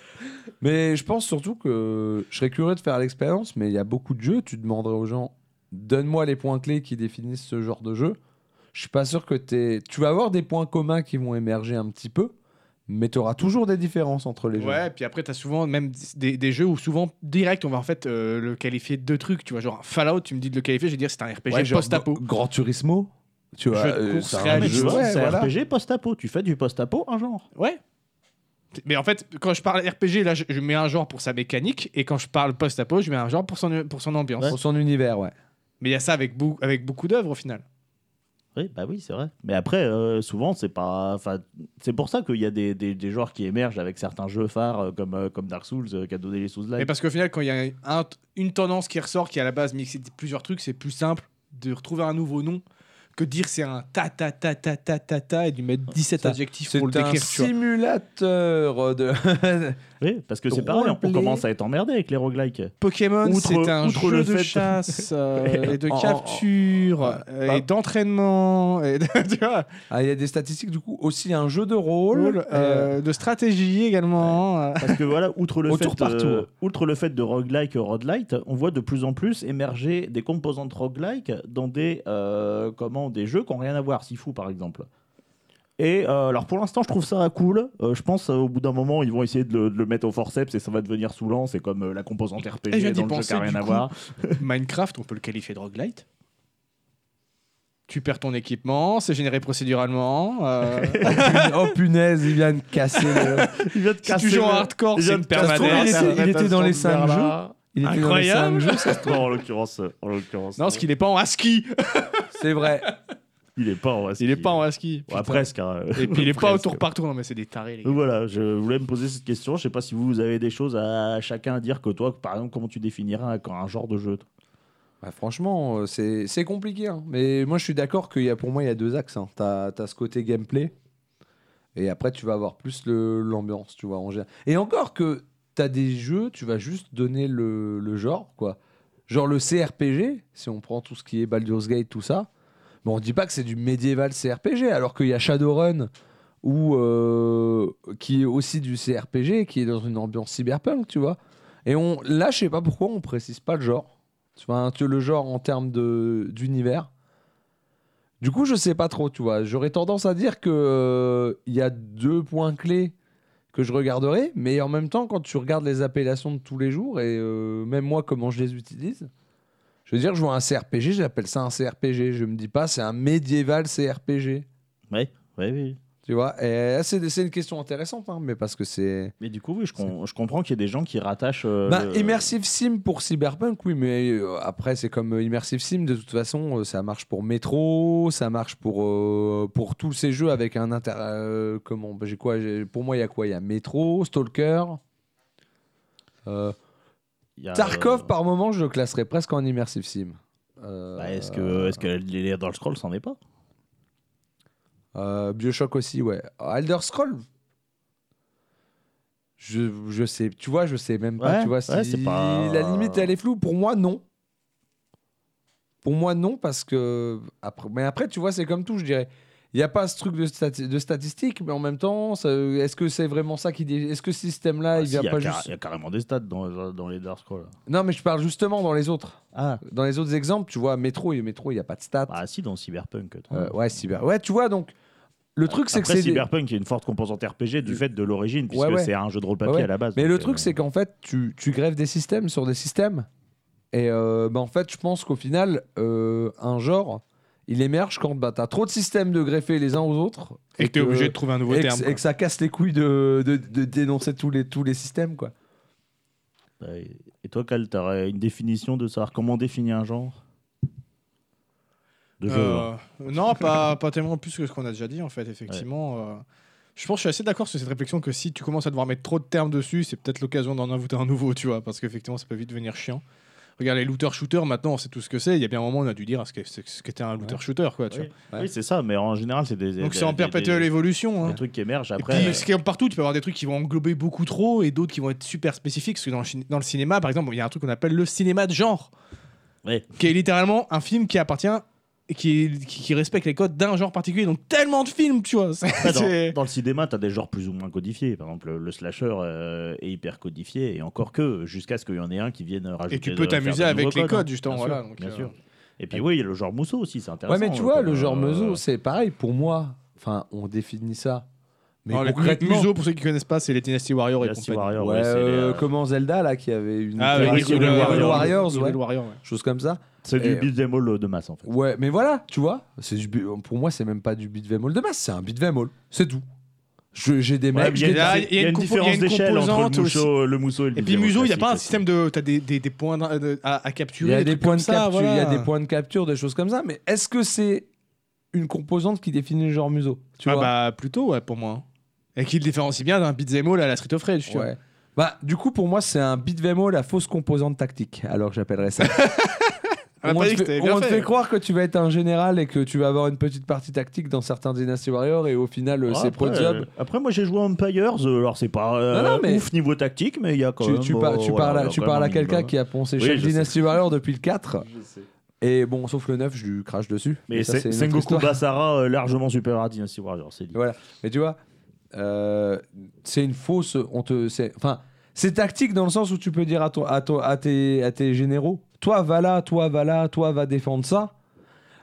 S2: Mais je pense surtout que je serais curieux de faire l'expérience, mais il y a beaucoup de jeux, tu demanderais aux gens, donne-moi les points clés qui définissent ce genre de jeu. Je suis pas sûr que t'es... Tu vas avoir des points communs qui vont émerger un petit peu, mais tu auras toujours des différences entre les
S1: Ouais, puis après, t'as souvent même des, des jeux où souvent, direct, on va en fait euh, le qualifier de deux trucs. Tu vois, genre Fallout, tu me dis de le qualifier, je vais dire c'est un RPG
S2: jeux. Ouais, genre
S1: post-apo.
S2: G- Gran Turismo, tu vois. euh,
S1: Jeu de course
S2: c'est un
S3: Ah, mais
S1: réaliste.
S3: tu
S2: jeu-
S3: vois,
S2: ouais,
S3: c'est
S2: voilà.
S3: RPG post-apo. Tu fais du post-apo un genre.
S1: Ouais. Mais en fait, quand je parle RPG, là, je, je mets un genre pour sa mécanique, et quand je parle post-apo, je mets un genre pour son, pour son ambiance.
S2: Pour son univers, ouais.
S1: Mais il y a ça avec, bou- avec beaucoup d'œuvres au final.
S3: Oui, bah oui, c'est vrai. Mais après, euh, souvent, c'est pas. enfin, C'est pour ça qu'il y a des, des, des genres qui émergent avec certains jeux phares euh, comme, euh, comme Dark Souls, euh, qui a donné les Souls
S1: Mais
S3: Like.
S1: parce qu'au final, quand il y a un- une tendance qui ressort, qui à la base mixe plusieurs trucs, c'est plus simple de retrouver un nouveau nom que dire c'est un ta ta ta ta ta ta ta et de lui mettre 17
S2: Ça-
S1: adjectifs
S2: C'est
S1: pour le
S2: un
S1: décrire. tu vois.
S2: simulateur de...
S3: Oui, parce que c'est pareil, on- on
S2: Roleplay.
S3: commence à être emmerdé avec les roguelikes.
S1: Pokémon,
S3: Outre-
S1: c'est un
S3: outre
S1: jeu
S3: le
S1: de
S3: fait-
S1: chasse euh, et de
S2: En- en-
S1: capture euh,
S2: Bah-
S1: et d'entraînement et de, tu vois,
S2: Ah, il y a des statistiques, du coup, aussi un jeu de rôle.
S1: rôle, euh, de stratégie également. hein.
S3: Parce que voilà, outre le,
S2: Au
S3: fait,
S2: tour par
S3: euh,
S2: tour.
S3: outre le fait de roguelike et roguelite, on voit de plus en plus émerger des composantes roguelike dans des, euh, comment, des jeux qui n'ont rien à voir, Sifu par exemple. Et euh, alors pour l'instant, je trouve ça cool. Euh, je pense euh, au bout d'un moment, ils vont essayer de le, de le mettre au forceps et ça va devenir saoulant. C'est comme euh, la composante RPG
S1: je viens d'y
S3: dans le jeu
S1: penser,
S3: qui n'a rien
S1: du
S3: à
S1: coup.
S3: voir.
S1: Minecraft, on peut le qualifier de roguelite. Tu perds ton équipement, c'est généré procéduralement. euh,
S2: oh punaise, il vient de casser le...
S3: Il vient de
S1: si
S3: casser
S1: tu joues en
S3: le-
S1: hardcore,
S3: il vient
S1: c'est
S3: de
S1: une
S3: casser
S2: permanence.
S1: permanence.
S2: Il était- il était dans les
S3: Sandberg,
S2: cinq
S3: là.
S2: Il était dans les
S1: Incroyable.
S2: cinq jeux.
S3: Non, en l'occurrence, euh, en l'occurrence.
S1: Non, parce qu'il est pas en ASCII.
S2: C'est vrai.
S3: il est pas en
S1: Il est pas en ASCII.
S3: Ouais, presque. hein.
S1: Et puis il est pas au
S3: Presque.
S1: tour par tour. Non, mais c'est des tarés, les gars.
S3: Donc Voilà, je voulais me poser cette question. Je sais pas si vous, vous avez des choses à chacun à dire que toi, par exemple, comment tu définiras un, un genre de jeu toi
S2: Bah, franchement, euh, c'est c'est compliqué. hein. Mais moi, je suis d'accord qu'il y a pour moi, il y a deux axes. Hein. T'as as ce côté gameplay, et après, tu vas avoir plus le- l'ambiance, tu vois. En général. Et encore que t'as des jeux, tu vas juste donner le, le genre, quoi. Genre le CRPG, si on prend tout ce qui est Baldur's Gate, tout ça, mais on dit pas que c'est du médiéval CRPG, alors qu'il y a Shadowrun, ou euh, qui est aussi du CRPG, qui est dans une ambiance cyberpunk, tu vois. Et on, là, je sais pas pourquoi on précise pas le genre. Tu vois, tu- le genre en termes de- d'univers. Du coup, je sais pas trop, tu vois. J'aurais tendance à dire que euh, il y a deux points clés que je regarderai, mais en même temps, quand tu regardes les appellations de tous les jours et euh, même moi comment je les utilise, Je veux dire, je vois un CRPG, j'appelle ça un CRPG. Je me dis pas, c'est un médiéval CRPG.
S3: Ouais, ouais, oui.
S2: Tu vois, et c'est c'est une question intéressante, hein, mais parce que c'est.
S3: Mais du coup, oui, je, com- je comprends qu'il y a des gens qui rattachent. euh,
S2: Bah,
S3: le-
S2: Immersive Sim pour Cyberpunk, oui, mais euh, après, c'est comme euh, Immersive Sim, de toute façon, euh, ça marche pour Metro, ça marche pour, euh, pour tous ces jeux avec un inter. euh, comment bah, j'ai quoi, j'ai- Pour moi, il y a quoi Il y a Metro, Stalker. euh,
S3: il y a,
S2: Tarkov,
S3: euh,
S2: par moment, je le classerais presque en Immersive Sim. Euh,
S3: bah, est-ce que, est-ce que les Elder Scrolls s'en est pas
S2: Euh, Bioshock aussi, ouais. Oh, Elder Scroll je, je sais, tu vois, je sais même pas,
S3: Ouais,
S2: tu vois,
S3: ouais,
S2: si
S3: c'est pas-
S2: la limite elle est floue. Pour moi, non. Pour moi, non, parce que après, mais après, tu vois, c'est comme tout, je dirais. Il n'y a pas ce truc de, stati- de statistique, mais en même temps, ça- est-ce que c'est vraiment ça qui dit Est-ce que ce système-là,
S3: Ah,
S2: il
S3: si,
S2: vient
S3: y a
S2: pas
S3: car-
S2: juste
S3: y a carrément des stats dans, dans les Elder Scrolls.
S2: Non, mais je parle justement dans les autres,
S3: Ah.
S2: dans les autres exemples, tu vois, métro, il métro, il n'y a pas de stats.
S3: Ah si, dans Cyberpunk. attends.
S2: Euh, ouais, cyber, ouais, tu vois, donc le truc, c'est que
S3: Après,
S2: c'est des-
S3: Cyberpunk, il y a une forte composante RPG du
S2: Euh,
S3: fait de l'origine, puisque
S2: ouais.
S3: c'est un jeu de rôle papier
S2: Ouais,
S3: à la base.
S2: Mais
S3: donc,
S2: le
S3: euh,
S2: truc, c'est qu'en fait, tu, tu greffes des systèmes sur des systèmes. Et euh, bah, en fait, je pense qu'au final, euh, un genre, il émerge quand bah, t'as trop de systèmes de greffer les uns aux autres.
S1: Et que t'es obligé de trouver un nouveau
S2: et que-
S1: terme.
S2: et que ça casse les couilles de, de- de dénoncer tous les, tous les systèmes, quoi.
S3: ouais. Et toi, Cal, t'aurais une définition de savoir comment définir un genre De jeu. hein.
S1: Euh, non, pas, pas tellement plus que ce qu'on a déjà dit, en fait, effectivement. euh, je pense que je suis assez d'accord sur cette réflexion que si tu commences à devoir mettre trop de termes dessus, c'est peut-être l'occasion d'en inventer un nouveau, tu vois, parce qu'effectivement, ça peut vite devenir chiant. Regarde, les looter-shooters, maintenant, on sait tout ce que c'est. Il y a bien un moment, on a dû dire à ce que- ce ce qu'était un looter-shooter, quoi, tu
S3: Oui.
S1: vois.
S2: Ouais.
S3: Oui, c'est ça, mais en général, c'est des.
S1: Euh, Donc
S3: des-
S1: c'est en
S3: des-
S1: perpétuelle
S3: des-
S1: évolution. hein.
S3: des trucs qui émergent
S1: Et
S3: après. euh,
S1: puis, mais c'est comme partout, tu peux avoir des trucs qui vont englober beaucoup trop et d'autres qui vont être super spécifiques. Parce que dans le, chi- dans le cinéma, par exemple, il y a un truc qu'on appelle le cinéma de genre,
S3: Ouais.
S1: qui est littéralement un film qui appartient et qui, qui, qui respecte les codes d'un genre particulier. Donc tellement de films, tu vois. c'est-
S3: Après,
S1: c'est-
S3: dans, dans le cinéma, t'as des genres plus ou moins codifiés. Par exemple, le, le slasher euh, est hyper codifié, et encore que, jusqu'à ce qu'il y en ait un qui vienne rajouter.
S1: Et tu
S3: de-
S1: peux
S3: faire de
S1: t'amuser avec
S3: nouveaux
S1: les codes,
S3: hein.
S1: justement.
S3: Bien sûr,
S1: voilà, donc,
S3: bien
S1: euh,
S3: sûr. Et puis oui, il y a le genre mousseau aussi, c'est
S2: Ouais,
S3: intéressant.
S2: mais tu
S3: euh,
S2: vois,
S3: comme,
S2: le genre
S3: euh,
S2: meso, c'est pareil. Pour moi, enfin, on définit ça. Mais
S1: alors, Oh, les
S2: concrètement,
S1: museaux, pour ceux qui connaissent pas, c'est les Dynasty Warriors et
S3: Dynasty
S1: compagnie.
S3: Warriors,
S2: ouais,
S3: ouais, c'est les,
S2: euh,
S3: euh,
S2: comment Zelda, là, qui avait une
S1: Ah, oui,
S2: interaction
S1: Hyrule
S2: avec
S3: Warriors.
S2: Hyrule Warriors, ouais,
S1: Hyrule Warriors, ouais.
S2: chose comme ça.
S3: C'est du
S1: euh,
S2: Et-
S3: beat'em all de masse en fait.
S2: Ouais, mais voilà, tu vois, c'est du bi- pour moi, c'est même pas du beat'em all de masse, c'est un beat'em all, c'est tout. Je- J'ai des mecs,
S1: mais
S2: j'ai
S1: il y a-
S2: des-
S1: il y a une compo- il y a une composante
S3: mousseau- le mousseau et le
S1: Et puis
S3: beat'em all
S1: museau, il n'y a
S3: classique
S1: pas un
S3: aussi.
S1: système de. T'as des, des, des points d'in- de- à, à
S2: il
S1: capturer.
S2: y a des
S1: trucs
S2: points
S1: comme
S2: de
S1: ça,
S2: capture, il y a
S1: voilà.
S2: des points de capture, des choses comme ça, mais est-ce que c'est une composante qui définit le genre museau Tu
S1: ah
S2: vois
S1: bah plutôt ouais pour moi. Et qui le différencie bien d'un beat'em all à la Street of Rage, tu vois.
S2: Ouais. Bah, du coup, pour moi, c'est un beat'em all à fausse composante tactique, alors que j'appellerais ça.
S1: On a
S2: on
S1: pas
S2: te
S1: dit que
S2: fait,
S1: t'avais bien
S2: on te
S1: fait.
S2: fait croire que tu vas être un général et que tu vas avoir une petite partie tactique dans certains Dynasty Warriors et au final, euh,
S3: Ah,
S2: c'est
S3: après,
S2: Proziob.
S3: euh, Après, moi j'ai joué à Empires, euh, alors c'est pas euh,
S2: Non, non, mais-
S3: ouf niveau tactique, mais il y a quand
S2: tu,
S3: même.
S2: tu
S3: euh,
S2: par- tu
S3: voilà,
S2: parles,
S3: il y
S2: à-
S3: a
S2: tu
S3: quand
S2: parles
S3: même
S2: à
S3: un
S2: quelqu'un
S3: minimum.
S2: qui a poncé
S3: Oui,
S2: chaque
S3: je
S2: Dynasty Warrior depuis le 4. Et bon, sauf le 9, je lui crache dessus.
S3: Mais
S2: ça,
S3: c'est
S2: une autre
S3: Sengoku
S2: histoire.
S3: Basara euh, largement supérieur à Dynasty Warriors, c'est dit.
S2: Mais tu vois, euh, c'est une fausse. On te, c'est- enfin, c'est tactique dans le sens où tu peux dire à, ton, à, ton- à, tes, à tes généraux Toi, va là, toi, va là, toi, va défendre ça.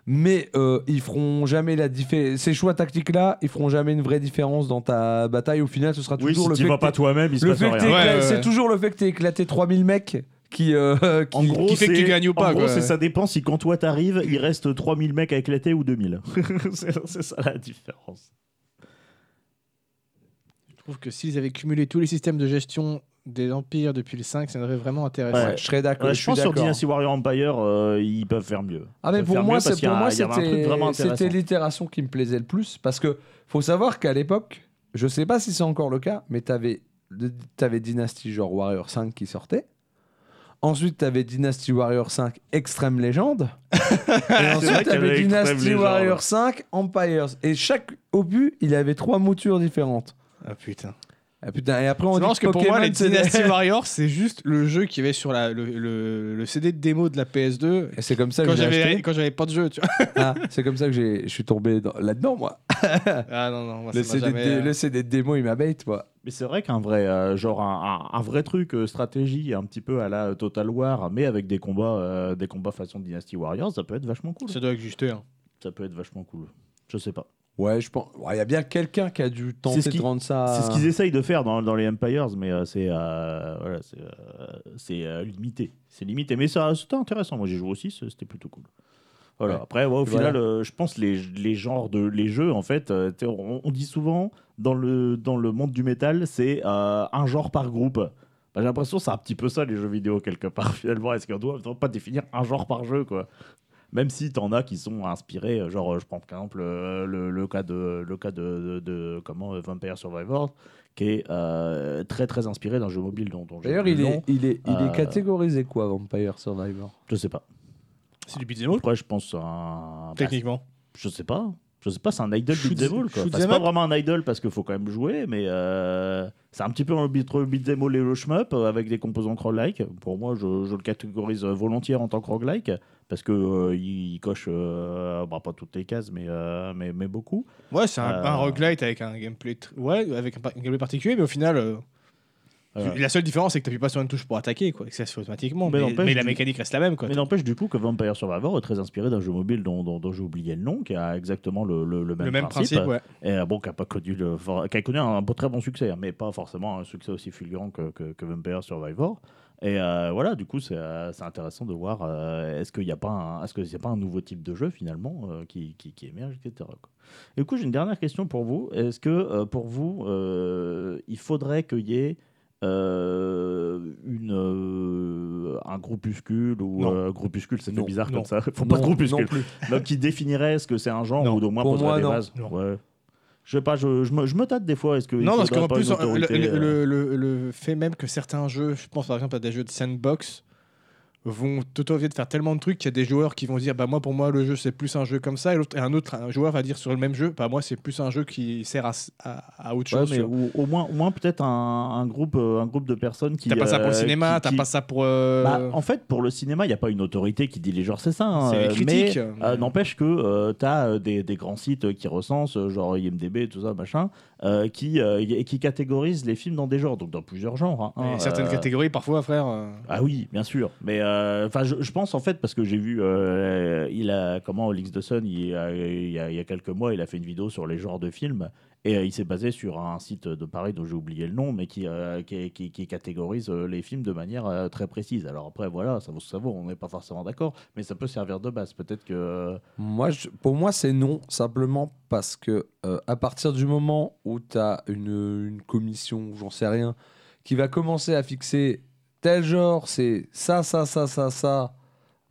S2: Mais euh, ils feront jamais la différence. Ces choix tactiques-là, ils feront jamais une vraie différence dans ta bataille. Au final, ce sera
S3: Oui,
S2: toujours
S3: si
S2: le
S3: tu
S2: fait
S3: vas
S2: que
S3: pas toi-même, il se
S2: Le
S3: passe
S2: fait que
S1: t'aies-
S3: rien.
S2: t'aies
S1: Ouais,
S2: éclaté-
S1: ouais,
S2: c'est
S1: ouais.
S2: toujours le fait que t'aies éclaté 3000 mecs qui, euh, qui-
S3: En gros,
S1: qui fait que tu
S3: c'est-
S1: gagnes ou pas,
S3: En gros,
S1: quoi.
S3: c'est ça dépend si quand toi t'arrives, il reste 3000 mecs à éclater ou 2000. c'est c'est ça la différence.
S1: Je trouve que s'ils avaient cumulé tous les systèmes de gestion des empires depuis le 5, ça serait vraiment
S2: Ouais,
S1: intéressant.
S3: Ouais.
S2: je serais d'accord.
S3: Ouais,
S2: je
S3: je
S2: suis
S3: pense sur
S2: d'accord.
S3: Dynasty Warrior Empire, euh, ils peuvent faire mieux.
S2: Ah mais
S3: Ils peuvent
S2: pour
S3: faire
S2: moi,
S3: mieux parce
S2: c'est
S3: qu'il y
S2: pour
S3: a-
S2: moi
S3: il y avait un truc
S2: c'était
S3: vraiment
S2: c'était
S3: intéressant.
S2: l'itération qui me plaisait le plus parce que faut savoir qu'à l'époque, je sais pas si c'est encore le cas, mais t'avais le- t'avais Dynasty genre Warrior 5 qui sortait. Ensuite, t'avais Dynasty Warrior 5 Extrême Légende. Et
S3: C'est vrai
S2: ensuite,
S3: qu'il y avait
S2: t'avais
S3: Extreme
S2: Dynasty
S3: Legends.
S2: Warrior 5 Empires. Et chaque obus, il avait trois moutures différentes.
S1: Ah putain.
S2: Ah, putain, et après, on
S1: C'est
S2: dit
S1: marrant parce que pour
S2: Pokémon,
S1: moi, les
S2: c'est des-
S1: Dynasty Warriors, c'est juste le jeu qui avait sur la, le, le- le CD de démo de la PS2.
S2: Et c'est comme ça que
S1: Quand
S2: j'ai acheté.
S1: j'avais, quand j'avais pas de jeu, tu vois.
S2: Ah, c'est comme ça que j'ai- je suis tombé dans- là-dedans, moi.
S1: Ah non, non, moi,
S2: Le
S1: ça m'a
S2: CD,
S1: jamais...
S2: de, le CD de démo, il m'abête, moi.
S3: Mais c'est vrai qu'un vrai, euh, genre un, un- un vrai truc euh, stratégie, un petit peu à la euh, Total War, mais avec des combats, euh, des combats façon Dynasty Warriors, ça peut être vachement cool.
S1: Ça doit euh, exister. hein.
S3: Ça peut être vachement cool. Je sais pas.
S2: Ouais, je pense. Ouais, Il y a bien quelqu'un qui a dû
S3: C'est
S2: tenter
S3: ce qui-
S2: de rendre ça.
S3: C'est ce qu'ils essayent de faire dans, dans les Empires, mais euh, c'est euh, voilà, c'est, euh, c'est, euh, limité. C'est limité, mais ça c'était intéressant. Moi, j'ai joué aussi, c'était plutôt cool. Voilà.
S2: Ouais.
S3: Après, ouais, au
S2: Et
S3: final,
S2: voilà.
S3: euh, je pense les les genres de les jeux en fait, euh, t'sais, on, on dit souvent dans le dans le monde du métal, c'est euh, un genre par groupe. Bah, j'ai l'impression que c'est un petit peu ça les jeux vidéo quelque part finalement. Est-ce qu'on doit doit pas définir un genre par jeu quoi même si t'en as qui sont inspirés, euh, genre euh, je prends par exemple euh, le, le cas de le cas de, de- de- comment euh, Vampire Survivor qui est euh, très très inspiré d'un jeu mobile dont, dont j'ai
S2: D'ailleurs,
S3: oublié
S2: il
S3: le
S2: est,
S3: nom.
S2: il, est, il
S3: Euh,
S2: est catégorisé quoi, Vampire Survivor
S3: je sais pas.
S1: C'est du beat'em all,
S3: Pourquoi je pense à un Ah, bah,
S1: techniquement.
S3: je sais pas. Je sais pas, c'est un idol
S1: Shoot-
S3: beat'em all, quoi.
S1: shoot
S3: Enfin, c'est
S1: them
S3: pas
S1: up.
S3: vraiment un idol parce qu'il faut quand même jouer, mais euh, c'est un petit peu un entre le beat'em all et le shmup euh, avec des composants roguelike. Pour moi, je, je le catégorise euh, volontiers en tant que roguelike parce que euh, il, il coche euh, bah, pas toutes les cases, mais, euh, mais, mais beaucoup.
S1: Ouais, c'est un,
S3: Euh.
S1: un roguelite avec un gameplay, tr- ouais, avec un, par- un gameplay particulier, mais au final, euh,
S3: Euh,
S1: la seule différence c'est que t'appuies pas sur une touche pour attaquer, quoi, et que ça se fait automatiquement.
S3: Mais
S1: Mais,
S3: n'empêche,
S1: mais la
S3: du-
S1: mécanique reste la même, quoi.
S3: Mais n'empêche du coup que Vampire Survivor est très inspiré d'un jeu mobile dont, dont- dont j'ai oublié le nom, qui a exactement le, le- le même,
S1: le même principe, ouais.
S3: Et euh, bon, qui a, pas connu le, for- qui a connu un, bon- très bon succès, hein, mais pas forcément un succès aussi fulgurant que, que, que Vampire Survivor. Et euh, voilà, du coup, c'est euh, c'est intéressant de voir euh, est-ce qu'il n'y a, pas un- est-ce que c'est pas un nouveau type de jeu finalement euh, qui, qui, qui émerge, etc. quoi. Et du coup, j'ai une dernière question pour vous. Est-ce que euh, pour vous, euh, il faudrait qu'il y ait euh, une, euh, un groupuscule ou
S1: Non.
S3: euh, groupuscule, c'est fait
S2: Non,
S3: bizarre
S1: non.
S3: comme ça. Faut
S2: Non,
S3: pas de groupuscule.
S2: non plus.
S3: Donc qui définirait ce que c'est un genre
S1: Non,
S3: ou au moins
S2: pour
S3: poserait
S2: moi,
S3: des
S2: non.
S3: bases.
S1: Non.
S3: Ouais. Je sais pas, je, je me, je me tâte des fois. Est-ce que il
S1: Non, parce
S3: faudrait
S1: qu'en
S3: pas
S1: plus,
S3: une
S1: le-
S3: autorité,
S1: le,
S3: euh,
S1: le- le- le fait même que certains jeux, je pense par exemple à des jeux de sandbox, vont t'autoriser de faire tellement de trucs qu'il y a des joueurs qui vont dire Bah, moi, pour moi, le jeu, c'est plus un jeu comme ça, et, l'autre- et un autre un joueur va dire sur le même jeu Bah, moi, c'est plus un jeu qui sert à, s- à- à autre
S3: ouais,
S1: chose.
S3: mais
S1: tu vois.
S3: ou- au moins, au moins peut-être un, un groupe, euh, un groupe de personnes qui.
S1: T'as pas ça pour le
S3: euh,
S1: cinéma,
S3: qui-
S1: t'as
S3: qui-
S1: pas ça pour. euh,
S3: Bah, en fait, pour le cinéma, il n'y a pas une autorité qui dit les genres, c'est ça. hein,
S1: C'est les
S3: euh,
S1: critiques,
S3: mais,
S1: mais-
S3: euh, N'empêche que tu as des, des grands sites qui recensent, euh, genre IMDB, tout ça, machin, euh, qui, euh, y- qui catégorisent les films dans des genres, donc dans plusieurs genres. hein,
S1: et
S3: hein,
S1: certaines
S3: euh,
S1: catégories, parfois, frère. euh,
S3: Ah oui, bien sûr. Mais euh, enfin, je, je pense en fait parce que j'ai vu, euh, il a comment Olix de Sun, il, a- il y a, il y a quelques mois, il a fait une vidéo sur les genres de films et euh, il s'est basé sur un site de Paris dont j'ai oublié le nom, mais qui euh, qui, qui- qui catégorise euh, les films de manière euh, très précise. Alors après, voilà, ça vaut ça vaut, on n'est pas forcément d'accord, mais ça peut servir de base. Peut-être que euh,
S2: Moi, je- pour moi, c'est non, simplement parce que euh, à partir du moment où tu as une, une commission, ou j'en sais rien, qui va commencer à fixer tel genre, c'est ça, ça, ça, ça, ça,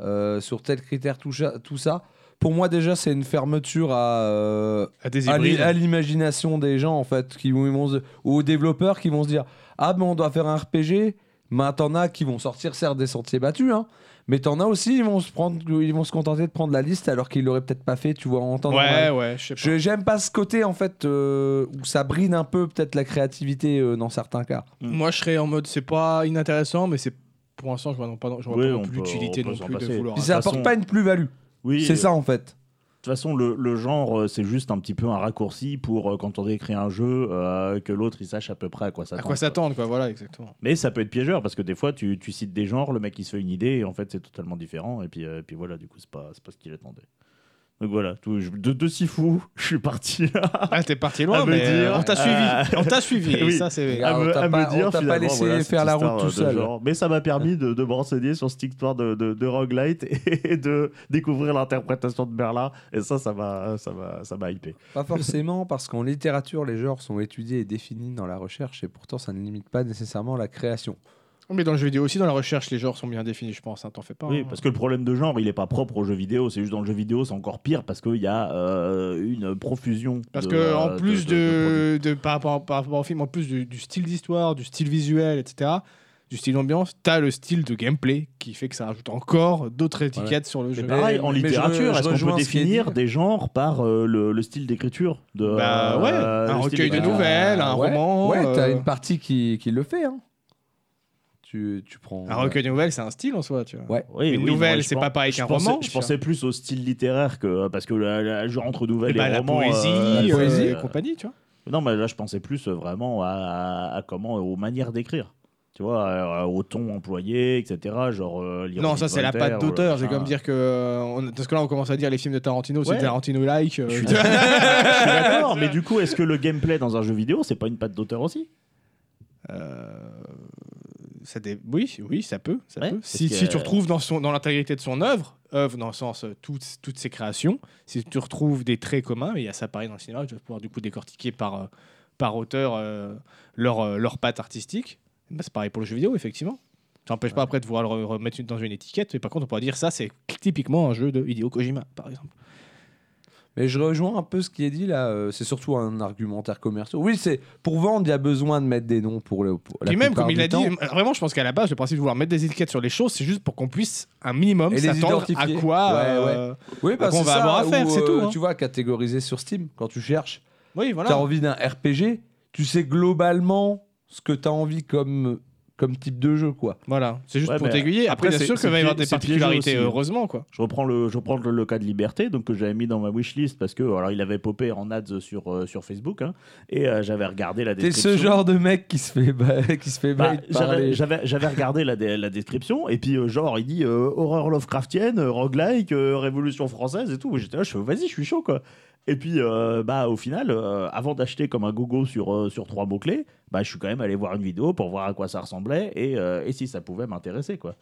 S2: euh, sur tel critère, tout, ça- tout ça, pour moi, déjà, c'est une fermeture à, euh,
S1: à des
S2: à l'i-
S1: hybrides.
S2: à l'imagination des gens, en fait, qui vont, ils vont se- ou aux développeurs qui vont se dire Ah, mais on doit faire un RPG. Mais t'en as qui vont sortir, certes, des sentiers battus, hein, mais t'en as aussi, ils vont, se prendre, ils vont se contenter de prendre la liste alors qu'ils l'auraient peut-être pas fait, tu vois, en temps normal.
S1: Ouais, ouais, je sais pas.
S2: Je- J'aime pas ce côté, en fait, euh, où ça bride un peu, peut-être, la créativité euh, dans certains cas.
S3: Mm.
S1: Moi, je serais en mode, c'est pas inintéressant, mais c'est pour l'instant, je vois non- pas, je vois
S3: Oui,
S1: pas non
S3: on
S1: plus
S3: peut-
S1: l'utilité
S3: on peut
S1: non
S3: s'en
S1: plus de
S3: passer.
S1: vouloir.
S2: Puis
S3: de
S2: ça
S3: toute
S2: apporte
S3: façon-
S2: pas une plus-value.
S3: oui, euh,
S2: C'est ça, en fait.
S3: De toute façon, le, le genre, euh, c'est juste un petit peu un raccourci pour euh, quand on écrit un jeu, euh, que l'autre il sache à peu près à quoi
S1: À
S3: s'attendre.
S1: quoi s'attendre, quoi, voilà, exactement.
S3: Mais ça peut être piégeur parce que des fois tu, tu cites des genres, le mec il se fait une idée et en fait c'est totalement différent et puis, euh, et puis voilà, du coup c'est pas, c'est pas ce qu'il attendait. Donc voilà, tout, je- de, de si fou, je suis parti là.
S1: Ah, t'es parti loin,
S3: À me
S1: mais euh,
S3: dire.
S1: on t'a
S3: Euh,
S1: suivi. On t'a suivi. et
S3: oui.
S1: ça, c'est.
S2: Ah, on t'a pas- on t'a pas
S3: finalement,
S2: laissé
S3: voilà, cette
S2: faire la route
S3: histoire,
S2: tout
S3: euh, de
S2: seul.
S3: genre. Mais ça m'a permis de, de me renseigner sur cette histoire de, de, de roguelite et de découvrir l'interprétation de Berlin et ça, ça m'a ça m'a- ça m'a hypé.
S2: Pas forcément, parce qu'en littérature, les genres sont étudiés et définis dans la recherche, et pourtant, ça ne limite pas nécessairement la création.
S1: Mais dans le jeu vidéo aussi, dans la recherche, les genres sont bien définis, je pense. hein, T'en fais pas.
S3: Oui,
S1: hein.
S3: parce que le problème de genre, il n'est pas propre aux jeux vidéo. C'est juste dans le jeu vidéo, c'est encore pire parce qu'il y a euh, une profusion.
S1: Parce
S3: de,
S1: que,
S3: euh,
S1: en plus de,
S3: produits.
S1: de- par, rapport, par rapport au film, en plus du, du style d'histoire, du style visuel, etc., du style ambiance, t'as le style de gameplay qui fait que ça rajoute encore d'autres étiquettes sur le jeu.
S3: Mais pareil,
S2: Mais-
S3: Ah, en
S2: mais je re-
S3: littérature,
S2: je
S3: est-ce qu'on
S2: rejoins
S3: peut
S2: ce qui est
S3: définir
S2: dit.
S3: des genres par euh, le, le style d'écriture de,
S1: Bah ouais,
S3: euh,
S1: un
S3: le style
S1: recueil de
S3: d'écriture.
S1: nouvelles, un
S2: Ben, ouais,
S1: roman.
S2: Ouais,
S1: euh,
S2: t'as une partie qui, qui le fait. Hein. Tu, tu prends.
S1: Un recueil de nouvelles, c'est un style en soi, tu vois.
S2: Ouais.
S3: Oui,
S1: Une
S3: oui,
S1: nouvelle,
S3: non, mais je
S1: c'est
S3: pense-
S1: pas pareil
S3: je
S1: qu'un
S3: pensais-
S1: roman,
S3: Je
S1: tu vois.
S3: pensais plus au style littéraire que euh, parce que la, la- genre entre nouvelles et,
S1: Bah, la
S3: romans, euh,
S1: poésie,
S3: la
S1: euh,
S2: poésie.
S1: et compagnie, tu vois.
S3: Non, mais là, je pensais plus euh, vraiment à, à- à comment, aux manières d'écrire. Tu Tu vois, euh, au ton employé, etc. Genre, euh, l'ironie
S1: Non, ça
S3: de
S1: c'est la
S3: Voltaire,
S1: patte
S3: ou le
S1: d'auteur. C'est
S3: machin.
S1: comme dire que. euh, on- Parce que là on commence à dire les films de Tarantino, c'est
S3: Ouais.
S1: Tarantino-like. euh,
S3: Je suis d'accord, mais du coup, est-ce que le gameplay dans un jeu vidéo, c'est pas une patte d'auteur aussi
S1: Euh, ça dé- Oui, oui, ça peut. Ça
S3: Ouais,
S1: peut.
S3: parce
S1: Si,
S3: que-
S1: si tu retrouves dans, son, dans l'intégrité de son œuvre, œuvre dans le sens euh, toutes, toutes ses créations, si tu retrouves des traits communs, et il y a ça pareil dans le cinéma, tu vas pouvoir du coup décortiquer par, euh, par auteur euh, leur, euh, leur patte artistique, bah, c'est pareil pour le jeu vidéo, effectivement. Ça n'empêche pas après de vouloir le re- remettre dans une étiquette, mais par contre on pourra dire ça, c'est typiquement un jeu de Hideo Kojima, par exemple.
S2: Mais je rejoins un peu ce qui est dit là. euh, C'est surtout un argumentaire commercial. Oui, c'est pour vendre, il y a besoin de mettre des noms pour le. Pour la
S1: Et même,
S2: plupart
S1: comme il
S2: du
S1: a dit,
S2: temps.
S1: euh, vraiment, je pense qu'à la base, le principe de vouloir mettre des étiquettes sur les choses, c'est juste pour qu'on puisse un minimum
S2: Et les
S1: s'attendre à
S2: identifier.
S1: quoi.
S2: Ouais,
S1: euh,
S2: Oui, bah,
S1: qu'on
S2: c'est
S1: va
S2: ça,
S1: avoir à faire,
S2: ou,
S1: c'est tout, hein.
S2: Tu vois, catégoriser sur Steam quand tu cherches.
S1: Oui,
S2: T'as
S1: voilà.
S2: envie d'un RPG, tu sais globalement ce que t'as envie comme comme type de jeu, quoi.
S1: Voilà, c'est juste
S3: Ouais,
S1: pour
S3: mais
S1: t'aiguiller. Après,
S3: après,
S1: bien
S3: c'est-
S1: sûr qu'il
S3: c'est
S1: va y avoir
S3: pié-
S1: des
S3: c'est piégeux
S1: particularités,
S3: aussi.
S1: heureusement, quoi.
S3: Je reprends le, je reprends le, le cas de Liberté, donc que j'avais mis dans ma wishlist parce que alors il avait popé en ads sur euh, sur Facebook, hein, et euh, j'avais regardé la
S2: T'es
S3: description.
S2: ce genre de mec qui se fait ba- qui se fait
S3: Bah,
S2: bait par
S3: j'avais
S2: les-
S3: j'avais- j'avais regardé la, dé- la description et puis euh, genre il dit euh, horreur Lovecraftienne, euh, roguelike, euh, révolution française et tout. J'étais là, je fais, vas-y, je suis chaud quoi. Et puis euh, bah au final, euh, avant d'acheter comme un gogo sur euh, sur trois mots clés, bah je suis quand même allé voir une vidéo pour voir à quoi ça ressemblait et, euh, et si ça pouvait m'intéresser quoi.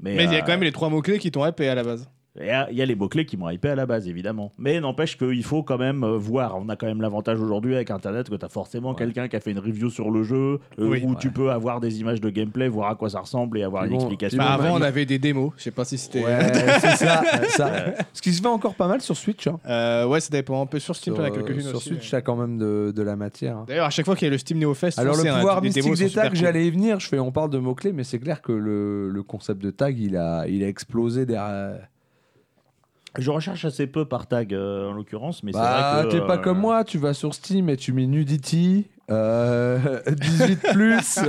S1: Mais il y a
S3: euh,
S1: quand même les trois mots-clés qui t'ont hypé à la base.
S3: il y, a- il y a les mots-clés qui m'ont hypé à la base, évidemment. Mais n'empêche qu'il faut quand même euh, voir. On a quand même l'avantage aujourd'hui avec Internet que tu as forcément
S2: Ouais.
S3: quelqu'un qui a fait une review sur le jeu, euh,
S1: Oui.
S3: où
S2: Ouais.
S3: tu peux avoir des images de gameplay, voir à quoi ça ressemble et avoir
S2: Puis
S3: une
S2: bon,
S3: explication.
S2: puis bon,
S1: Bah,
S2: bah,
S1: avant, on
S2: il-
S1: avait des démos. Je sais pas si c'était.
S2: Ouais, c'est ça, ça. Ce qui se fait encore pas mal sur Switch. Hein.
S1: Euh, ouais, ça dépend un peu sur Steam. t'en as
S2: sur euh,
S1: quelques-unes
S2: sur
S1: aussi,
S2: Switch,
S1: mais-
S2: t'as quand même de, de la matière. hein.
S1: D'ailleurs, à chaque fois qu'il y a le Steam Neo Fest,
S2: Alors
S1: on sait,
S2: le
S1: hein,
S2: pouvoir
S1: les
S2: mystique
S1: démos
S2: des
S1: sont super
S2: tags,
S1: cool.
S2: j'allais y venir. Je fais, on parle de mots clés, mais c'est clair que le, le concept de tag, il a, il a explosé derrière.
S3: Je recherche assez peu par tag, euh, en l'occurrence, mais c'est
S2: Bah,
S3: vrai que...
S2: t'es pas
S3: euh,
S2: comme moi. Tu vas sur Steam et tu mets nudity, euh, 18 plus,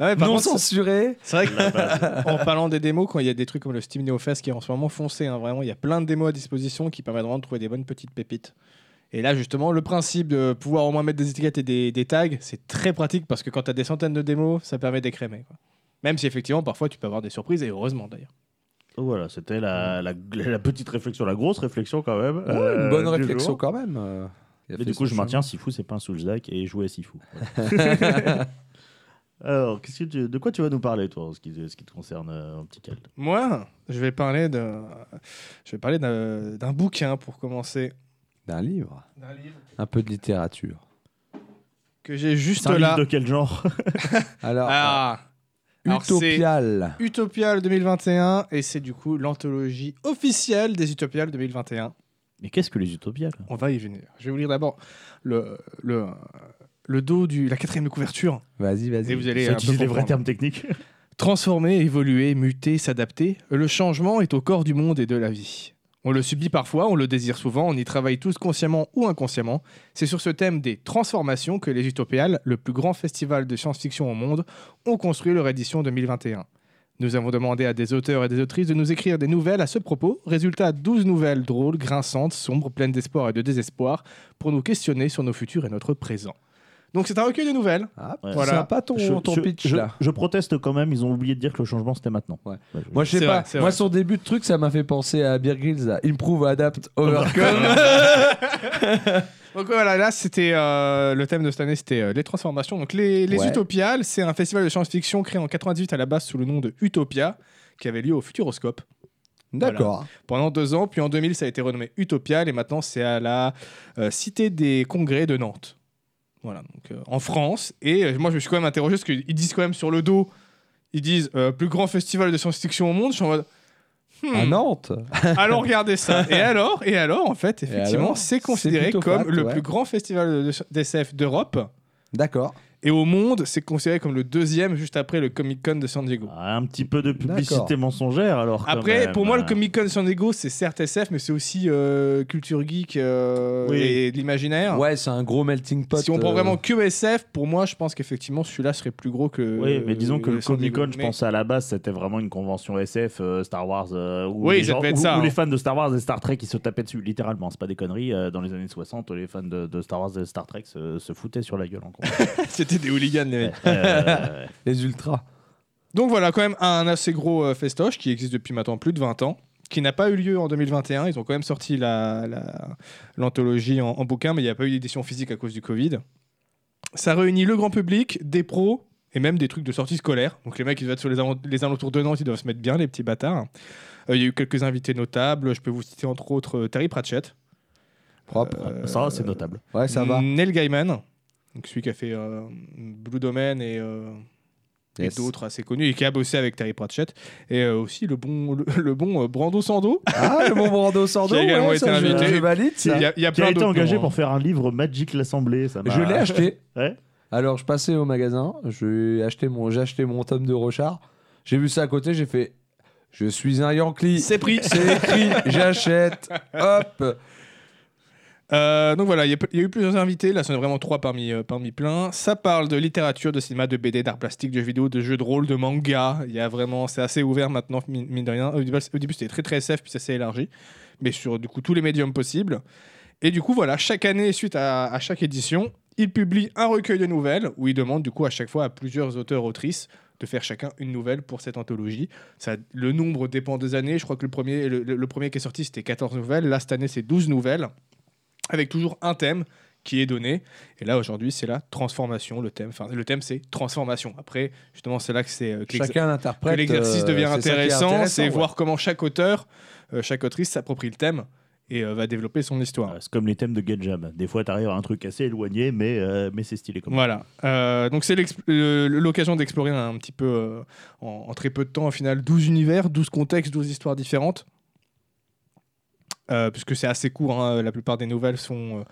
S1: Ah ouais, par
S2: non
S1: contre,
S2: censuré.
S1: c'est vrai que
S3: la base.
S1: en parlant des démos, quand il y a des trucs comme le Steam Neo Fest qui est en ce moment foncé, hein, vraiment, il y a plein de démos à disposition qui permettent vraiment de trouver des bonnes petites pépites. Et là, justement, le principe de pouvoir au moins mettre des étiquettes et des, des tags, c'est très pratique parce que quand tu as des centaines de démos, ça permet d'écrémer. quoi. Même si effectivement, parfois, tu peux avoir des surprises, et heureusement d'ailleurs.
S3: Donc oh, voilà, c'était la, la, la petite réflexion, la grosse réflexion quand même.
S2: Ouais,
S3: euh,
S2: une bonne
S3: du
S2: réflexion
S3: jour.
S2: quand même. euh. Il a
S3: Mais
S2: fait
S3: du coup,
S2: son
S3: je maintiens, Sifu, c'est pas un Souls-like et jouer à Sifu. Voilà. Alors, qu'est-ce que tu- de quoi tu vas nous parler, toi, en ce qui, ce qui te concerne, euh, en petit cal
S1: Moi, je vais parler de, je vais parler d'un d'un bouquin pour commencer.
S2: chemin. D'un livre, un peu de littérature.
S1: que j'ai juste
S3: C'est un
S1: là.
S3: livre de quel genre
S2: Alors, euh,
S1: Ah, alors c'est-
S2: utopial.
S1: Utopial 2021 et c'est du coup l'anthologie officielle des Utopiales 2021.
S3: Mais qu'est-ce que les utopiales
S1: On va y venir. Je vais vous lire d'abord le, le, le dos du la quatrième couverture.
S2: Vas-y, vas-y.
S1: Et vous allez
S3: Ça
S1: un peu
S3: utilise les vrais
S1: comprendre.
S3: termes techniques.
S2: Oh,
S1: Transformer, évoluer, muter, s'adapter, le changement est au corps du monde et de la vie. On le subit parfois, on le désire souvent, on y travaille tous consciemment ou inconsciemment. C'est sur ce thème des transformations que les Utopiales, le plus grand festival de science-fiction au monde, ont construit leur édition 2021. Nous avons demandé à des auteurs et des autrices de nous écrire des nouvelles à ce propos. Résultat, 12 nouvelles drôles, grinçantes, sombres, pleines d'espoir et de désespoir pour nous questionner sur nos futurs et notre présent. Donc c'est un recueil de nouvelles.
S2: Ah,
S3: Ouais.
S1: Voilà.
S2: Sympa ton, ton
S3: je,
S2: pitch
S3: je-
S2: là.
S3: je proteste quand même, ils ont oublié de dire que le changement c'était maintenant.
S2: Ouais.
S3: Bah, je-
S2: Moi, je sais
S1: C'est
S2: pas.
S1: vrai, c'est
S2: Moi,
S1: vrai.
S2: son début de truc, ça m'a fait penser à Beer Grylls, là. Improve, adapt, overcome.
S1: Donc voilà, là c'était euh, le thème de cette année, c'était euh, les transformations. Donc les, les
S2: Ouais.
S1: Utopiales, c'est un festival de science-fiction créé en 98 à la base sous le nom de Utopia, qui avait lieu au Futuroscope
S2: D'accord.
S1: pendant deux ans. Puis en 2000, ça a été renommé Utopial et maintenant c'est à la euh, Cité des Congrès de Nantes. Voilà, donc euh, en France. Et euh, moi je me suis quand même interrogé parce qu'ils disent quand même sur le dos, ils disent euh, plus grand festival de science-fiction au monde. Je suis en mode. hmm.
S2: À Nantes.
S1: Allons regarder ça. Et alors, et alors, en fait, effectivement,
S2: alors
S1: c'est
S2: C'est
S1: considéré
S2: plutôt
S1: comme
S2: fat,
S1: le
S2: ouais.
S1: plus grand festival de- d'SF d'Europe.
S2: D'accord.
S1: Et au monde, c'est considéré comme le deuxième juste après le Comic Con de San Diego.
S3: Ah, un petit peu de publicité
S2: D'accord.
S3: mensongère alors. Ah, quand
S1: Après,
S3: même. hein.
S1: pour moi, le Comic Con de San Diego, c'est certes SF, mais c'est aussi euh, culture geek euh,
S3: Oui.
S1: et de l'imaginaire.
S2: Ouais, c'est un gros melting pot.
S1: si on prend
S2: euh,
S1: vraiment que SF, pour moi, je pense qu'effectivement, celui-là serait plus gros que.
S3: Oui, mais disons que le
S1: San
S3: Comic
S1: Diego.
S3: Con, je
S1: Mais-
S3: pensais à la base, c'était vraiment une convention SF, euh, Star Wars, euh, où,
S1: Oui,
S3: les
S1: ça devait être
S3: où-
S1: ça,
S3: où
S1: hein.
S3: les fans de Star Wars et Star Trek, ils se tapaient dessus, littéralement. C'est pas des conneries. euh, dans les années 60, les fans de, de Star Wars et Star Trek se, se foutaient sur la gueule en gros.
S1: C'était C'était des hooligans, les mecs.
S3: Euh,
S2: Les ultras.
S1: Donc voilà, quand même un assez gros euh, festoche qui existe depuis maintenant plus de 20 ans, qui n'a pas eu lieu en 2021. Ils ont quand même sorti la- la- l'anthologie en, en bouquin, mais il n'y a pas eu d'édition physique à cause du Covid. Ça réunit le grand public, des pros et même des trucs de sortie scolaire. Donc les mecs, ils doivent être sur les, alent- les alentours de Nantes, ils doivent se mettre bien, les petits bâtards. Euh, Il y a eu quelques invités notables. Je peux vous citer entre autres euh, Terry Pratchett.
S2: Propre.
S1: Euh, hmm.
S3: ça, c'est notable.
S2: ouais, ça va.
S1: Neil Gaiman, donc celui qui a fait euh, Blue Domain et, euh, et
S2: Yes.
S1: d'autres assez connus, et qui a bossé avec Terry Pratchett, et euh, aussi le bon, le, le bon euh, Brando Sando.
S2: Ah, le bon Brando Sando.
S1: Qui a également
S2: ouais,
S1: été
S2: ça, je-
S1: invité.
S2: Je valide
S1: Il
S2: ça.
S1: y a, il y a
S3: Qui
S1: plein
S3: a été
S1: d'autres
S3: engagé
S1: noms,
S3: pour
S1: hein.
S3: faire un livre Magic l'Assemblée. Ça m'a-
S2: Je
S1: Bah.
S2: l'ai acheté.
S3: Ouais.
S2: Alors, je passais au magasin, j'ai acheté mon, j'ai acheté mon tome de Rochard. J'ai vu ça à côté, j'ai fait Je suis un Yankee.
S1: C'est pris.
S2: C'est écrit, j'achète. Hop.
S1: Euh, donc voilà, il y, a pe- il y a eu plusieurs invités. Là, c'en est vraiment trois parmi, euh, parmi plein. Ça parle de littérature, de cinéma, de BD, d'art plastique, de jeux vidéo, de jeux de rôle, de manga. Il y a vraiment, c'est assez ouvert maintenant, mine mine de rien. Au début, au début, c'était très très SF, puis ça s'est élargi. Mais sur du coup tous les médiums possibles. Et du coup, voilà, chaque année, suite à, à chaque édition, il publie un recueil de nouvelles où il demande du coup à chaque fois à plusieurs auteurs autrices de faire chacun une nouvelle pour cette anthologie. Ça, le nombre dépend des années. Je crois que le premier, le, le- le premier qui est sorti, c'était 14 nouvelles. Là, cette année, c'est 12 nouvelles avec toujours un thème qui est donné. Et là, aujourd'hui, c'est la transformation, le thème. Enfin, le thème, c'est transformation. Après, justement, c'est là que c'est euh, que l'exer-
S2: Chacun
S1: que
S2: l'interprète.
S1: l'exercice
S2: euh,
S1: devient
S2: c'est ça qui est
S1: intéressant. C'est
S2: ouais.
S1: voir comment chaque auteur, euh, chaque autrice s'approprie le thème et euh, va développer son histoire.
S3: Euh, C'est comme les thèmes de Gadjam. Des fois, t'arrives à un truc assez éloigné, mais, euh, mais c'est stylé comme
S1: Voilà. Euh, donc c'est l'exp- euh, l'occasion d'explorer un petit peu, euh, en, en très peu de temps, au final, 12 univers, 12 contextes, 12 histoires différentes. Euh, puisque c'est assez court, hein, la plupart des nouvelles sont... euh,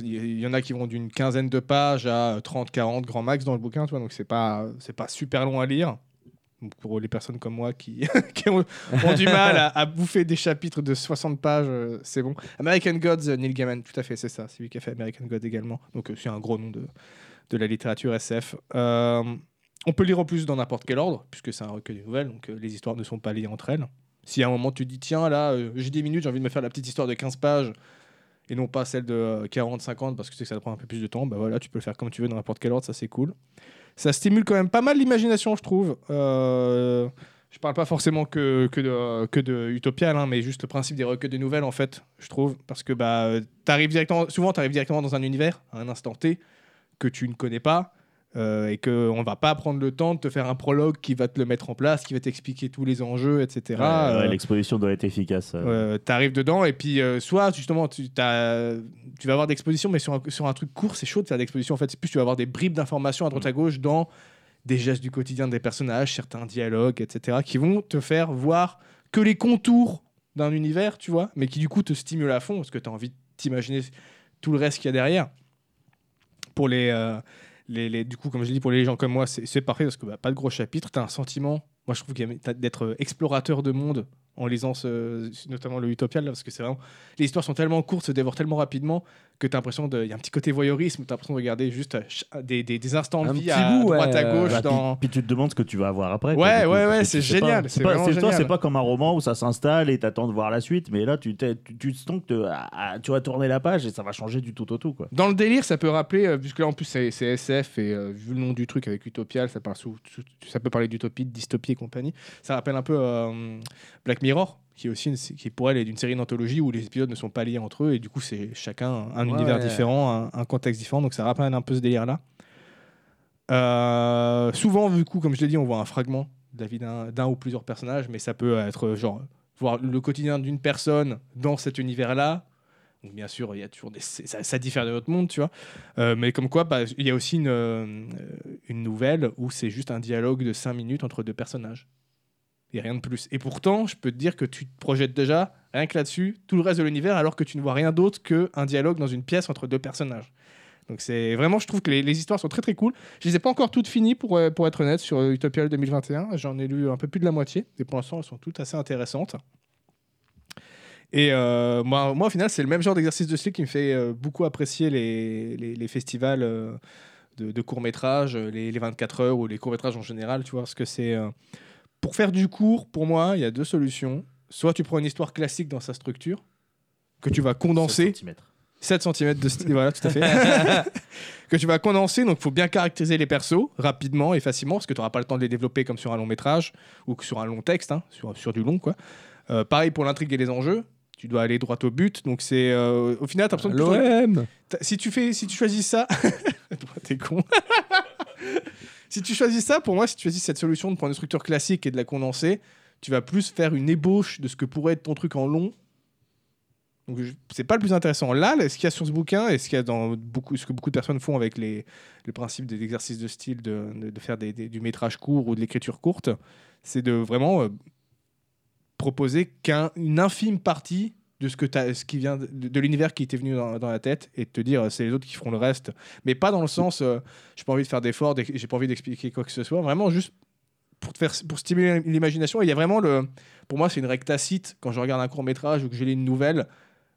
S1: Il y- il y en a qui vont d'une quinzaine de pages à 30, 40 grand max dans le bouquin, tu vois, donc c'est pas, c'est pas super long à lire. Donc, pour les personnes comme moi qui, qui ont, ont du mal à, à bouffer des chapitres de 60 pages, euh, c'est bon. American Gods, euh, Neil Gaiman, tout à fait, c'est ça. C'est lui qui a fait American Gods également. Donc euh, c'est un gros nom de, de la littérature SF. Euh, on peut lire en plus dans n'importe quel ordre, puisque c'est un recueil de nouvelles, donc euh, les histoires ne sont pas liées entre elles. Si à un moment tu te dis, tiens, là, euh, j'ai 10 minutes, j'ai envie de me faire la petite histoire de 15 pages, et non pas celle de euh, 40, 50, parce que tu sais que ça te prend un peu plus de temps, bah voilà, tu peux le faire comme tu veux dans n'importe quel ordre, ça c'est cool. Ça stimule quand même pas mal l'imagination, je trouve. Euh, je parle pas forcément que, que, de, que de Utopial, hein, mais juste le principe des recueils de nouvelles, en fait, je trouve. Parce que bah, euh, t'arrives directement, souvent, tu arrives directement dans un univers, à un instant T, que tu ne connais pas euh, et qu'on ne va pas prendre le temps de te faire un prologue qui va te le mettre en place, qui va t'expliquer tous les enjeux, etc.
S3: ça. Ouais, ouais,
S1: Euh,
S3: L'exposition doit être efficace. euh.
S1: euh, t'arrives dedans et puis euh, soit justement tu, t'as- tu vas avoir d'exposition mais sur un, sur un truc court c'est chaud de faire d'exposition en fait c'est plus tu vas avoir des bribes d'informations à droite à gauche dans des gestes du quotidien des personnages certains dialogues etc qui vont te faire voir que les contours d'un univers tu vois mais qui du coup te stimulent à fond parce que t'as envie de t'imaginer tout le reste qu'il y a derrière pour les, euh, les, les- du coup comme je dis pour les gens comme moi c'est c'est parfait parce que bah, pas de gros chapitres t'as un sentiment moi je trouve qu'il y a- t'as- d'être euh, explorateur de monde en lisant ce- notamment le Utopial, là, parce que c'est vraiment. Les histoires sont tellement courtes, se dévorent tellement rapidement que t'as l'impression de. Il y a un petit côté voyeurisme, t'as l'impression de regarder juste euh, ch- des, des, des instants de
S2: Un
S1: vie
S2: petit
S1: à
S2: bout,
S1: droite
S2: ouais,
S1: à gauche
S3: Bah, puis-
S1: dans.
S3: puis, tu te demandes ce que tu vas avoir après.
S1: Ouais,
S3: quoi, du coup,
S1: ouais,
S3: parce
S1: ouais,
S3: que
S1: c'est
S3: tu sais
S1: génial,
S3: pas-
S1: c'est
S3: C'est pas,
S1: vraiment
S3: c'est- toi,
S1: génial.
S3: c'est pas comme un roman où ça s'installe et t'attends de voir la suite, mais là, tu, t'es- tu, tu sens que te- ah, ah, tu vas tourner la page et ça va changer du tout au tout. Quoi.
S1: Dans le délire, ça peut rappeler, euh, puisque là en plus c'est c'est SF et euh, vu le nom du truc avec Utopial, ça, parle sous- sous- ça peut parler d'utopie, de dystopie et compagnie. Ça rappelle un peu euh, Black Mirror, qui est aussi une, qui pour elle est d'une série d'anthologie où les épisodes ne sont pas liés entre eux et du coup c'est chacun un
S2: Ouais,
S1: univers
S2: ouais.
S1: différent, un, un contexte différent. Donc ça rappelle un peu ce délire là. souvent, du coup, comme je l'ai dit, on voit un fragment de la vie d'un d'un ou plusieurs personnages, mais ça peut être euh, genre voir le quotidien d'une personne dans cet univers-là. Donc, Bien sûr, il y a toujours des, c'est- ça, ça diffère de notre monde, tu vois. Euh, mais comme quoi, bah, il y a aussi une, euh, une nouvelle où c'est juste un dialogue de 5 minutes entre deux personnages. Il n'y a rien de plus. Et pourtant, je peux te dire que tu te projettes déjà, rien que là-dessus, tout le reste de l'univers, alors que tu ne vois rien d'autre qu'un dialogue dans une pièce entre deux personnages. Donc c'est vraiment, je trouve que les, les histoires sont très très cool. Je les ai pas encore toutes finies pour, euh, pour être honnête sur euh, Utopial 2021. J'en ai lu un peu plus de la moitié. Et pour l'instant, elles sont toutes assez intéressantes. Et euh, moi, moi, au final, c'est le même genre d'exercice de style qui me fait euh, beaucoup apprécier les, les, les festivals euh, de, de courts-métrages, euh, les, les 24 heures ou les courts-métrages en général, tu vois, parce que c'est... euh, Pour faire du court, pour moi, il y a deux solutions. Soit tu prends une histoire classique dans sa structure, que tu vas condenser,
S3: 16 centimètres.
S1: 7 cm de style, voilà, tout à fait. que tu vas condenser, donc il faut bien caractériser les persos rapidement et facilement, parce que tu n'auras pas le temps de les développer comme sur un long métrage ou que sur un long texte, hein, sur, sur du long, quoi. Euh, pareil pour l'intrigue et les enjeux. Tu dois aller droit au but, donc c'est euh, au final t'as l'impression que plutôt-
S2: L'OM
S1: T'as- Si tu fais, si tu choisis ça, Toi, t'es con. si tu choisis ça, pour moi, si tu choisis cette solution de prendre une structure classique et de la condenser, tu vas plus faire une ébauche de ce que pourrait être ton truc en long. Donc je- c'est pas le plus intéressant. Là, là, ce qu'il y a sur ce bouquin et ce qu'il y a dans beaucoup, ce que beaucoup de personnes font avec les, le principe des exercices de style, de, de- de faire des- des- du métrage court ou de l'écriture courte, c'est de vraiment euh, proposer qu'une infime partie de ce que t'as- ce qui vient de, de l'univers qui t'est venu dans, dans la tête et de te dire euh, c'est les autres qui feront le reste mais pas dans le sens euh, j'ai pas envie de faire d'efforts d'ex- j'ai pas envie d'expliquer quoi que ce soit vraiment juste pour te faire pour stimuler l'imagination et il y a vraiment le pour moi c'est une règle tacite quand je regarde un court métrage ou que je lis une nouvelle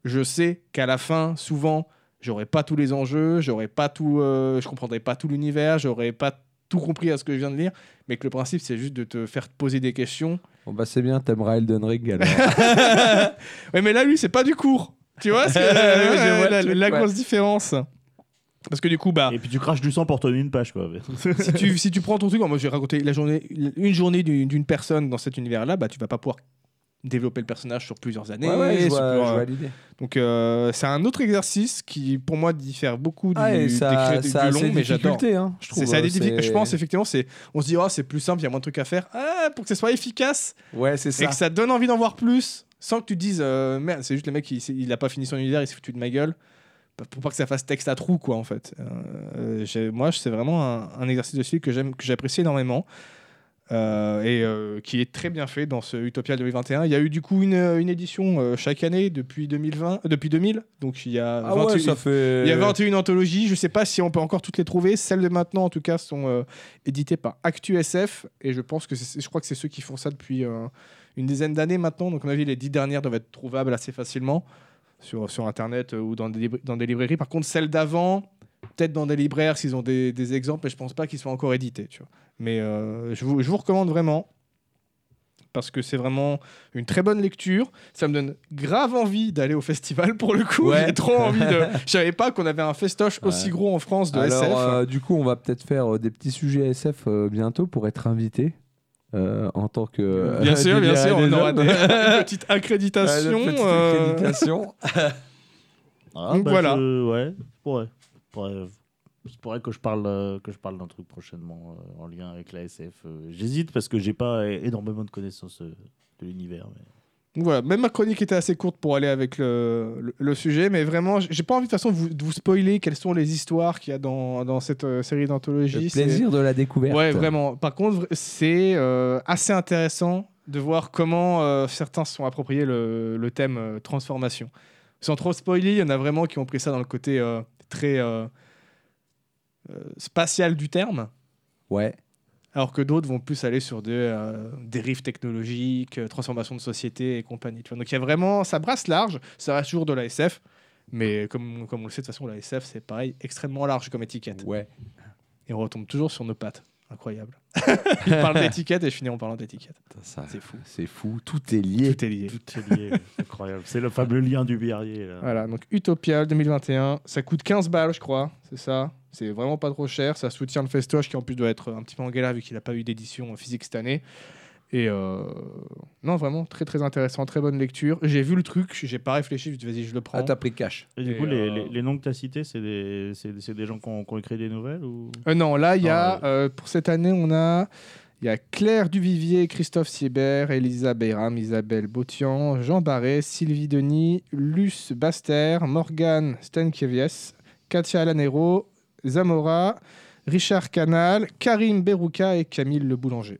S1: je sais qu'à la fin souvent j'aurai pas tous les enjeux j'aurai pas tout euh, je comprendrai pas tout l'univers j'aurai pas tout compris à ce que je viens de lire mais que le principe c'est juste de te faire poser des questions
S2: Bon bah c'est bien, t'aimeras Elden Ring alors.
S1: Ouais, mais là, lui, c'est pas du cours. Tu vois, c'est
S2: Ouais, je vois le
S1: la,
S2: truc,
S1: la
S2: ouais.
S1: grosse différence. Parce que du coup, bah,
S3: Et puis tu craches du sang pour tenir une page, quoi.
S1: si, tu, si tu prends ton truc, moi j'ai raconté la journée, une journée d'une d'une personne dans cet univers-là, bah tu vas pas pouvoir développer le personnage sur plusieurs années.
S2: je
S1: sur
S2: vois,
S1: plusieurs-
S2: je vois l'idée.
S1: Donc euh, c'est un autre exercice qui, pour moi, diffère beaucoup du,
S2: Ah, et
S1: d'écrire
S2: ça,
S1: du-
S2: ça
S1: du
S2: a ses
S1: long, mais j'adore.
S2: difficultés, hein, je trouve.
S1: C'est- ça a des
S2: hein,
S1: difficultés.
S2: c'est-
S1: Je pense effectivement, c'est, on se dit oh c'est plus simple, il y a moins de trucs à faire. Ah, pour que ce soit efficace,
S2: Ouais, c'est
S1: et
S2: ça.
S1: que ça te donne envie d'en voir plus sans que tu te dises euh, merde c'est juste le mec qui- c'est- il a pas fini son univers il s'est foutu de ma gueule P- pour pas que ça fasse texte à trous quoi en fait Euh, j'ai- moi c'est vraiment un, un exercice de style que j'aime que j'apprécie énormément euh, et euh, qui est très bien fait dans ce Utopia 2021 il y a eu du coup une, une édition euh, chaque année depuis 2020 euh, depuis 2000 donc il y a
S2: Ah
S1: 28
S2: ouais, ça fait.
S1: il y a 21 anthologies, je sais pas si on peut encore toutes les trouver. Celles de maintenant, en tout cas, sont euh, éditées par ActuSF. Et je, pense que c'est- je crois que c'est ceux qui font ça depuis euh, une dizaine d'années maintenant. Donc, à mon avis, les dix dernières doivent être trouvables assez facilement sur, sur Internet euh, ou dans des, libra- dans des librairies. Par contre, celles d'avant, peut-être dans des libraires s'ils ont des, des exemples, mais je pense pas qu'ils soient encore édités. Tu vois. Mais euh, je, vous, je vous recommande vraiment. Parce que c'est vraiment une très bonne lecture. Ça me donne grave envie d'aller au festival pour le coup.
S2: Ouais.
S1: J'ai trop envie de. Je savais pas qu'on avait un festoche
S2: Ouais.
S1: aussi gros en France de
S2: Alors,
S1: SF.
S2: euh, du coup, on va peut-être faire euh, des petits sujets SF euh, bientôt pour être invité euh, en tant que. euh,
S1: bien sûr, bien
S2: libéré
S1: sûr, on
S2: des
S1: aura
S2: hommes.
S1: des,
S2: Ouais,
S1: une petite
S2: notre
S1: accréditation.
S2: petite
S1: euh,
S2: accréditation.
S1: Donc voilà.
S3: Ah, bah, je- ouais, je pourrais. Je pourrais- je pourrais que je parle, euh, que je parle d'un truc prochainement euh, en lien avec la SF. euh, J'hésite parce que j'ai pas euh, énormément de connaissances euh, de l'univers. mais-
S1: Donc Voilà, même ma chronique était assez courte pour aller avec le, le- le sujet, mais vraiment, j'ai- j'ai pas envie de toute façon de vous, de vous spoiler quelles sont les histoires qu'il y a dans, dans cette euh, série d'anthologie.
S2: Le
S1: C'est-
S2: plaisir de la découverte.
S1: Ouais, vraiment. Par contre, vra- c'est euh, assez intéressant de voir comment euh, certains se sont appropriés le, le thème euh, transformation. Sans trop spoiler, il y en a vraiment qui ont pris ça dans le côté euh, très euh, euh, spatial du terme.
S2: Ouais.
S1: Alors que d'autres vont plus aller sur des euh, dérives technologiques, euh, transformations de société et compagnie. tu vois. Donc il y a vraiment, ça brasse large, ça reste toujours de la SF, mais comme, comme on le sait de toute façon, la SF c'est pareil, extrêmement large comme étiquette.
S2: Ouais.
S1: Et on retombe toujours sur nos pattes. Incroyable. Il parle d'étiquette et je finis en parlant d'étiquette. C'est fou.
S2: C'est fou. Tout est lié.
S1: Tout est lié.
S3: Tout est lié, c'est incroyable. C'est le fameux lien du Bierrier. là.
S1: Voilà, donc Utopia 2021, ça coûte 15 balles, je crois, c'est ça. C'est vraiment pas trop cher, ça soutient le Festoche qui en plus doit être un petit peu en galère vu qu'il n'a pas eu d'édition euh, physique cette année. Et euh, non, vraiment très très intéressant, très bonne lecture. J'ai vu le truc, j'ai pas réfléchi, je me suis dit, vas-y, je le prends.
S2: Ah, t'as pris cash.
S3: Et du
S1: Et
S3: coup, les,
S1: euh,
S3: les- les noms que tu as cités, c'est des, c'est- c'est des gens qui ont, qui ont écrit des nouvelles ou...
S1: Euh, non, là, il y a,
S3: Ah,
S1: euh, pour cette année, on a, il y a Claire Duvivier, Christophe Siebert, Elisa Beyram, Isabelle Bautian, Jean Barret, Sylvie Denis, Luce Baster, Morgane Stankiewicz, Katia Lanero, Zamora, Richard Canal, Karim Berouka et Camille Le Boulanger.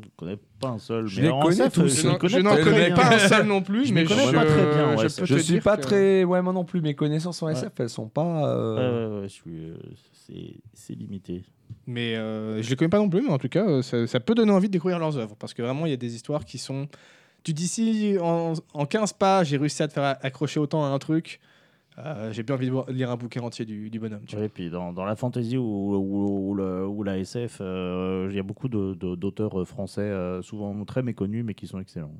S3: Je ne connais pas un seul.
S2: Je
S3: mais
S2: les
S3: en
S2: connais
S3: SF,
S2: tous.
S3: euh,
S2: Je
S1: Je
S3: les
S1: n'en- je n'en
S3: connais très
S1: connais
S3: bien.
S1: pas un seul non plus,
S3: Je
S1: mais
S3: les
S1: je,
S3: connais pas très bien, ouais,
S1: je
S3: ça.
S1: peux
S2: Je
S1: te
S2: suis
S1: dire
S2: pas
S1: que-
S2: très. Ouais, moi non plus. Mes connaissances en SF, elles sont pas.
S3: Ouais,
S2: euh,
S3: ouais, ouais, je suis, euh, c'est- c'est limité.
S1: Mais euh, je les connais pas non plus, mais en tout cas, euh, ça, ça peut donner envie de découvrir leurs œuvres. Parce que vraiment, il y a des histoires qui sont. Tu dis si en, en 15 pas, j'ai réussi à te faire a- accrocher autant à un truc, euh, j'ai bien envie de voir- de lire un bouquin entier du, du bonhomme. Tu
S3: Ouais, et puis dans, dans la fantasy ou, ou- ou le- ou la SF, euh, il y a beaucoup de- de- d'auteurs français, euh, souvent très méconnus, mais qui sont excellents.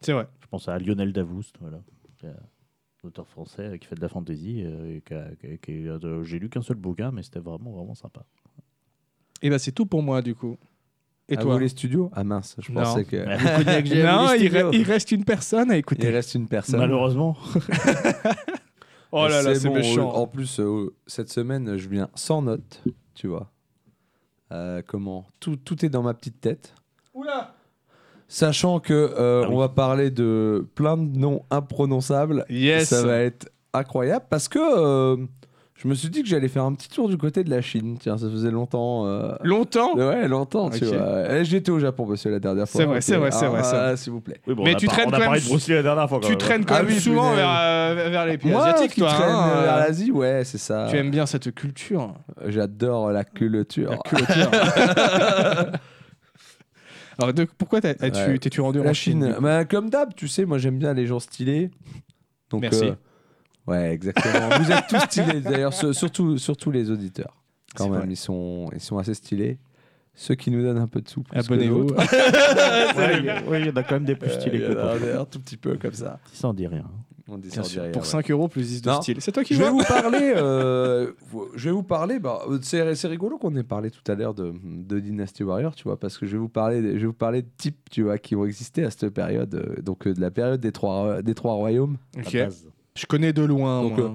S1: C'est vrai.
S3: Je pense à Lionel Davoust, voilà. auteur français euh, qui fait de la fantasy. euh, et qui a- qui a- qui a- euh, J'ai lu qu'un seul bouquin, mais c'était vraiment, vraiment sympa.
S1: Et bah c'est tout pour moi du coup. Et
S2: Ah,
S1: toi
S2: vous, les studios Ah mince, je
S1: Non.
S2: pensais que.
S1: Non, il, re- il
S2: il...
S1: reste une personne à écouter.
S2: reste une personne.
S3: Malheureusement.
S1: Oh là là, c'est
S2: bon,
S1: méchant.
S2: En plus, euh, cette semaine, je viens sans notes, tu vois. Euh, comment tout, tout est dans ma petite tête.
S1: Oula
S2: Sachant que euh,
S3: Ah oui.
S2: on va parler de plein de noms imprononçables.
S1: Yes
S2: Ça va être incroyable parce que euh, je me suis dit que j'allais faire un petit tour du côté de la Chine. Tiens, ça faisait longtemps. euh,
S1: Longtemps
S2: Ouais, longtemps, tu
S1: Ok.
S2: vois. Eh, J'étais au Japon, monsieur, la dernière fois.
S1: C'est vrai, c'est vrai, c'est vrai,
S2: Ah,
S1: c'est vrai.
S2: S'il vous plaît.
S3: Oui, bon,
S1: Mais
S3: on a
S1: tu
S3: par-
S1: traînes
S3: On
S1: quand
S3: a
S1: même
S3: parlé de
S1: sous-
S3: Bruce Lee la dernière fois. quand
S1: Tu
S3: même.
S1: traînes quand
S2: Ah
S1: même
S2: oui,
S1: souvent
S2: punaise.
S1: vers, euh, vers les pays
S2: Moi,
S1: asiatiques,
S2: qui
S1: toi.
S2: traîne
S1: hein,
S2: vers
S1: euh,
S2: l'Asie, ouais, c'est ça.
S1: Tu aimes bien cette culture.
S2: J'adore la culture.
S1: La culture. Alors, donc, pourquoi t'as- as-tu-
S2: Ouais.
S1: t'es-tu rendu
S2: La
S1: en
S2: Chine.
S1: Chine, du coup
S2: Bah, comme d'hab, tu sais, moi j'aime bien les gens stylés. Donc,
S1: Merci.
S2: euh, ouais, exactement. Vous êtes tous stylés, d'ailleurs, sur- surtout, surtout les auditeurs. Quand
S1: C'est
S2: même,
S1: vrai.
S2: ils sont, ils sont assez stylés. Ceux qui nous donnent un peu de sous. plus que
S1: Abonnez-vous.
S2: d'autres.
S3: Ouais, il y a- ouais, il y en a quand même des plus stylés
S2: Euh,
S3: que
S2: il y en a
S3: d'autres.
S2: un tout petit peu comme ça.
S3: Ça en dit rien. hein,
S2: On dit
S1: Bien
S2: sans
S1: sûr,
S2: dire,
S1: pour
S2: ouais.
S1: 5 euros plus 10 de
S2: Non.
S1: style. C'est toi qui
S2: Je vais
S1: vois
S2: vous parler. euh, vous- je vais vous parler. Bah, euh, c'est, c'est rigolo qu'on ait parlé tout à l'heure de, de Dynasty Warrior, tu vois, parce que je vais vous parler. de- Je vais vous parler de types, tu vois, qui ont existé à cette période, euh, donc euh, de la période des trois, euh, des trois royaumes.
S1: Ok.
S3: La base.
S1: Je connais de loin.
S2: Donc,
S1: moi.
S2: euh,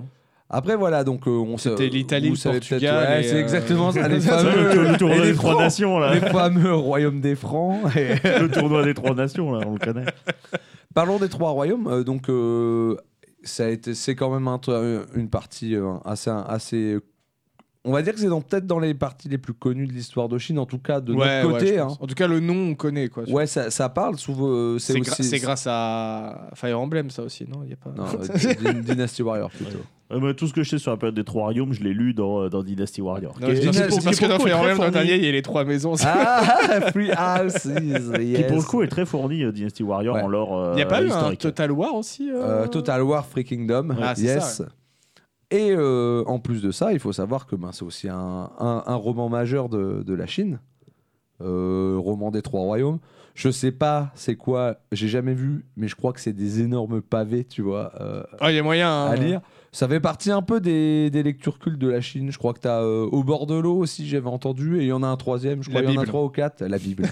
S2: Après, voilà, donc euh, on sait-
S1: C'était l'Italie,
S2: vous
S1: le
S2: savez peut-être-
S1: Portugal
S2: ouais,
S1: et,
S2: c'est
S1: euh,
S2: exactement ça. Les
S3: Ça,
S2: fameux,
S3: le, tour- le tournoi
S2: et les
S3: des trois
S2: Francs.
S3: nations, là.
S2: les fameux royaume des Francs. Et-
S3: le tournoi des trois nations, là, on le connaît.
S2: Parlons des trois royaumes. euh, donc, euh, ça a été, c'est quand même un tr- une partie euh, assez, assez. On va dire que c'est dans- peut-être dans les parties les plus connues de l'histoire de Chine, en tout cas de
S1: Ouais,
S2: notre
S1: ouais,
S2: côté.
S1: je
S2: hein.
S1: pense. En tout cas, le nom, on connaît. quoi.
S2: Ouais, ça, ça parle. Souvent, euh,
S1: C'est
S2: c'est
S1: gra-
S2: aussi.
S1: c'est grâce à Fire Emblem, ça aussi, non Il y a pas.
S2: Non, euh, Dyn- Dynasty Warrior plutôt.
S3: Euh, mais tout ce que je sais sur la période des trois royaumes, je l'ai lu dans, euh, dans Dynasty Warrior.
S1: Non,
S3: Qui
S1: je veux dire,
S3: est- qui
S1: c'est
S3: pour-
S1: parce
S3: qui
S1: que
S3: pour le
S1: dans
S3: coup est
S1: Fire
S3: très
S1: Emblem, dans le
S3: fourni.
S1: dernier, il y a les trois maisons.
S2: Ah, Free Houses.
S3: Qui
S2: yes.
S3: pour le coup est très fourni euh, Dynasty Warrior
S2: Ouais.
S3: en lore euh,
S1: Il n'y a pas eu un
S3: historique.
S1: Total War aussi euh
S2: Euh, Total War Free Kingdom.
S1: Ah, c'est
S2: yes.
S1: ça,
S2: Et euh, en plus de ça, il faut savoir que ben, c'est aussi un, un- un roman majeur de, de la Chine, Euh, roman des trois royaumes. Je sais pas c'est quoi, j'ai jamais vu, mais je crois que c'est des énormes pavés, tu vois, euh,
S1: Ah, il y a moyen. hein.
S2: à lire. Ça fait partie un peu des, des lectures cultes de la Chine. Je crois que tu as Au bord de l'eau aussi, j'avais entendu, et il y en a un troisième, je
S1: La
S2: crois qu'il y en a
S1: Bible.
S2: trois ou quatre, la Bible.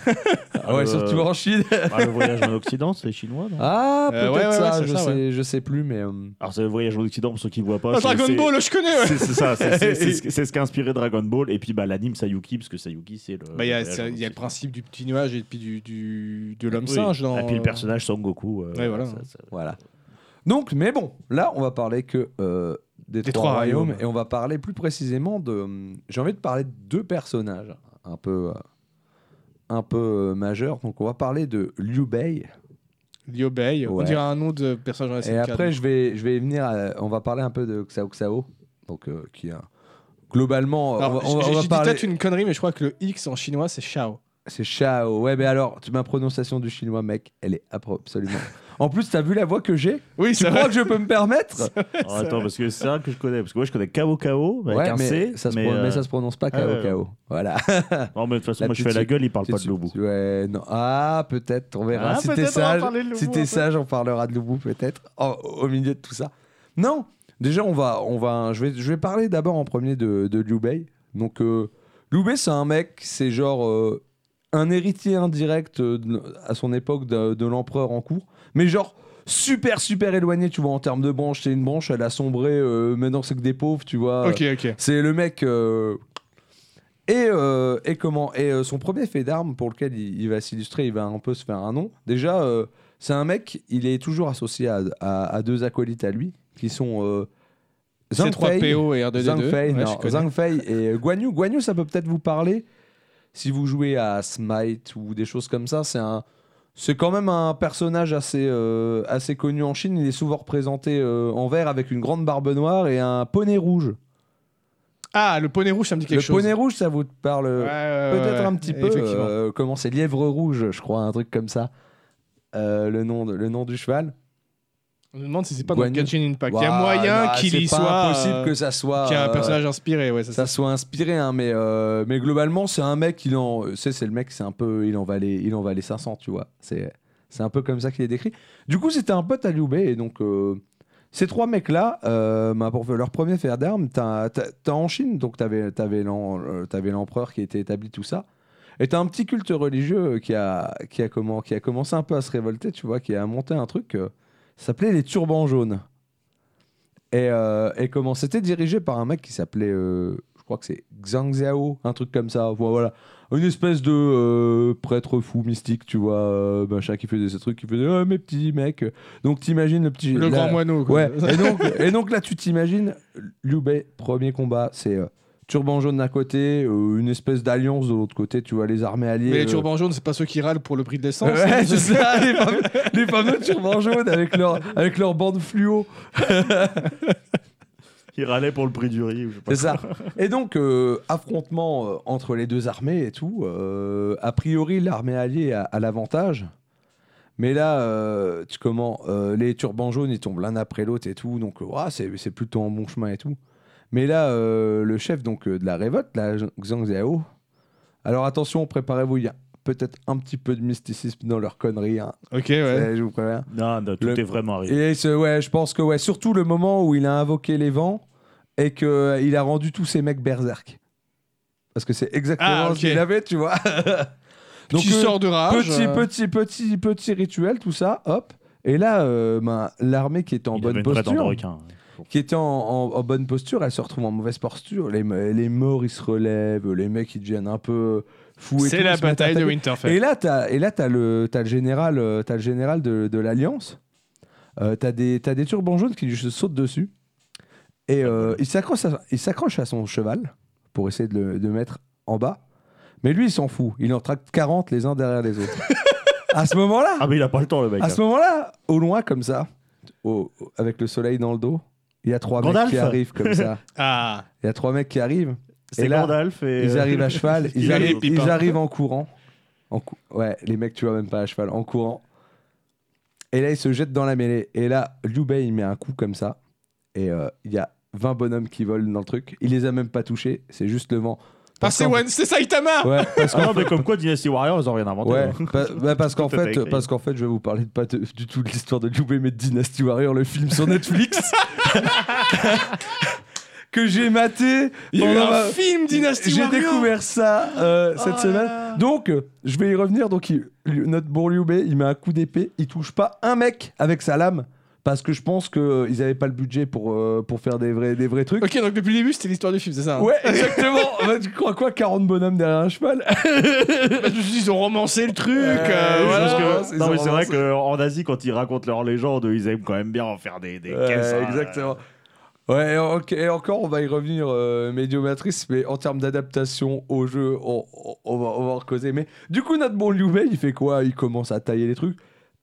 S2: ah ouais,
S3: Euh,
S2: surtout en Chine.
S3: Ah, le voyage en Occident, c'est chinois. non
S2: Ah,
S1: Euh,
S2: peut-être
S1: ouais, ouais,
S2: ça,
S1: ouais, c'est
S2: je,
S1: ça,
S2: sais, je sais plus, mais. euh,
S3: Alors c'est le voyage en Occident pour ceux qui ne voient pas.
S1: Ah,
S3: c'est-
S1: Dragon
S3: c'est-
S1: Ball, je connais, ouais.
S3: C'est c'est ça, c'est- c'est c'est ce que- c'est ce qui a inspiré Dragon Ball et puis bah, l'anime Sayuki, parce que Sayuki c'est le.
S1: Bah, Il y, a-
S3: voyage en
S1: ça- il y a le
S3: Occident.
S1: principe du petit nuage et puis du, du- de l'homme
S3: Oui.
S1: singe. Dans...
S3: Et puis le personnage Son Goku. euh,
S1: Ouais, voilà.
S3: ça- ça-
S2: Voilà. Donc, mais bon, là, on va parler que euh, des, trois, royaumes, et on va parler plus précisément de. hum, J'ai envie de parler de deux personnages un peu, euh, un peu euh, majeurs. Donc, on va parler de Liu Bei.
S1: Liu Bei, on
S2: Ouais.
S1: dirait un nom de personnage dans la
S2: Et
S1: SNK,
S2: après, je vais, je vais y venir. à- on va parler un peu de Xiao Xiao. Donc, euh, qui est un- globalement.
S1: Alors,
S2: on va, on va-
S1: j'ai-
S2: on va
S1: j'ai dit
S2: parler.
S1: peut-être une connerie, mais je crois que le X en chinois, c'est Shao.
S2: C'est Xiao. Ouais, mais alors, tu, ma prononciation du chinois, mec, elle est appro- absolument. en plus, t'as vu la voix que j'ai
S1: Oui,
S2: Tu
S1: c'est
S2: crois
S1: vrai.
S2: que je peux me permettre
S3: Alors, attends, parce que c'est ça que je connais. Parce que moi je connais Kao Kao avec
S2: Ouais,
S3: un
S2: mais,
S3: C.
S2: ça se
S3: mais,
S2: pro- mais
S3: euh,
S2: ça se prononce pas
S3: ah
S2: KO
S3: ouais.
S2: KO. Voilà.
S3: Non, mais de toute façon,
S2: La
S3: moi je
S2: petite
S3: fais la
S2: su-
S3: gueule, il parle pas
S2: Tu-
S3: de Lobo.
S2: tu- ouais, non. Ah, peut-être, on verra.
S3: Ah,
S2: si
S3: peut-être
S2: t'es
S3: on va
S2: sage,
S3: parler de Lobo
S2: si t'es
S3: après.
S2: sage, on parlera de Loubou peut-être en- au milieu de tout ça. Non, déjà, on va, on va, je vais, je vais parler d'abord en premier de, de Liu Bei. Donc, euh, Liu Bei, c'est un mec, c'est genre euh, un héritier indirect euh, de- à son époque de, de l'empereur en cours, mais genre super, super éloigné, tu vois, en termes de branche. C'est une branche, elle a sombré, euh, maintenant c'est que des pauvres, tu vois.
S1: Ok, ok.
S2: C'est le mec. euh, et, euh, et comment Et euh, son premier fait d'armes pour lequel il, il va s'illustrer, il va un peu se faire un nom. Déjà, euh, c'est un mec, il est toujours associé à, à- à deux acolytes à lui, qui sont euh, Zhang Fei,
S1: C3PO et R2D2.
S2: Zhang Fei,
S1: Ouais,
S2: non,
S1: je connais.
S2: Zhang Fei et euh, Guan Yu. Guan Yu, ça peut peut-être vous parler si vous jouez à Smite ou des choses comme ça. C'est un, c'est quand même un personnage assez, euh, assez connu en Chine. Il est souvent représenté euh, en vert avec une grande barbe noire et un poney rouge.
S1: Ah, le poney rouge, ça me dit quelque
S2: Le
S1: chose.
S2: poney rouge, ça vous parle
S1: Ouais,
S2: euh,
S1: ouais, ouais,
S2: peut-être
S1: ouais.
S2: un petit peu.
S1: Effectivement.
S2: euh, comment c'est Lièvre rouge, je crois, un truc comme ça. Euh, le, nom de- le nom du cheval.
S1: On me demande si c'est pas
S2: Guan
S1: dans
S2: Yu.
S1: Genshin Impact. Il y a
S2: Ouah,
S1: moyen
S2: non,
S1: qu'il y
S2: c'est pas
S1: soit.
S2: impossible
S1: euh,
S2: que ça soit.
S1: qu'il y ait un
S2: euh,
S1: personnage inspiré, ouais, c'est ça.
S2: ça soit inspiré, hein, mais, euh, mais globalement, c'est un mec, il en, euh, c'est, c'est le mec, c'est un peu, il en valait, il en valait 500, tu vois. C'est, c'est un peu comme ça qu'il est décrit. Du coup, c'était un pote à Liu Bei, et donc euh, Ces trois mecs-là, euh, bah, pour leur premier fer d'armes, t'as t'as- t'as en Chine, donc t'avais avais, l'empereur qui était établi, tout ça. Et t'as un petit culte religieux qui a, qui, a comment, qui a commencé un peu à se révolter, tu vois, qui a monté un truc euh, ça s'appelait les turbans jaunes. Et, euh, et comment C'était dirigé par un mec qui s'appelait, euh, je crois que c'est Zhang Xiao, un truc comme ça. Voilà, voilà. une espèce de euh, prêtre fou mystique, tu vois, euh, machin, qui faisait ce truc, qui faisait Ah, mes petits mecs. Donc t'imagines le petit.
S1: Le
S2: la-
S1: grand moineau. quoi.
S2: Ouais, et donc, et donc là, tu t'imagines, Liu Bei, premier combat, c'est euh, turban jaune d'un côté, euh, une espèce d'alliance de l'autre côté, tu vois, les armées alliées.
S1: Mais
S2: euh,
S1: les turbans jaunes, c'est pas ceux qui râlent pour le prix de l'essence.
S2: Ouais, c'est ça, les fameux, les fameux turbans jaunes avec leur, avec leur bande fluo.
S3: Il râlait pour le prix du riz. ou je sais pas
S2: C'est ça. Et donc, euh, affrontement euh, entre les deux armées et tout. euh, a priori, l'armée alliée a, a l'avantage. Mais là, euh, tu comment euh, Les turbans jaunes, ils tombent l'un après l'autre et tout. Donc, ouah, c'est c'est plutôt en bon chemin et tout. Mais là, euh, le chef donc euh, de la révolte, là, Zhang Xiao. Alors attention, préparez-vous. Il y a peut-être un petit peu de mysticisme dans leur connerie. hein.
S1: Ok, ouais.
S2: Euh, Je vous préviens.
S3: Non, non, tout
S2: Le-
S3: est vraiment arrivé.
S2: Et ce- ouais, je pense que ouais, surtout le moment où il a invoqué les vents et que euh, il a rendu tous ces mecs berserk. Parce que c'est exactement
S1: Ah, ok.
S2: ce qu'il avait, tu vois. Donc
S1: Petit
S2: euh,
S1: sort de rage.
S2: petit,
S1: euh,
S2: petit, petit, petit rituel, tout ça, hop. Et là, euh, ben, l'armée qui était en
S3: Il
S2: bonne
S3: avait une vraie dent de
S2: posture,
S3: requin.
S2: qui était en, en- en bonne posture, elle se retrouve en mauvaise posture. Les, les morts, ils se relèvent, les mecs, ils deviennent un peu fous. et
S1: C'est
S2: tout,
S1: la
S2: ils se mettent à
S1: bataille de
S2: attaquer.
S1: Winterfell.
S2: Et là, t'as, et là, t'as le, t'as le général, euh, t'as le général de, de l'Alliance. Euh, t'as des, t'as des turbans jaunes qui lui sautent dessus. Et euh, il s'accroche, à, il s'accroche à son cheval pour essayer de le de mettre en bas. Mais lui, il s'en fout. Il en tracte 40 les uns derrière les autres. à ce moment-là,
S3: Ah, mais il a pas le temps, le mec.
S2: à
S3: hein.
S2: ce moment-là, au loin comme ça, au- au- avec le soleil dans le dos, il y a trois mecs
S3: Gandalf.
S2: qui arrivent comme ça.
S1: Ah,
S2: Il y a trois mecs qui arrivent.
S3: C'est
S2: et là,
S3: Gandalf et.
S2: Ils
S3: euh,
S2: arrivent à cheval, ils,
S3: Il
S2: arri-
S1: arrive, il
S2: ils
S1: part.
S2: arrivent en courant. En cou- ouais, les mecs, tu vois même pas à cheval, en courant. Et là, ils se jettent dans la mêlée. Et là, Liu Bei, il met un coup comme ça. Et euh, il y a 20 bonhommes qui volent dans le truc. Il les a même pas touchés, c'est juste le vent.
S1: passez
S2: qu'en-
S1: One, c'est Saitama
S2: Ouais, parce
S3: Ah
S2: qu'en
S3: non, mais comme quoi, Dynasty Warriors, ils ont rien inventé.
S2: ouais,
S3: hein.
S2: pa- bah, parce qu'en
S3: Tout est
S2: fait,
S3: écrit.
S2: parce qu'en fait, je vais vous parler de pas de- du tout de l'histoire de Liu Bei, mais de Dynasty Warrior, le film sur Netflix. que j'ai maté
S1: Il y a eu
S2: pendant
S1: un
S2: ma-
S1: film Dynasty
S2: j'ai
S1: Warrior.
S2: découvert ça euh, cette
S1: Oh là
S2: semaine.
S1: là.
S2: Donc, euh, je vais y revenir. Donc, il- lui- notre bon Liu Bei, il met un coup d'épée. Il touche pas un mec avec sa lame. Parce que je pense qu'ils n'avaient pas le budget pour, euh, pour faire des vrais, des vrais trucs.
S1: Ok, donc depuis le début, c'était l'histoire du film, c'est ça hein
S2: Ouais, exactement. Bah, tu crois quoi 40 bonhommes derrière un cheval
S1: Bah, je me suis dit, ils ont romancé le truc.
S2: Euh,
S1: euh,
S2: je
S1: voilà.
S2: pense
S3: Parce que-
S2: ils
S3: non,
S2: ont
S3: mais c'est vrai
S2: avancé.
S3: qu'en Asie, quand ils racontent leurs légendes, ils aiment quand même bien en faire des, des
S2: Ouais,
S3: caisses. hein.
S2: exactement. Ouais, et ok, et encore, on va y revenir, euh, Médiomatrice, mais en termes d'adaptation au jeu, on, on- on va, on va recauser. Mais du coup, notre bon Liu Bei, il fait quoi Il commence à tailler les trucs.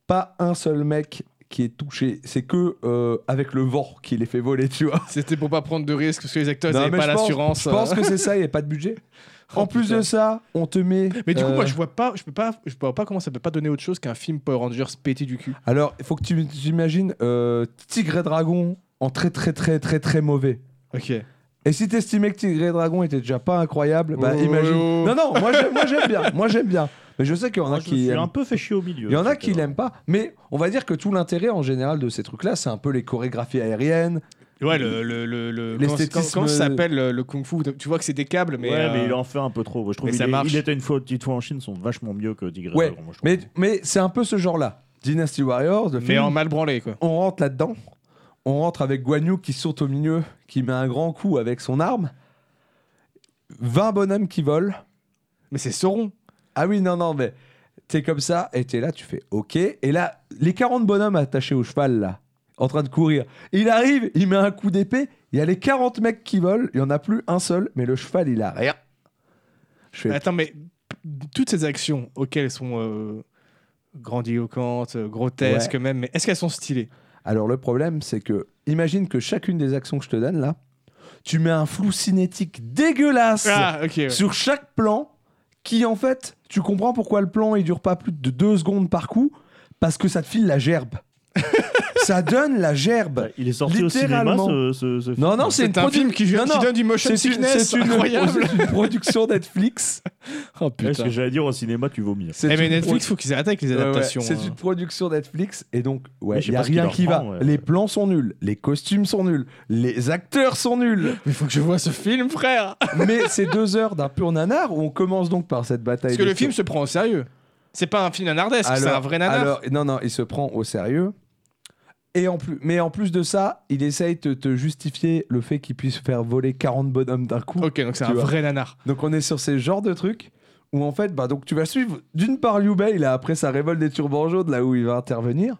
S2: Pas un seul mec qui est touché. C'est que euh, avec le vent qui les fait voler, tu vois.
S1: C'était pour pas prendre de risques parce que les acteurs ils
S2: Non,
S1: avaient
S2: mais
S1: pas
S2: je pense-
S1: l'assurance.
S2: Je pense
S1: euh.
S2: que c'est ça, il n'y a pas de budget.
S1: Oh,
S2: en plus
S1: putain.
S2: de ça, on te met.
S1: Mais du coup,
S2: euh,
S1: moi, je vois pas, je peux pas, je vois pas comment ça peut pas donner autre chose qu'un film Power Rangers pété du cul.
S2: Alors, il faut que tu tu imagines euh, Tigre et Dragon en très, très, très, très, très mauvais.
S1: Ok.
S2: Et si t'estimais que Tigre et Dragon était déjà pas incroyable, bah
S1: Oh,
S2: imagine.
S1: oh, oh.
S2: Non, non, moi j'aime, moi, j'aime bien, moi j'aime bien. Mais je sais qu'il y en
S3: Moi,
S2: a
S3: je me
S2: qui
S3: suis un
S2: aiment.
S3: peu fait chier au milieu.
S2: Il y en a
S3: c'était
S2: qui
S3: vrai.
S2: l'aiment pas. Mais on va dire que tout l'intérêt en général de ces trucs-là, c'est un peu les chorégraphies aériennes.
S1: Ouais, le le le, le comment-
S2: L'esthétisme-
S1: Comment ça s'appelle euh, le, le kung fu Tu vois que c'est des câbles, mais.
S3: ouais,
S1: euh,
S3: mais il en fait un peu trop. Moi, Je trouve
S1: mais
S3: il,
S1: ça
S3: est-
S1: marche.
S3: il était une fois, petite fois en Chine, sont vachement mieux que Tigre et
S2: Ouais,
S3: Dragon, moi, je trouve.
S2: Mais, mais c'est un peu ce genre-là. Dynasty Warriors, le
S1: mais
S2: film,
S1: en mal branlé quoi.
S2: on rentre là-dedans. On rentre avec Guan Yu qui saute au milieu, qui met un grand coup avec son arme. 20 bonhommes qui volent.
S1: Mais c'est Sauron.
S2: Ah oui, non, non, mais t'es comme ça, et t'es là, tu fais OK. Et là, les 40 bonhommes attachés au cheval, là, en train de courir, il arrive, il met un coup d'épée, il y a les 40 mecs qui volent, il y en a plus un seul, mais le cheval, il a rien. Je fais,
S1: Attends, mais toutes ces actions auxquelles elles sont euh, grandiloquentes, euh, grotesques même, mais est-ce qu'elles sont stylées
S2: Alors, le problème, c'est que, imagine que chacune des actions que je te donne, là, tu mets un flou cinétique dégueulasse
S1: Ah, ok. ouais.
S2: sur chaque plan qui en fait tu comprends pourquoi le plan il dure pas plus de deux secondes par coup parce que ça te file la gerbe ça donne la gerbe.
S3: Bah, il est sorti au cinéma,
S2: littéralement.
S3: ce, ce- ce film.
S2: Non, non, c'est une
S1: C'est un
S2: produ-
S1: film qui,
S2: Non,
S1: qui
S2: non,
S1: donne du motion
S2: c'est une,
S1: sickness
S2: c'est une-
S1: incroyable.
S2: c'est une production Netflix. Oh
S3: Ouais, ce
S2: putain.
S3: que j'allais dire au cinéma, tu vomis.
S2: C'est
S1: Eh, mais
S2: une
S1: Netflix, faut qu'ils arrêtent avec les
S2: Ouais, ouais,
S1: adaptations.
S2: C'est
S1: hein.
S2: une production Netflix et donc
S3: Mais
S2: ouais,
S3: je sais
S2: il y a
S3: pas ce qui
S2: rien
S3: leur
S2: qui va.
S1: euh.
S3: prend, ouais.
S2: Les plans sont nuls, les costumes sont nuls, les acteurs sont nuls.
S1: Mais faut que je vois ce film, frère.
S2: mais c'est deux heures d'un pur nanar où on commence donc par cette bataille.
S1: Parce que
S2: des
S1: le film
S2: sons.
S1: se prend au sérieux. C'est pas un film nanardesque, c'est
S2: Alors-
S1: un vrai nanar.
S2: Alors non non, il se prend au sérieux. Et en plus, mais en plus de ça, il essaye de te justifier le fait qu'il puisse faire voler 40 bonhommes d'un coup.
S1: ok, donc c'est
S2: tu
S1: un
S2: vois.
S1: vrai nanar.
S2: Donc on est sur ces genres de trucs où en fait, bah donc tu vas suivre d'une part Liu Bei là après sa révolte des turbans jaunes là où il va intervenir.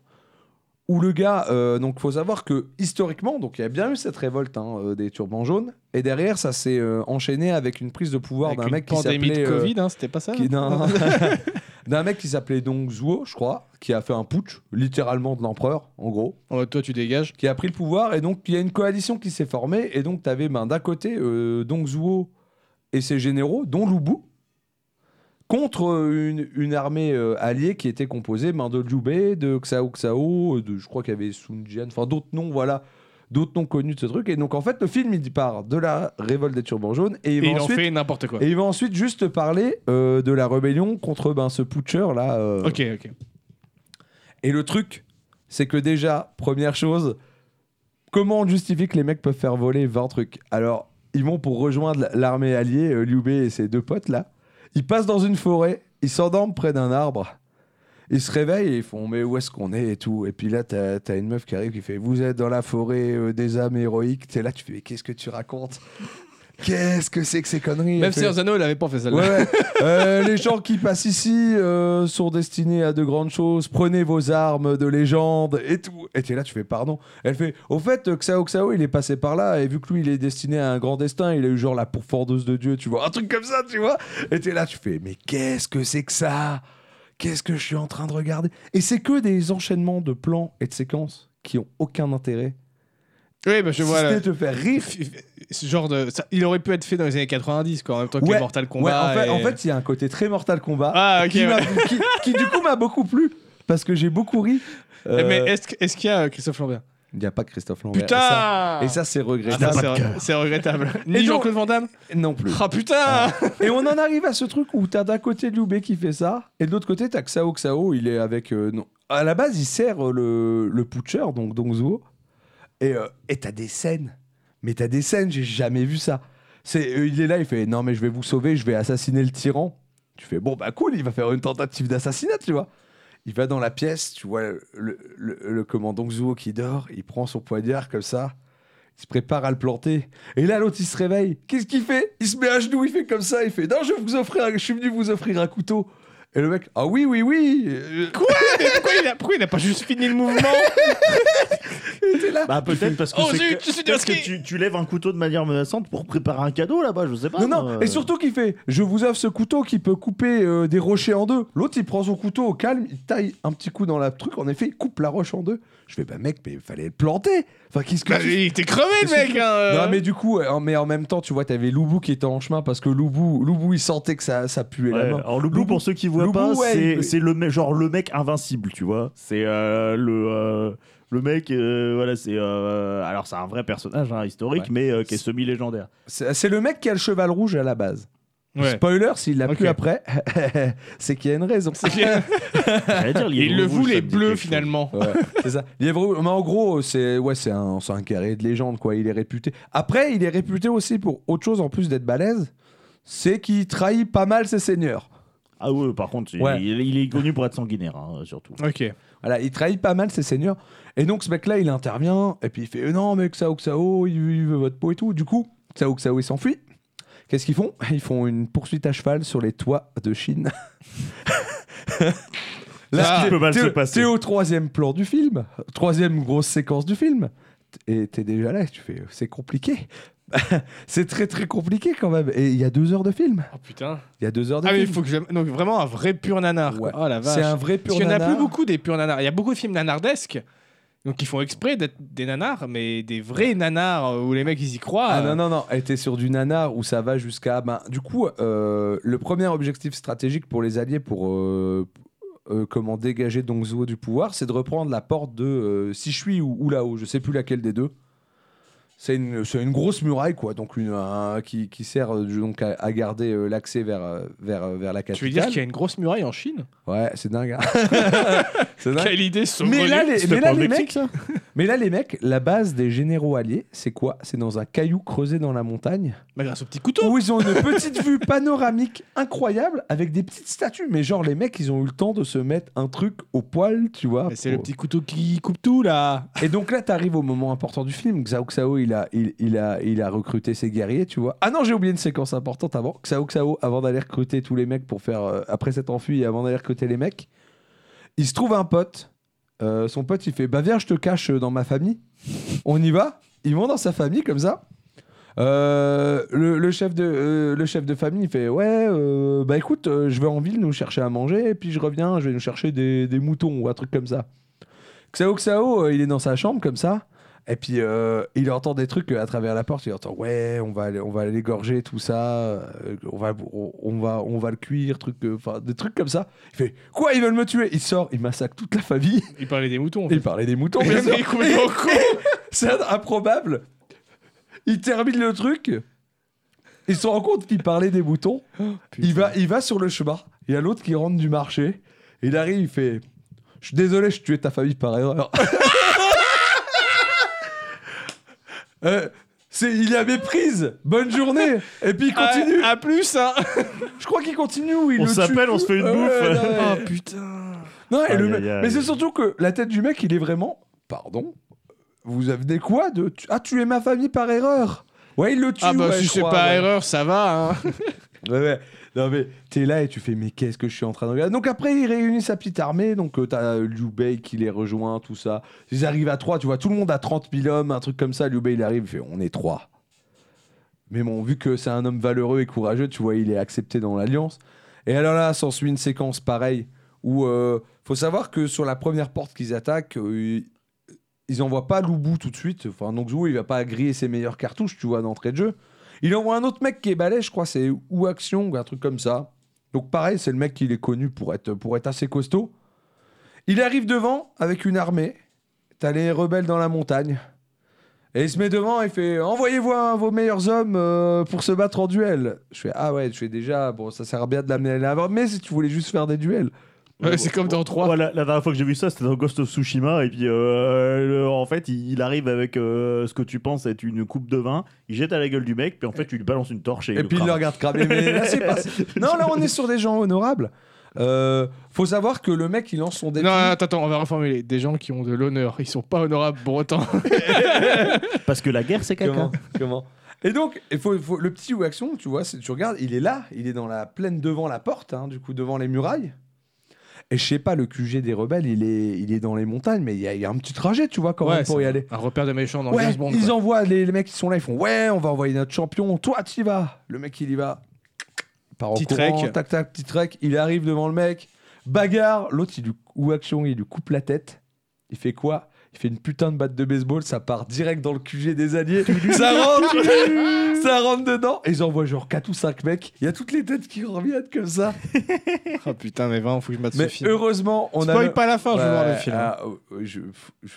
S2: Où le gars, euh, donc faut savoir que historiquement, donc il y a bien eu cette révolte hein, euh, des turbans jaunes, et derrière ça s'est euh, enchaîné avec une prise de pouvoir
S1: Avec
S2: d'un
S1: une
S2: mec qui
S1: pandémie
S2: s'appelait
S1: de
S2: euh,
S1: Covid, hein, c'était pas ça
S2: qui- d'un d'un mec qui s'appelait donc Zhuo, je crois, qui a fait un putsch, littéralement de l'empereur, en gros
S1: Oh, Toi, tu dégages.
S2: qui a pris le pouvoir et donc il y a une coalition qui s'est formée et donc tu avais ben, d'un côté euh, Dong Zhuo et ses généraux dont Lu Bu contre euh, une, une armée euh, alliée qui était composée ben, de Liu Bei, de Xiao Xiao, euh, de je crois qu'il y avait Sun Jian, enfin d'autres noms voilà, d'autres noms connus de ce truc et donc en fait le film il part de la révolte des turbans jaunes et il
S1: Et
S2: va
S1: il en
S2: ensuite
S1: fait n'importe quoi.
S2: et il va ensuite juste te parler euh, de la rébellion contre ben, ce putcher là euh,
S1: Ok, ok.
S2: et le truc, c'est que déjà, première chose, comment on justifie que les mecs peuvent faire voler 20 trucs Alors, ils vont pour rejoindre l'armée alliée, euh, Liu Bei et ses deux potes là. Ils passent dans une forêt, ils s'endorment près d'un arbre. Ils se réveillent et ils font Mais où est-ce qu'on est et tout. Et puis là, t'as as une meuf qui arrive qui fait Vous êtes dans la forêt euh, des âmes héroïques. T'es là, tu fais Mais qu'est-ce que tu racontes Qu'est-ce que c'est que ces conneries
S1: Même
S2: Elle fait,
S1: si Zano, il avait pas fait ça.
S2: Ouais, ouais. Euh, les gens qui passent ici euh, sont destinés à de grandes choses. Prenez vos armes de légende et tout. Et t'es là, tu fais pardon. Elle fait Au fait, euh, Xiao Xiao, il est passé par là. Et vu que lui, il est destiné à un grand destin, il a eu genre la pourfendeuse de Dieu, tu vois. Un truc comme ça, tu vois. Et t'es là, tu fais Mais qu'est-ce que c'est que ça Qu'est-ce que je suis en train de regarder Et c'est que des enchaînements de plans et de séquences qui ont aucun intérêt.
S1: Oui, bah, je
S2: Si
S1: vois.
S2: ce
S1: là.
S2: n'est de faire rire.
S1: Ce genre de. ça- il aurait pu être fait dans les années 90, quoi, en même temps que
S2: Ouais,
S1: les Mortal
S2: Ouais, en
S1: Kombat.
S2: fait,
S1: et-
S2: en fait, il y a un côté très Mortal Kombat.
S1: Ah, ok.
S2: qui,
S1: ouais.
S2: m'a- qui- qui, du coup m'a beaucoup plu parce que j'ai beaucoup ri. Euh,
S1: Eh, Mais est-ce que- est-ce qu'il y a euh, Christophe Lambert
S2: Il n'y a pas Christophe Lambert.
S1: Putain
S2: Et ça, et
S1: Ah,
S2: ça, c'est
S1: ça,
S2: regrettable.
S1: c'est re- c'est regrettable.
S2: Et
S1: Ni
S2: donc-
S1: Jean-Claude Van Damme
S2: non plus.
S1: Ah putain
S2: Et on en arrive à ce truc où t'as d'un côté Liu Bei qui fait ça et de l'autre côté t'as Xiao Xiao. Il est avec euh, non. À la base, il sert euh, le le putcher donc Dong Zhuo et euh, et t'as des scènes. Mais t'as des scènes, j'ai jamais vu ça. C'est euh, il est là, il fait non mais je vais vous sauver, je vais assassiner le tyran. Tu fais bon bah cool, il va faire une tentative d'assassinat, tu vois. Il va dans la pièce, tu vois le, le, le commandant Xuo qui dort, il prend son poignard comme ça, il se prépare à le planter. Et là, l'autre, il se réveille. Qu'est-ce qu'il fait Il se met à genoux, il fait comme ça, il fait Non, je, vais vous offrir un- je suis venu vous offrir un couteau. Et le mec, ah oui, oui, oui euh,
S1: Quoi Mais pourquoi il, a, pourquoi il a pas juste fini le mouvement
S2: t'es là.
S3: Bah peut-être parce que,
S1: Oh
S3: c'est
S1: zut,
S3: que-
S1: je suis
S3: peut-être que
S1: démasqué.
S3: tu, tu lèves un couteau de manière menaçante pour préparer un cadeau là-bas, je sais pas.
S2: Non, non,
S3: moi.
S2: et surtout qu'il fait Je vous offre ce couteau qui peut couper euh, des rochers en deux. L'autre, il prend son couteau au calme, il taille un petit coup dans la truc, en effet, il coupe la roche en deux. Je fais Bah mec, mais il fallait le planter Enfin, qu'est-ce que
S1: Bah,
S2: tu
S1: Il était crevé le mec hein, euh.
S2: Non mais du coup, euh, mais en même temps, tu vois, t'avais Loubou qui était en chemin parce que Loubou, Loubou il sentait que ça, ça puait
S3: Ouais,
S2: la mort.
S3: alors Loubou,
S2: Loubou-
S3: pour ceux qui voient
S2: Loubou,
S3: pas,
S2: ouais,
S3: c'est-
S2: il-
S3: c'est le mec, genre le mec invincible, tu vois. C'est euh, le euh, le mec, euh, voilà, c'est euh, alors c'est un vrai personnage hein, historique,
S2: Ouais.
S3: mais euh, qui est semi-légendaire.
S2: C'est c'est le mec qui a le cheval rouge à la base.
S1: Ouais.
S2: Spoiler, s'il l'a
S1: Ok.
S2: plus après, c'est qu'il y a une raison.
S1: C'est clair.
S3: J'allais dire,
S1: Et Il
S3: Lièvre
S1: le
S3: Rouge, ça
S1: voulait
S3: me dit
S1: bleu
S3: quelque chose.
S1: finalement.
S2: Ouais, c'est ça. Lièvre rouge. Mais en gros, c'est ouais, c'est un, c'est un carré de légende quoi. Il est réputé. Après, il est réputé aussi pour autre chose en plus d'être balèze, c'est qu'il trahit pas mal ses seigneurs.
S3: Ah ouais, par contre, il-
S2: Ouais.
S3: il, il est connu pour être sanguinaire, hein, surtout.
S1: Ok.
S2: Voilà, il trahit pas mal ses seigneurs. Et donc ce mec-là, il intervient, et puis il fait euh, Non, mais Xao Xao, il, il veut votre peau et tout. Du coup, Xao Xao, il s'enfuit. Qu'est-ce qu'ils font Ils font une poursuite à cheval sur les toits de Chine.
S1: Ça,
S2: t'es-
S3: peut mal
S2: t'es-
S3: se passer.
S2: T'es au troisième plan du film, troisième grosse séquence du film, et t'es déjà là, tu fais C'est compliqué. c'est très très compliqué quand même. Et il y a deux heures de film.
S1: Oh putain.
S2: Il y a deux heures de
S1: Ah mais
S2: film.
S1: il faut que j'aime. Donc vraiment un vrai pur nanar. quoi.
S2: Ouais.
S1: Oh la vache.
S2: C'est un vrai pur
S1: Parce qu'il n'y en a
S2: nanar.
S1: plus beaucoup des purs nanars. Il y a beaucoup de films nanardesques. Donc ils font exprès d'être des nanars, mais des vrais nanars euh, où les mecs ils y croient.
S2: Ah
S1: euh,
S2: non, non, non, elle était sur du nanar où ça va jusqu'à. ben, du coup, euh, le premier objectif stratégique pour les Alliés pour, euh, euh, comment dégager Dong Zhuo du pouvoir, c'est de reprendre la porte de euh, Sichui ou, ou là-haut, je sais plus laquelle des deux. C'est une, c'est une grosse muraille, quoi, donc une, un- qui, qui sert euh, donc à, à garder euh, l'accès vers, euh, vers, euh, vers la capitale.
S1: Tu veux dire qu'il y a une grosse muraille en Chine
S2: Ouais, c'est dingue. hein. c'est dingue.
S1: Quelle idée saugrenue.
S2: Mais là, les,
S3: C'était
S2: mais
S3: pas
S2: là,
S3: au
S2: les
S3: Mexique,
S2: mecs, mais là, les mecs, la base des généraux alliés, c'est quoi C'est dans un caillou creusé dans la montagne
S1: Bah, grâce au petit couteau.
S2: où ils ont une petite vue panoramique incroyable avec des petites statues. Mais genre, les mecs, ils ont eu le temps de se mettre un truc au poil, tu vois.
S1: Mais c'est
S2: pour-
S1: le petit couteau qui coupe tout là.
S2: Et donc là, t'arrives au moment important du film. Xiao Xiao, il a, il, il a, il a recruté ses guerriers, tu vois. Ah non, j'ai oublié une séquence importante avant. Xiao Xiao, avant d'aller recruter tous les mecs pour faire. euh, après s'être enfui et avant d'aller recruter les mecs, il se trouve un pote. Euh, son pote, il fait Bah viens, je te cache euh, dans ma famille. On y va. Ils vont dans sa famille comme ça. Euh, le, le chef de, euh, le chef de famille il fait ouais euh, bah écoute euh, je vais en ville nous chercher à manger et puis je reviens je vais nous chercher des, des moutons ou un truc comme ça Xao Xao euh, il est dans sa chambre comme ça et puis euh, il entend des trucs à travers la porte il entend ouais on va aller- on va l'égorger tout ça euh, on va on, on va on va le cuire truc euh, enfin des trucs comme ça il fait quoi ils veulent me tuer il sort il massacre toute la famille
S1: Il parlait des moutons. en
S2: il
S1: fait.
S2: parlait des moutons bien
S1: Mais
S2: sûr.
S1: c'est complètement con.
S2: C'est improbable. Il termine le truc. Il se rend compte qu'il parlait des boutons. Il va, il va sur le chemin. Il y a l'autre qui rentre du marché. Il arrive, il fait Je suis désolé, je tuais ta famille par erreur. Euh, c'est, il y a méprise. Bonne journée. Et puis il continue.
S1: À, à plus hein.
S2: Je crois qu'il continue. ou il
S3: On
S2: le tue
S3: s'appelle, on
S2: plus.
S3: se fait une
S2: Ah ouais,
S3: bouffe.
S2: non, ouais.
S1: Oh putain.
S2: Non, et
S3: Aïe,
S2: le
S3: aïe,
S2: mec-
S3: aïe.
S2: mais c'est surtout que la tête du mec, il est vraiment. Pardon Vous avez quoi de. tu- Ah, tu es ma famille par erreur Ouais, il le tue.
S1: Ah bah
S2: ouais,
S1: si
S2: je
S1: c'est
S2: crois,
S1: pas
S2: ouais.
S1: erreur, ça va hein.
S2: Ouais, ouais. Non, mais t'es là et tu fais, mais qu'est-ce que je suis en train de regarder Donc après, il réunit sa petite armée. Donc euh, t'as euh, Liu Bei qui les rejoint, tout ça. Ils arrivent à 3, tu vois, tout le monde a 30 000 hommes, un truc comme ça. Liu Bei, il arrive, il fait, on est 3. Mais bon, vu que c'est un homme valeureux et courageux, tu vois, il est accepté dans l'Alliance. Et alors là, s'ensuit une séquence pareille où euh, faut savoir que sur la première porte qu'ils attaquent, euh, ils- ils envoient pas Loubou tout de suite. Enfin, donc Zou, il va pas griller ses meilleures cartouches, tu vois, d'entrée de jeu. Il envoie un autre mec qui est balai, je crois, c'est ou Action ou un truc comme ça. Donc pareil, c'est le mec qui est connu pour être, pour être assez costaud. Il arrive devant avec une armée. T'as les rebelles dans la montagne. Et il se met devant et fait Envoyez-vous un- vos meilleurs hommes euh, pour se battre en duel. Je fais Ah ouais, je fais déjà, bon, ça sert à bien de l'amener là-bas, mais si tu voulais juste faire des duels.
S1: Ouais, c'est comme dans 3.
S3: Ouais, la, la dernière fois que j'ai vu ça, c'était dans Ghost of Tsushima. Et puis, euh, le- en fait, il, il arrive avec euh, ce que tu penses être une coupe de vin. Il jette à la gueule du mec. Puis, en fait, tu lui balances une torche. Et,
S2: Et puis il
S3: crame.
S2: le regarde cramer. Mais là, c'est pas... Non, là, on est sur des gens honorables. Euh, faut savoir que le mec, il lance son défi.
S1: Non, attends, attends, on va reformuler. Des gens qui ont de l'honneur, ils sont pas honorables pour autant.
S3: Parce que la guerre, c'est caca.
S2: Comment, comment Et donc, il faut, il faut- le petit ou action, tu vois, c'est- tu regardes, il est là, il est dans la plaine devant la porte, hein, du coup, devant les murailles. Et je sais pas, le QG des rebelles, il est, il est dans les montagnes, mais il y, a- il y a un petit trajet, tu vois, quand même, pour y aller.
S1: Un repère de méchants dans
S2: Ouais,
S1: 15 secondes.
S2: ils envoient les, les mecs qui sont là, ils font ouais, on va envoyer notre champion. Toi, tu y vas. Le mec, il y va. Il Part en
S1: Petit
S2: courant,
S1: trek.
S2: tac tac, petit trek. Il arrive devant le mec, bagarre. L'autre, il lui ou action, il lui coupe la tête. Il fait quoi Il fait une putain de batte de baseball. Ça part direct dans le QG des alliés. ça rentre, ça rentre dedans. Et ils envoient genre 4 ou 5 mecs. Il y a toutes les têtes qui reviennent comme ça.
S1: Oh putain, mais vraiment, faut que je mate
S2: Mais
S1: ce film.
S2: heureusement, on a.
S1: Spoil
S2: le-
S1: pas la fin, je veux voir le
S2: Ouais,
S1: film.
S2: ah, oh, oh, je- je-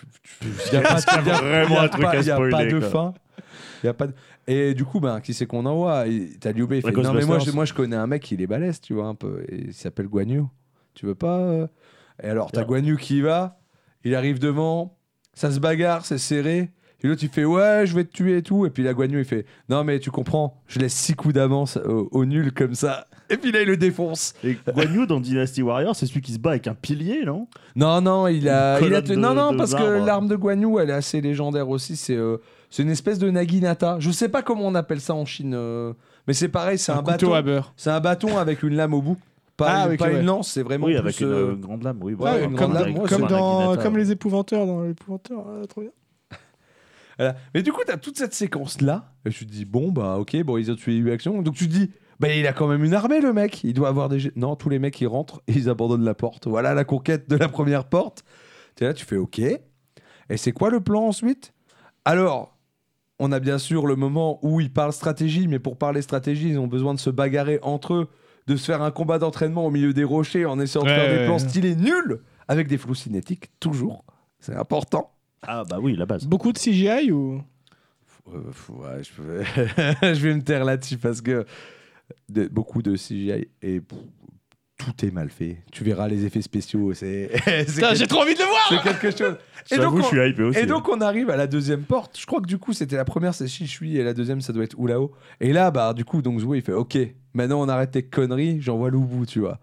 S2: je- y a pas-
S3: qu'il y a
S2: y a-
S3: vraiment
S2: y a
S3: un truc
S2: pas-
S3: à
S2: y a pas
S3: spoiler,
S2: de
S3: quoi.
S2: fin. Y a pas de- Et du coup, ben, qui c'est qu'on envoie Et T'as Liu Bei, il
S3: Ouais,
S2: fait, Non, mais moi je,
S3: Ghostbusters.
S2: moi, je connais un mec, il est balèze, tu vois, un peu. Et il s'appelle Guan Yu. Tu veux pas euh Et alors, t'as
S3: Yeah.
S2: Guan Yu qui y va, il arrive devant, ça se bagarre, c'est serré. Et l'autre, il fait Ouais, je vais te tuer et tout. Et puis la Guan Yu, il fait Non, mais tu comprends, je laisse six coups d'avance au, au nul comme ça. Et puis là, il le défonce.
S3: Et Guan Yu dans Dynasty Warrior, c'est celui qui se bat avec un pilier, non
S2: Non, non, il a.
S3: Une
S2: il a
S3: colonne
S2: tenu-
S3: de-
S2: non, non,
S3: de
S2: parce que
S3: marbre.
S2: l'arme de Guan Yu, elle est assez légendaire aussi. C'est euh, c'est une espèce de naginata. Je sais pas comment on appelle ça en Chine, euh, mais c'est pareil, c'est un,
S1: couteau
S2: bâton.
S1: à beurre.
S2: C'est un bâton avec une lame au bout. Pas,
S1: Ah,
S2: une,
S1: oui,
S2: pas
S1: ok,
S2: une
S1: ouais.
S2: lance, c'est vraiment
S3: Oui,
S2: plus,
S3: avec une
S2: euh,
S3: euh, grande lame, oui.
S2: Ouais,
S3: voilà,
S2: une
S1: comme,
S2: grande lame,
S1: dans-
S2: ouais,
S1: comme
S2: c'est
S1: dans-
S3: Marinetta.
S1: comme les épouvanteurs dans l'épouvanteur. ah, trop bien.
S2: voilà. Mais du coup, t'as toute cette séquence là, et tu te dis bon bah ok, bon ils ont tué eu action, donc tu te dis bah il a quand même une armée le mec, il doit avoir des gé- non tous les mecs ils rentrent et ils abandonnent la porte. Voilà la conquête de la première porte. T'es là, tu fais ok. Et c'est quoi le plan ensuite Alors, on a bien sûr le moment où ils parlent stratégie, mais pour parler stratégie, ils ont besoin de se bagarrer entre eux. de se faire un combat d'entraînement au milieu des rochers en essayant de
S1: Ouais,
S2: faire
S1: ouais,
S2: des plans
S1: ouais.
S2: stylés nuls avec des flous cinétiques, toujours. C'est important.
S3: Ah bah oui, la base.
S1: Beaucoup de CGI ou
S2: Euh, pff, ouais, je, peux- je vais me taire là-dessus parce que de- beaucoup de CGI et pff, tout est mal fait. Tu verras les effets spéciaux, c'est c'est
S1: Putain,
S2: quelque,
S1: j'ai trop envie de le voir
S2: c'est quelque chose. Et donc,
S3: J'avoue,
S2: on-
S3: je suis hypé aussi. hein.
S2: Et donc on arrive à la deuxième porte. Je crois que du coup c'était la première c'est Chichui et la deuxième ça doit être Oulao. Et là bah du coup donc Zoué il fait OK. Maintenant on arrête tes conneries, j'envoie Loubou, tu vois.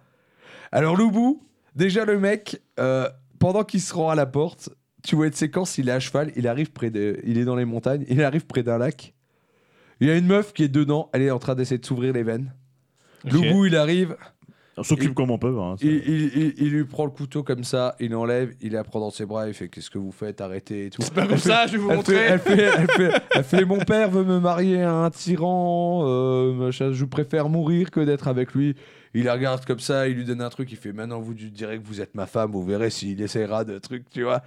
S2: Alors Loubou, déjà le mec euh, pendant qu'il se rend à la porte, tu vois une séquence, il est à cheval, il arrive près de il est dans les montagnes, il arrive près d'un lac. Il y a une meuf qui est dedans, elle est en train d'essayer de s'ouvrir les veines. Loubou, il arrive,
S3: on s'occupe comme on peut. hein, ça.
S2: il, il- il- il lui prend le couteau comme ça, il l'enlève, il la prend dans ses bras, il fait qu'est-ce que vous faites, arrêtez et tout.
S1: C'est pas comme ça, je vais vous
S2: Elle fait,
S1: montrer.
S2: elle, fait, elle fait- elle fait, mon père veut me marier à un tyran, euh, machin, je préfère mourir que d'être avec lui. Il la regarde comme ça, il lui donne un truc, il fait maintenant vous lui direz que vous êtes ma femme, vous verrez s'il essaiera de trucs, tu vois.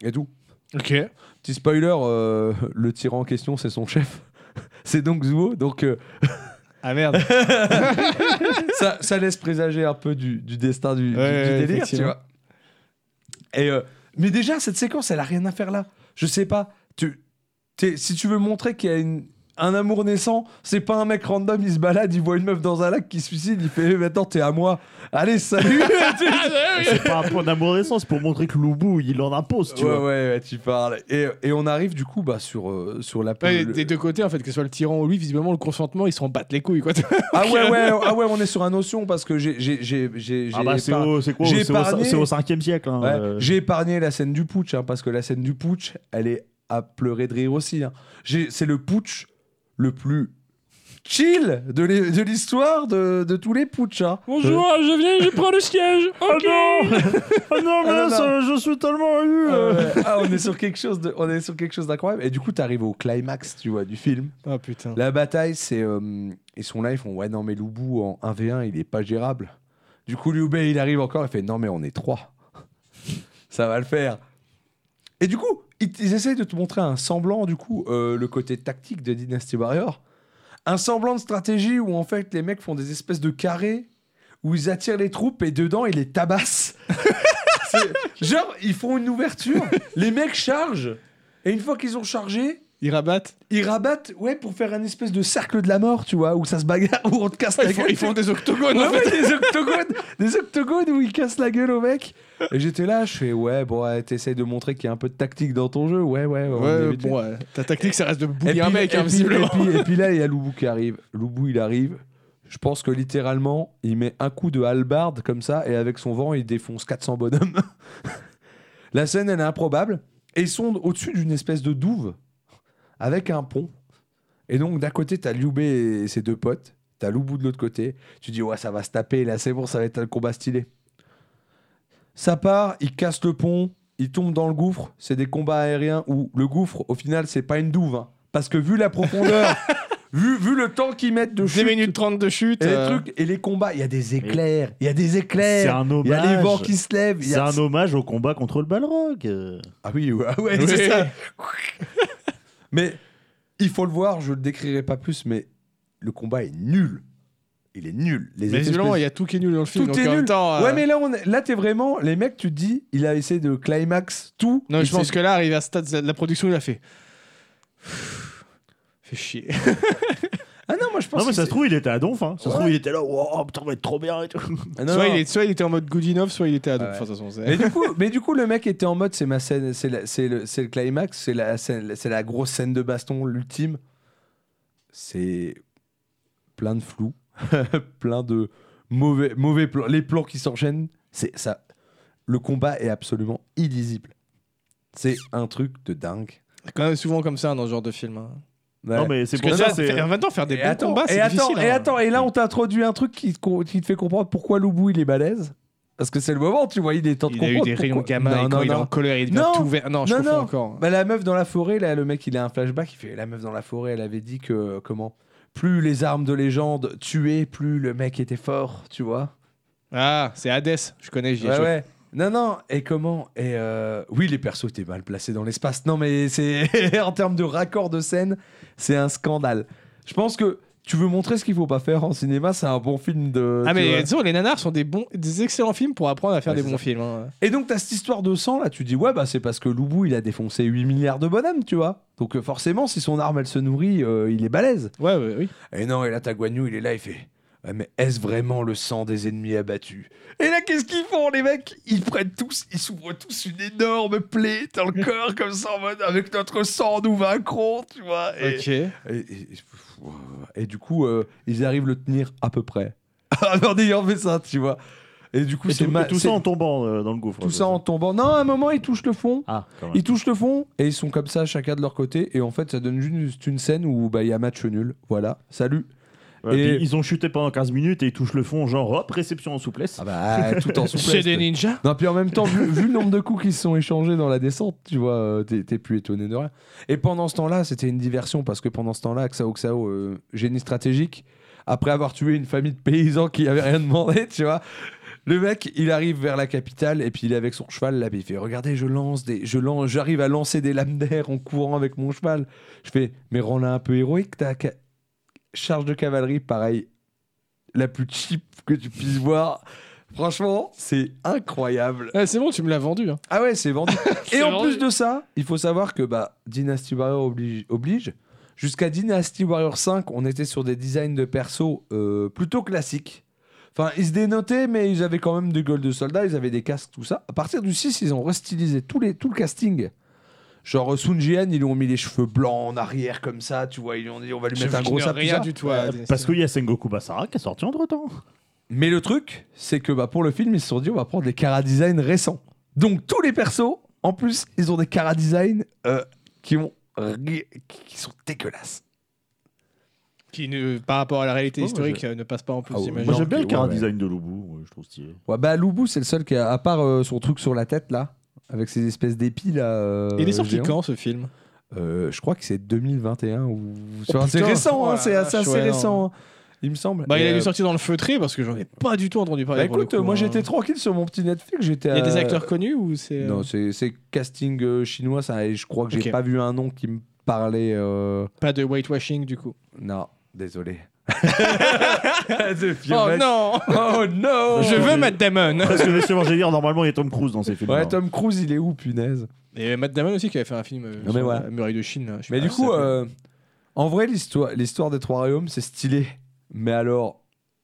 S2: Et tout.
S1: Ok.
S2: Petit spoiler, euh, le tyran en question c'est son chef. C'est donc Zuo, donc euh,
S1: Ah merde.
S2: ça, ça laisse présager un peu du, du destin du, du-
S1: Ouais,
S2: du
S1: ouais,
S2: délire, tu
S1: effectivement.
S2: vois. Et euh, mais déjà, cette séquence, elle a rien à faire là. Je sais pas. Tu, t'es- si tu veux montrer qu'il y a une- un amour naissant, c'est pas un mec random, il se balade, il voit une meuf dans un lac qui se suicide, il fait eh, maintenant t'es à moi. Allez, salut
S3: C'est pas un point d'amour d'essence pour montrer que Loubou, il en impose, tu
S2: ouais, ouais,
S3: vois.
S2: ouais, tu parles. Et, et on arrive du coup bah, sur, euh, sur la
S1: Ouais,
S2: le-
S1: Des deux côtés, en fait, que ce soit le tyran ou lui, visiblement, le consentement, ils se en battent les couilles, quoi.
S2: Ah, ouais, ouais, ah ouais, on est sur un notion parce que j'ai. j'ai- j'ai- j'ai-
S3: Ah bah
S2: j'ai
S3: c'est
S2: pas-
S3: au, c'est quoi
S2: j'ai
S3: C'est au,
S2: épargné.
S3: c'est au 5e siècle. hein,
S2: Ouais,
S3: euh.
S2: J'ai épargné la scène du putsch, hein, parce que la scène du putsch, elle est à pleurer de rire aussi. hein. J'ai- C'est le putsch le plus chill de l'hi- de l'histoire de, de tous les putschs. hein.
S1: je viens, je prends le siège.
S3: Oh non Oh non,
S2: Ah, non,
S3: mince,
S2: non.
S3: euh, je suis tellement ému euh.
S2: Euh, ah, on est sur quelque chose de- on est sur quelque chose d'incroyable. Et du coup, t'arrives au climax, tu vois, du film.
S1: Ah putain.
S2: La bataille, c'est euh, et son live, on ouais non mais Loubou en 1v1, il est pas gérable. Du coup, Liu Bei, il arrive encore, il fait non mais on est trois. Ça va le faire. Et du coup, ils, ils essayent de te montrer un semblant du coup euh, le côté tactique de Dynasty Warrior, un semblant de stratégie où en fait les mecs font des espèces de carrés où ils attirent les troupes et dedans ils les tabassent. C'est- Genre ils font une ouverture, les mecs chargent et une fois qu'ils ont chargé,
S1: Ils rabattent.
S2: ils rabattent, ouais, pour faire un espèce de cercle de la mort, tu vois, où ça se bagarre, où on te casse la
S1: Ils font,
S2: gueule.
S1: ils font des octogones, en
S2: Ouais,
S1: fait.
S2: ouais, des octogones, des octogones où ils cassent la gueule au mec. Et j'étais là, je fais ouais, bon, ouais, t'essayes de montrer qu'il y a un peu de tactique dans ton jeu, ouais, ouais, ouais. on est
S1: Ouais,
S2: habitué.
S1: bon, ouais. ta tactique, ça reste de
S2: Et
S1: bouiller un
S2: puis-
S1: mec,
S2: et
S1: hein,
S2: puis-
S1: visiblement.
S2: et puis- et puis là, il y a Loubou qui arrive. Loubou, il arrive. Je pense que littéralement, il met un coup de halbarde comme ça et avec son vent, il défonce 400 bonhommes. la scène, elle est improbable. Et ils sont au-dessus d'une espèce de douve avec un pont. Et donc, d'un côté, t'as Liubé et ses deux potes. T'as Loubou de l'autre côté. Tu dis, ouais, ça va se taper. Là, c'est bon, ça va être un combat stylé. Ça part, il casse le pont, il tombe dans le gouffre. C'est des combats aériens où le gouffre, au final, c'est pas une douve. hein. Parce que vu la profondeur, vu, vu le temps qu'ils mettent de
S1: Des
S2: chute,
S1: minutes 30 de chute.
S2: et, les
S1: euh,
S2: trucs, et les combats, il y a des éclairs, il y a des éclairs,
S3: un
S2: il y a les vents qui se lèvent. il y
S3: C'est
S2: a-
S3: un hommage au combat contre le Balrog. euh.
S2: Ah oui, ouais, ouais,
S1: Oui.
S2: c'est ça. mais il faut le voir, je le décrirai pas plus, mais le combat est nul. Il est nul. Les
S1: Mais
S2: effets
S1: visiblement,
S2: spéciaux-
S1: il y a tout qui est nul dans le film.
S2: Tout
S1: donc
S2: est
S1: en même
S2: nul.
S1: temps, euh,
S2: Ouais, mais là, on est- là t'es vraiment. Les mecs, tu te dis, il a essayé de climax tout.
S1: Non,
S2: Il
S1: je pense
S2: s'est-
S1: que là, arrivé à ce stade, la production, il a fait. fait chier.
S2: Ah non, moi, je pense
S3: Non, mais
S2: que
S3: ça
S2: c'est-
S3: se trouve, il était à Donf. Hein. Ça se
S2: Ouais.
S3: trouve, il était là. Wow, putain, on va être trop bien et tout.
S2: Ah non,
S1: soit,
S2: non.
S1: Il est- soit il était en mode good enough, soit il était à
S2: Ah ouais.
S1: Enfin, de toute façon, c'est-
S2: Mais du, coup, mais du coup, le mec était en mode c'est ma scène, c'est la- c'est le, c'est le climax, c'est la, scène- c'est la grosse scène de baston, l'ultime. C'est plein de flou, plein de mauvais, mauvais plans. Les plans qui s'enchaînent, c'est ça. Le combat est absolument illisible. C'est un truc de dingue.
S1: C'est quand même souvent comme ça dans ce genre de film. hein.
S2: Ouais.
S3: Non, mais c'est
S1: Parce que
S3: pour ça.
S1: là,
S3: c'est-
S1: faire- en même temps, faire des
S2: et
S1: bons
S2: attends,
S1: combats,
S2: et
S1: c'est
S2: attends,
S1: difficile.
S2: et
S1: hein.
S2: attends, et là on t'introduit un truc qui te, co- qui te fait comprendre pourquoi Loubou il est balèze. Parce que c'est le moment, tu vois, il est temps de
S1: Il a eu
S2: comprendre.
S1: des rayons
S2: pourquoi-
S1: gamma
S2: Non,
S1: et quand
S2: non,
S1: il est
S2: non.
S1: en colère, il devient
S2: Non,
S1: tout vert. Non, je
S2: non,
S1: confonds
S2: non.
S1: encore.
S2: Bah, la meuf dans la forêt, là, le mec, il a un flashback, il fait la meuf dans la forêt, elle avait dit que euh, comment plus les armes de légende tuaient, plus le mec était fort, tu vois.
S1: Ah, c'est Hades, je connais, j'y ai
S2: Ouais,
S1: joué.
S2: ouais. Non, non, et comment Et euh, oui, les persos étaient mal placés dans l'espace. Non, mais c'est en termes de raccord de scène, c'est un scandale. Je pense que tu veux montrer ce qu'il faut pas faire en cinéma, c'est un bon film de.
S1: Ah
S2: tu
S1: mais
S2: vois.
S1: disons, les nanars sont des bons, des excellents films pour apprendre à faire
S2: Ouais,
S1: des
S2: c'est
S1: bons films. hein.
S2: Et donc, t'as cette histoire de sang là, tu dis, ouais, bah c'est parce que Loubou il a défoncé 8 milliards de bonhommes, tu vois. Donc, euh, forcément, si son arme elle se nourrit, euh, il est balèze.
S1: Ouais, ouais, oui.
S2: Et Eh non, et là, t'as Guan Yu, il est là, il fait. Ouais, mais est-ce vraiment le sang des ennemis abattus Et là, qu'est-ce qu'ils font, les mecs Ils prennent tous, ils s'ouvrent tous une énorme plaie dans le corps, comme ça, en mode avec notre sang, nous vaincrons, tu vois. Et,
S1: Ok.
S2: Et, et- et- et du coup, euh, ils arrivent le tenir à peu près. en ayant fait ça, tu vois. Et du coup,
S3: Et
S2: c'est
S3: tout,
S2: ma-
S3: et tout
S2: c'est-
S3: ça en tombant euh, dans le gouffre.
S2: tout
S3: c'est
S2: ça en tombant. Non, à un moment, ils touchent le fond.
S3: Ah, quand même.
S2: Ils touchent le fond et ils sont comme ça, chacun de leur côté. Et en fait, ça donne juste une scène où bah, il y a match nul. Voilà, salut.
S3: Ouais,
S2: et-
S3: puis Ils ont chuté pendant 15 minutes et ils touchent le fond, genre hop, réception en souplesse.
S2: Ah bah, tout en
S1: Chez
S2: souplesse.
S1: des ninjas
S2: Non, puis en même temps, vu, vu le nombre de coups qui se sont échangés dans la descente, tu vois, euh, t'es t'es plus étonné de rien. Et pendant ce temps-là, c'était une diversion parce que pendant ce temps-là, Xao Xao, euh, génie stratégique, après avoir tué une famille de paysans qui avait rien demandé, tu vois, le mec, il arrive vers la capitale et puis il est avec son cheval là, puis il fait "Regardez, je lance des je lance, j'arrive à lancer des lames d'air en courant avec mon cheval." Je fais "Mais rends-la un peu héroïque ta ca- charge de cavalerie pareil la plus cheap que tu puisses voir." Franchement, c'est incroyable.
S1: Ah, C'est bon, tu me l'as vendu. hein.
S2: Ah ouais, c'est vendu. Et en
S1: vendu.
S2: plus de ça, il faut savoir que bah, Dynasty Warrior oblige. oblige. Jusqu'à Dynasty Warrior 5, on était sur des designs de perso euh, plutôt classiques. Enfin, ils se dénotaient, mais ils avaient quand même des gueules de soldats, ils avaient des casques, tout ça. À partir du 6, ils ont restylisé tous les, tout le casting. Genre euh, Sun Jian, ils lui ont mis les cheveux blancs en arrière comme ça, tu vois, ils lui ont dit on va lui
S1: Je
S2: mettre un gros
S1: n'ignore
S2: sap. tout
S1: rien
S2: ça.
S1: du tout. à
S3: Euh,
S1: Dynasty
S3: Parce qu'il y a Sengoku Basara qui est sorti entre temps.
S2: Mais le truc, c'est que bah, pour le film, ils se sont dit on va prendre des cara design récents. Donc tous les persos, en plus, ils ont des cara design euh, qui ont ri- qui sont dégueulasses.
S1: qui ne- par rapport à la réalité
S2: Oh,
S1: historique euh, ne passe pas en plus
S2: Ah ouais,
S1: j'imagine.
S3: Moi
S2: Non,
S3: j'aime bien
S2: qui-
S3: le cara
S2: ouais,
S3: design de Loubou, ouais, je trouve stylé.
S2: Ouais, bah Loubou, c'est le seul qui a à part euh, son truc sur la tête là, avec ses espèces d'épis là. euh,
S1: Il est sorti
S2: géants.
S1: quand ce film
S2: Euh, Je crois que c'est 2021 ou.
S1: Oh,
S2: c'est
S1: putain.
S2: récent, hein,
S1: Oh la
S2: c'est assez,
S1: vache,
S2: assez
S1: ouais, non.
S2: récent, hein, il me semble.
S1: Bah, il
S2: Et,
S1: a
S2: euh,
S1: dû sortir dans le feutré parce que j'en ai pas du tout entendu
S2: Bah
S1: parler. pour le
S2: écoute,
S1: coup,
S2: moi
S1: hein.
S2: j'étais tranquille sur mon petit Netflix, j'étais.
S1: Il y a des
S2: à-
S1: acteurs connus ou c'est. euh,
S2: Non, c'est c'est casting euh, chinois, ça, et je crois que j'ai
S1: Ok.
S2: pas vu un nom qui me parlait. euh,
S1: Pas de whitewashing du coup.
S2: Non, désolé.
S1: Oh non
S2: Oh non
S1: Je veux Matt Damon
S3: Parce que justement, j'allais dire, normalement, il y a Tom Cruise dans ces films.
S2: Ouais, Tom Cruise, il est où, punaise
S1: Et Matt Damon aussi qui avait fait un film euh,
S2: mais
S1: sur la
S2: voilà.
S1: muraille de Chine. là, je sais
S2: Mais
S1: pas
S2: du
S1: si ça
S2: coup,
S1: s'appelle.
S2: euh, en vrai, l'histoire l'histoire des Trois Royaumes, c'est stylé. Mais alors,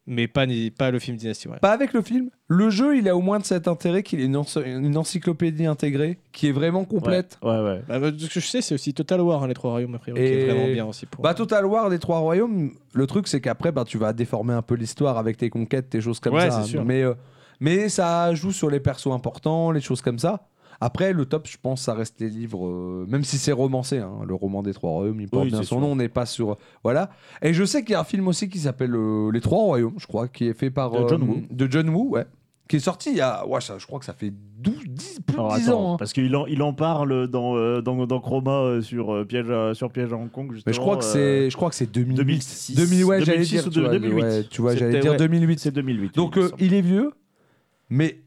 S1: Mais pas, ni- pas le film Dynasty Warrior.
S2: pas avec le film. Le jeu, il a au moins de cet intérêt qu'il est une, ency- une encyclopédie intégrée qui est vraiment complète.
S3: Ouais, ouais.
S1: Bah, bah, de ce que je sais, c'est aussi Total War, hein, les trois royaumes, a priori, qui
S2: Et-
S1: est vraiment bien aussi. Pour...
S2: Bah, Total War des Trois Royaumes, le truc, c'est qu'après, bah, tu vas déformer un peu l'histoire avec tes conquêtes, tes choses comme
S1: Ouais,
S2: ça.
S1: c'est sûr.
S2: Mais, euh, mais ça joue sur les persos importants, les choses comme ça. Après, le top, je pense, ça reste les livres, euh, même si c'est romancé. hein, le roman des Trois Royaumes, il porte
S3: Oui,
S2: bien
S3: c'est
S2: son
S3: sûr.
S2: nom, on n'est pas sur. Voilà. Et je sais qu'il y a un film aussi qui s'appelle euh, Les Trois Royaumes, je crois, qui est fait par. euh,
S3: De John Woo.
S2: De John Woo, ouais. Qui est sorti il y a. Ouais, ça, je crois que ça fait 12, 10, plus
S3: Alors,
S2: de 10
S3: attends,
S2: ans. hein.
S3: Parce qu'il en, il en parle dans, euh, dans, dans Chroma euh, sur, euh, piège, à- sur Piège à Hong Kong. Justement,
S2: Mais je crois que
S3: euh,
S2: c'est je crois que c'est 2000
S3: 2006.
S2: 2000, ouais, j'allais
S3: 2006
S2: dire,
S3: ou
S2: tu vois,
S3: 2008.
S2: ouais, tu vois, j'allais
S3: C'était-
S2: dire
S3: ouais,
S2: 2008.
S3: C'est 2008.
S2: Donc
S3: il me
S2: euh,
S3: semble.
S2: il est vieux, mais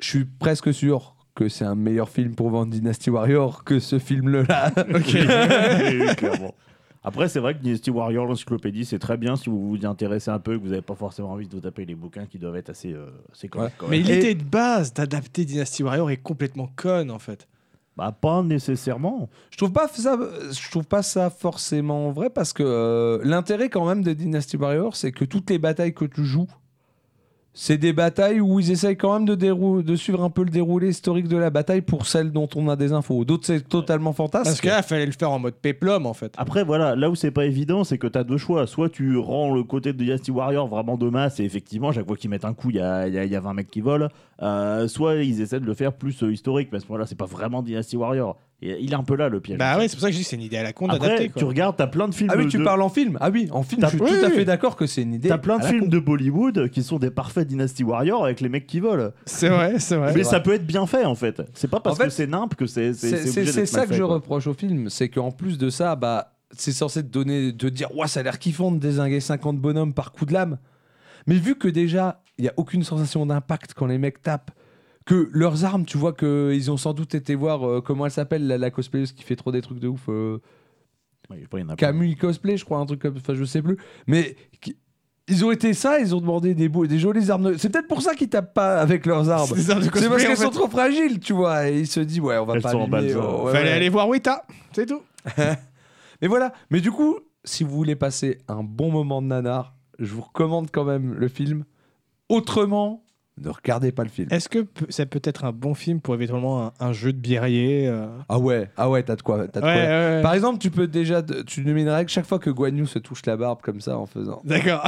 S2: je suis presque sûr que c'est un meilleur film pour vendre Dynasty Warrior que ce film-là.
S3: Oui, oui, clairement. Après, c'est vrai que Dynasty Warrior, l'encyclopédie, c'est très bien si vous vous y intéressez un peu et que vous n'avez pas forcément envie de vous taper les bouquins qui doivent être assez, euh, assez corrects. quand
S1: Mais
S3: même.
S2: Et-
S1: l'idée de base d'adapter Dynasty Warrior est complètement conne en fait.
S3: Bah, pas nécessairement.
S2: je trouve pas ça, je trouve pas ça forcément vrai parce que euh, l'intérêt quand même de Dynasty Warrior, c'est que toutes les batailles que tu joues, c'est des batailles où ils essayent quand même de, dérou- de suivre un peu le déroulé historique de la bataille pour celles dont on a des infos. D'autres c'est totalement
S1: Parce
S2: fantastique.
S1: que là, fallait le faire en mode péplum en fait.
S3: Après, voilà, là où c'est pas évident, c'est que tu as deux choix. Soit tu rends le côté de Dynasty Warrior vraiment de masse, et effectivement, chaque fois qu'ils mettent un coup, il y a, il y a- il y a 20 mecs qui volent. Euh, soit ils essaient de le faire plus euh, historique, parce que voilà, c'est pas vraiment Dynasty Warrior. Et euh, il est un peu là le piège.
S1: Bah ouais, c'est pour ça que je dis que c'est une idée à la con
S3: Après,
S1: d'adapter. quoi.
S3: tu regardes, t'as plein de films.
S2: ah oui, tu
S3: de...
S2: parles en film. Ah oui, en film, je
S3: T'as-
S2: suis
S1: oui,
S2: tout à
S1: oui.
S2: fait d'accord que c'est une idée.
S3: T'as plein de
S2: à la
S3: films
S2: con.
S3: de Bollywood qui sont des parfaits Dynasty Warrior avec les mecs qui volent.
S1: C'est vrai, c'est vrai.
S3: mais
S2: c'est
S3: ça peut être bien fait en fait. C'est pas parce
S2: En fait,
S3: que c'est nimp que c'est.
S2: C'est- C'est
S3: obligé
S2: c'est
S3: d'être
S2: ça
S3: mal
S2: que
S3: fait,
S2: je
S3: quoi.
S2: reproche au film, c'est qu'en plus de ça, bah, c'est censé te donner, te dire, ouais, ça a l'air kiffant de désinguer 50 bonhommes par coup de lame. Mais vu que déjà, il n'y a aucune sensation d'impact quand les mecs tapent, que leurs armes, tu vois qu'ils ont sans doute été voir, euh, comment elle s'appelle, la, la cosplayeuse qui fait trop des trucs de ouf. euh,
S3: Ouais, il y en a plein.
S2: Camus cosplay, je crois, un truc comme enfin je sais plus. Mais qui- ils ont été ça, ils ont demandé des beaux, des jolies armes. de- C'est peut-être pour ça qu'ils tapent pas avec leurs armes.
S1: des armes de
S2: C'est
S1: cosplay,
S2: parce
S1: en
S2: qu'elles
S1: fait.
S2: sont trop fragiles, tu vois. Et ils se disent ouais, on va
S3: Elles
S2: pas
S3: sont en
S2: abîmer,
S3: balsa.
S2: oh, ouais,
S1: Fallait
S2: ouais.
S1: aller voir Weta, c'est tout.
S2: Mais voilà. Mais du coup, si vous voulez passer un bon moment de nanar, je vous recommande quand même le film. Autrement, ne regardez pas le film.
S1: Est-ce que p- ça peut être un bon film pour éventuellement un, un jeu de biérier euh,
S2: Ah ouais, ah ouais, t'as de quoi, t'as de quoi.
S1: ouais, ouais.
S2: Par exemple, tu peux déjà, te- tu nomines une règle chaque fois que Guan Yu se touche la barbe comme ça en faisant.
S1: D'accord.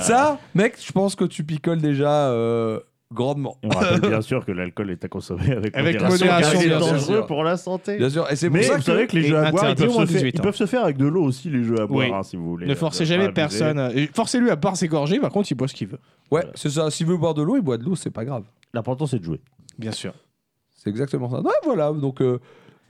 S2: Ça, mec, je pense que tu picoles déjà euh, grandement.
S3: Et on rappelle bien sûr que l'alcool est à consommer avec,
S1: Avec modération,
S3: car il est
S1: bien sûr.
S3: dangereux pour la santé.
S2: Bien sûr, et c'est pour
S3: Mais
S2: ça
S3: vous
S2: que
S3: savez que les
S1: Et
S3: jeux à boire, ils
S1: interdit
S3: peuvent,
S1: au moins de
S3: se faire,
S1: 18
S3: ils
S1: ans.
S3: peuvent se faire avec de l'eau aussi, les jeux à boire,
S1: Oui.
S3: hein, si vous voulez.
S1: Ne
S3: euh,
S1: forcez
S3: pas
S1: jamais
S3: abuser.
S1: personne. Et Forcez-lui à pas s'égorger, par contre, il boit ce qu'il veut.
S2: Ouais, c'est ça. S'il veut boire de l'eau, il boit de l'eau, c'est pas grave.
S3: L'important, c'est de jouer.
S1: Bien sûr.
S2: C'est exactement ça. Ouais, voilà. Donc, euh,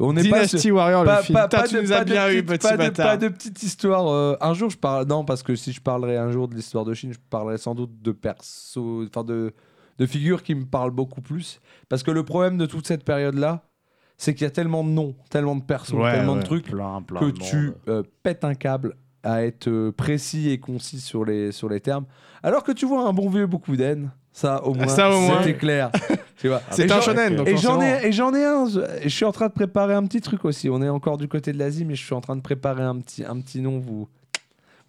S2: on n'est pas.
S1: Dynasty Warrior,
S2: Pas,
S1: Oh, le film.
S2: pas-
S1: Putain,
S2: pas
S1: tu
S2: de-
S1: nous as
S2: pas de
S1: bien eu,
S2: petite-
S1: petit
S2: pas de- pas
S1: bâtard.
S2: de petite histoire. euh, un jour, je parle. Non, parce que si je parlerais un jour de l'histoire de Chine, je parlerais sans doute de perso, enfin de de figures qui me parlent beaucoup plus. Parce que le problème de toute cette période-là, c'est qu'il y a tellement de noms, tellement de persos,
S1: Ouais,
S2: tellement de
S1: ouais.
S2: trucs
S3: Plein, plein.
S2: que
S3: de
S2: tu
S3: monde.
S2: euh, pètes un câble à être euh, précis et concis sur les, sur les termes. Alors que tu vois un bon vieux Bokuden, ça au moins,
S1: Ah, ça, au moins.
S2: c'était clair. tu vois.
S3: Ah,
S1: C'est
S2: Et
S1: un
S2: j'en-
S1: shonen. donc
S2: Et j'en
S1: forcément.
S2: ai, et j'en ai un. je- Je suis en train de préparer un petit truc aussi. On est encore du côté de l'Asie, mais je suis en train de préparer un petit, un petit nom. Vous,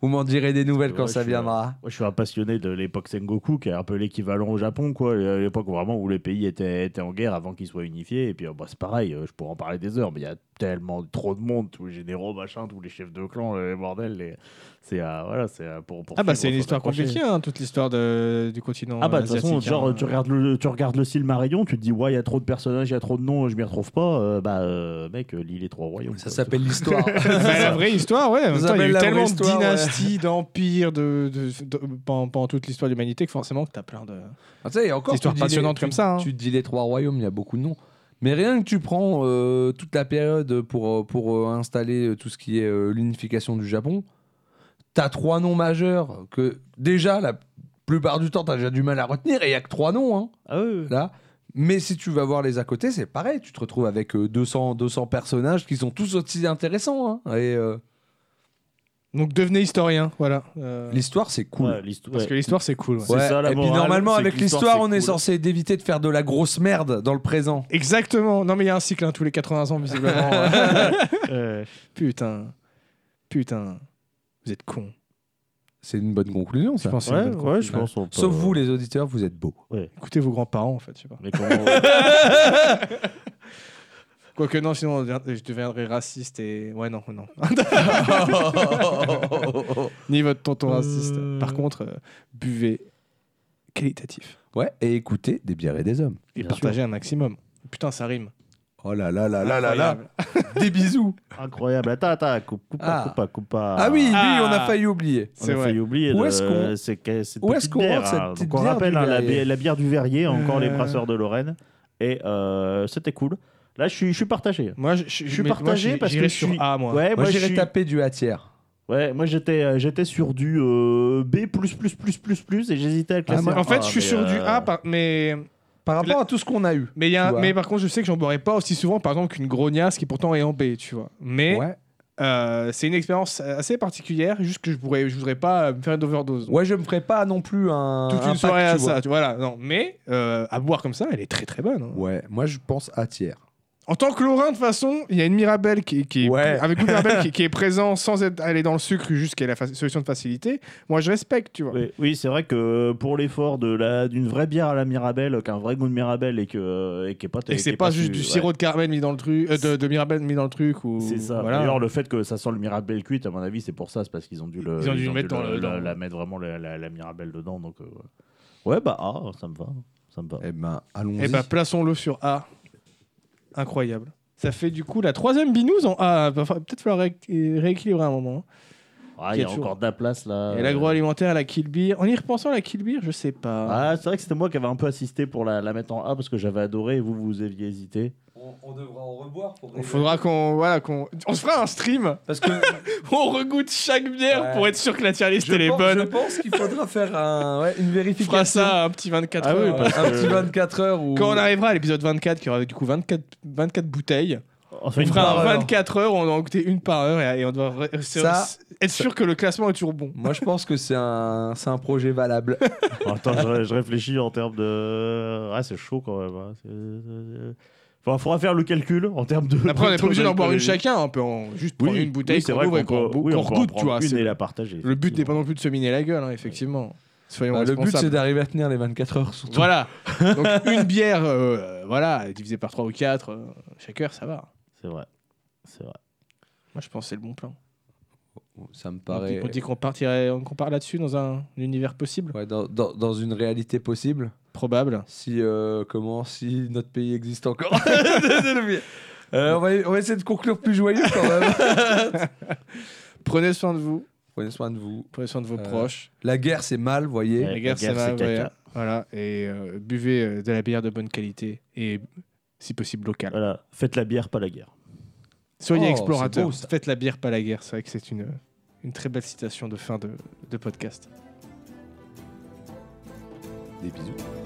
S2: vous m'en direz des nouvelles
S3: Ouais,
S2: quand
S3: je
S2: ça
S3: suis,
S2: viendra.
S3: Moi, je suis un passionné de l'époque Sengoku, qui est un peu l'équivalent au Japon, quoi. À L'époque vraiment où les pays étaient, étaient en guerre avant qu'ils soient unifiés. Et puis, euh, bah, c'est pareil, euh, je pourrais en parler des heures, mais il y a tellement trop de monde, tous les généraux, machin, tous les chefs de clan, euh, les bordels. les- C'est euh, voilà, c'est euh, pour, pour
S1: Ah bah
S3: suivre,
S1: c'est une
S3: faut
S1: histoire
S3: s'accrocher.
S1: compliquée, hein, toute l'histoire de- du continent.
S3: Ah bah de toute
S1: asiatique,
S3: façon,
S1: hein.
S3: genre tu regardes le tu regardes le Silmarillion, tu te dis ouais il y a trop de personnages, il y a trop de noms, je m'y retrouve pas. Euh, bah euh, mec, euh, l'île est trois royaumes.
S2: Ça
S3: quoi.
S2: s'appelle l'histoire.
S1: Bah, la vraie histoire, ouais. en même
S2: Ça
S1: temps, Il y a
S2: s'appelle
S1: eu
S2: la
S1: tellement
S2: vraie
S1: de
S2: histoire, ouais.
S1: dynasties, d'empires de, de- de- pendant, pendant toute l'histoire de l'humanité que forcément que t'as plein de.
S2: Ah, tu sais, et encore,
S1: Histoire
S2: tu dis les-
S1: passionnante
S2: tu-
S1: comme ça, hein.
S2: Tu te dis les trois royaumes, il y a beaucoup de noms. Mais rien que tu prends euh, toute la période pour, euh, pour euh, installer euh, tout ce qui est euh, l'unification du Japon, t'as trois noms majeurs que déjà, la plupart du temps, t'as déjà du mal à retenir et il n'y a que trois noms. hein,
S3: Ah oui, oui.
S2: là. Mais si tu vas voir les à côté, c'est pareil. Tu te retrouves avec euh, 200, 200 personnages qui sont tous aussi intéressants. hein. et euh,
S1: Donc devenez historien, voilà. Euh,
S2: l'histoire, c'est cool.
S3: Ouais, l'histoire-
S1: Parce que l'histoire c'est cool. ouais.
S3: C'est
S2: Ouais,
S3: ça, la
S2: et puis
S3: morale,
S2: normalement,
S3: c'est
S2: avec
S3: que l'histoire,
S2: l'histoire, on
S3: c'est
S2: est
S3: cool.
S2: censé d'éviter de faire de la grosse merde dans le présent.
S1: Exactement. Non mais il y a un cycle hein, tous les 80 ans visiblement.
S3: Euh,
S1: Putain, putain, vous êtes cons.
S2: C'est une bonne conclusion,
S1: Je
S2: ça.
S1: pense. que c'est
S3: ouais,
S1: une bonne
S3: ouais, je
S1: conclusion.
S3: pense. on peut- euh,
S2: Sauf vous, les auditeurs, vous êtes beaux.
S1: Écoutez vos grands-parents en fait, je sais pas.
S3: Mais comment- euh,
S1: Quoique non, sinon on devient- je deviendrais raciste et ouais non non. Ni votre tonton raciste. Par contre, euh, buvez qualitatif
S2: ouais, et écoutez des bières et des hommes.
S1: et
S3: Bien
S1: partagez un maximum. Putain, ça rime.
S2: Oh là là là là là là,
S1: Incroyable.
S2: des bisous.
S3: Incroyable. Attends, attends, coupe, coupe, pas,
S2: Ah.
S3: coupe, pas, coupe pas.
S2: Ah, oui,
S1: Ah.
S2: oui, on a failli oublier.
S3: On a
S1: C'est vrai.
S3: failli oublier.
S2: Où
S3: de-
S2: est-ce qu'on-
S3: c'est que- cette
S2: où est-ce
S3: petite
S2: qu'on
S3: bière,
S2: rentre cette
S3: hein.
S2: petite
S3: Donc, on
S2: bière
S3: rappelle
S2: du
S3: hein, la,
S2: Verrier
S3: bière, la bière du Verrier, encore les
S1: Euh.
S3: brasseurs de Lorraine. Et euh, c'était cool. Là, je suis, je suis partagé.
S1: Moi, je, je-
S3: Je suis
S1: mais moi,
S3: partagé
S1: j'ai-
S3: parce
S1: j'irais
S3: que je
S1: sur
S3: suis-
S1: A moi.
S3: Ouais,
S2: Moi,
S3: je
S2: j'irai
S3: suis-
S2: taper du hatière.
S3: Ouais, moi j'étais euh, j'étais sur du euh, B+++++ et j'hésitais à le
S2: Ah,
S3: classer.
S1: Ah, En fait,
S3: A,
S1: je suis
S3: mais,
S1: sur du
S3: euh,
S1: A, par- mais
S2: Par rapport
S1: La-
S2: à tout ce qu'on a eu.
S1: mais, il y a
S2: Tu
S1: un-
S2: vois.
S1: mais par contre, je sais que j'en boirais pas aussi souvent, par exemple, qu'une grognasse qui pourtant est en B, tu vois. Mais
S2: ouais.
S1: euh, c'est une expérience assez particulière, juste que je pourrais, je voudrais pas me faire une overdose.
S2: ouais, je me ferai pas non plus un.
S1: Toute
S2: un
S1: une
S2: pack,
S1: soirée à
S2: tu vois.
S1: ça, tu vois. Voilà, non. Mais euh, à boire comme ça, elle est très très bonne. hein.
S2: Ouais, moi, je pense hatière.
S1: En tant que Lorrain, de toute façon, il y a une Mirabelle qui, qui est
S2: Ouais.
S1: avec goût de Mirabelle qui, qui est présent sans être aller dans le sucre, juste qui est la fa- solution de facilité. Moi, je respecte, tu vois.
S3: Oui, oui, c'est vrai que pour l'effort de la d'une vraie bière à la Mirabelle, qu'un vrai goût de Mirabelle et que euh, et qui est
S1: Et
S3: pas
S1: que
S3: qui est
S1: c'est pas juste
S3: su-
S1: du
S3: ouais.
S1: sirop de caramel mis dans le truc, euh, de, de Mirabelle mis dans le truc ou.
S3: C'est ça.
S1: Voilà.
S3: D'ailleurs, le fait que ça sent le Mirabelle cuite, à mon avis, c'est pour ça, c'est parce qu'ils ont dû le,
S1: Ils ont dû le mettre dans le-
S3: la,
S1: dans-
S3: la mettre vraiment la, la- la Mirabelle dedans. Donc euh, ouais, bah ah, ça me va, ça me va.
S2: Eh ben, allons-y.
S1: Eh ben, plaçons-le sur A. Incroyable. Ça fait du coup la troisième binouze en A. Va fa- Peut-être falloir ré- rééquilibrer un moment.
S3: Ah, il y a
S1: toujours-
S3: encore de la place là.
S1: Et l'agroalimentaire, la Kill Beer. En y repensant, la Kill Beer, je sais pas.
S3: Ah, c'est vrai que c'était moi qui avais un peu assisté pour la, la mettre en A parce que j'avais adoré et vous vous aviez hésité.
S2: on, devra en revoir.
S1: On faudra qu'on voilà qu'on on se fera un stream.
S2: Parce que
S1: On regoute chaque bière
S2: Ouais.
S1: pour être sûr que la tier list elle est
S2: pense,
S1: bonne.
S2: je pense qu'il faudra faire un, ouais, une
S1: On
S2: vérification. euh,
S1: fera ça à un petit bah, 24
S3: Ah oui,
S1: heures.
S2: Un
S3: parce que-
S2: petit 24 heures. Où...
S1: Quand on arrivera à l'épisode 24, qui aura du coup 24, 24 bouteilles,
S3: Enfin,
S1: On
S3: une
S1: fera
S3: par
S1: un
S3: heure.
S1: 24 heures, on en goûtait une par heure et, et on doit re- euh, se-
S2: Ça-
S1: être sûr que le classement est toujours bon.
S2: Moi, je pense que c'est un, c'est un projet valable.
S3: bah, Attends, je, ré- je réfléchis en termes de. Ah, c'est chaud quand même. hein. C'est- c'est- c'est- Faudra, faudra faire le calcul en termes de.
S1: Après, on n'est
S3: de
S1: pas obligé d'en boire une
S3: alcoolémie.
S1: chacun, on peut en- juste
S3: Oui,
S1: prendre une bouteille
S3: oui, c'est
S1: qu'on
S3: vrai
S1: ouvre et
S3: qu'on
S1: qu'on
S3: peut- oui,
S1: qu'on
S3: on peut en
S1: goûte, tu
S3: prendre
S1: vois.
S3: Une
S1: c'est-
S3: et la partager.
S1: Le but n'est pas
S3: effectivement.
S1: non plus de se miner la gueule, hein, effectivement. Soyons
S2: Bah, le but,
S1: responsables.
S2: c'est d'arriver à tenir les 24 heures, surtout.
S1: Voilà. Donc une bière, euh, voilà, divisée par 3 ou 4, chaque heure, ça va.
S3: C'est vrai. C'est vrai.
S1: Moi, je pense que c'est le bon plan.
S2: Ça
S1: On
S2: me
S1: dit-
S2: paraît.
S1: On dit qu'on partirait, qu'on part là-dessus dans un univers possible,
S2: Ouais, dans, dans- dans une réalité possible,
S1: probable.
S2: si euh, comment si notre pays existe encore. Euh, on, va, on va essayer de conclure plus joyeux quand même.
S1: Prenez soin de vous,
S2: Prenez soin de vous.
S1: prenez soin de vos
S2: Euh,
S1: proches.
S2: La guerre, c'est mal, voyez.
S3: Ouais.
S1: La guerre, c'est
S3: guerre,
S1: là,
S3: c'est
S1: ouais.
S3: caca.
S1: Voilà, et euh, buvez euh, de la bière de bonne qualité et si possible locale.
S3: Voilà. Faites la bière, pas la guerre.
S1: Soyez
S2: Oh,
S1: explorateurs,
S2: c'est beau, ça.
S1: faites la bière, pas la guerre. C'est vrai que c'est une, une très belle citation de fin de, de podcast.
S2: Des bisous.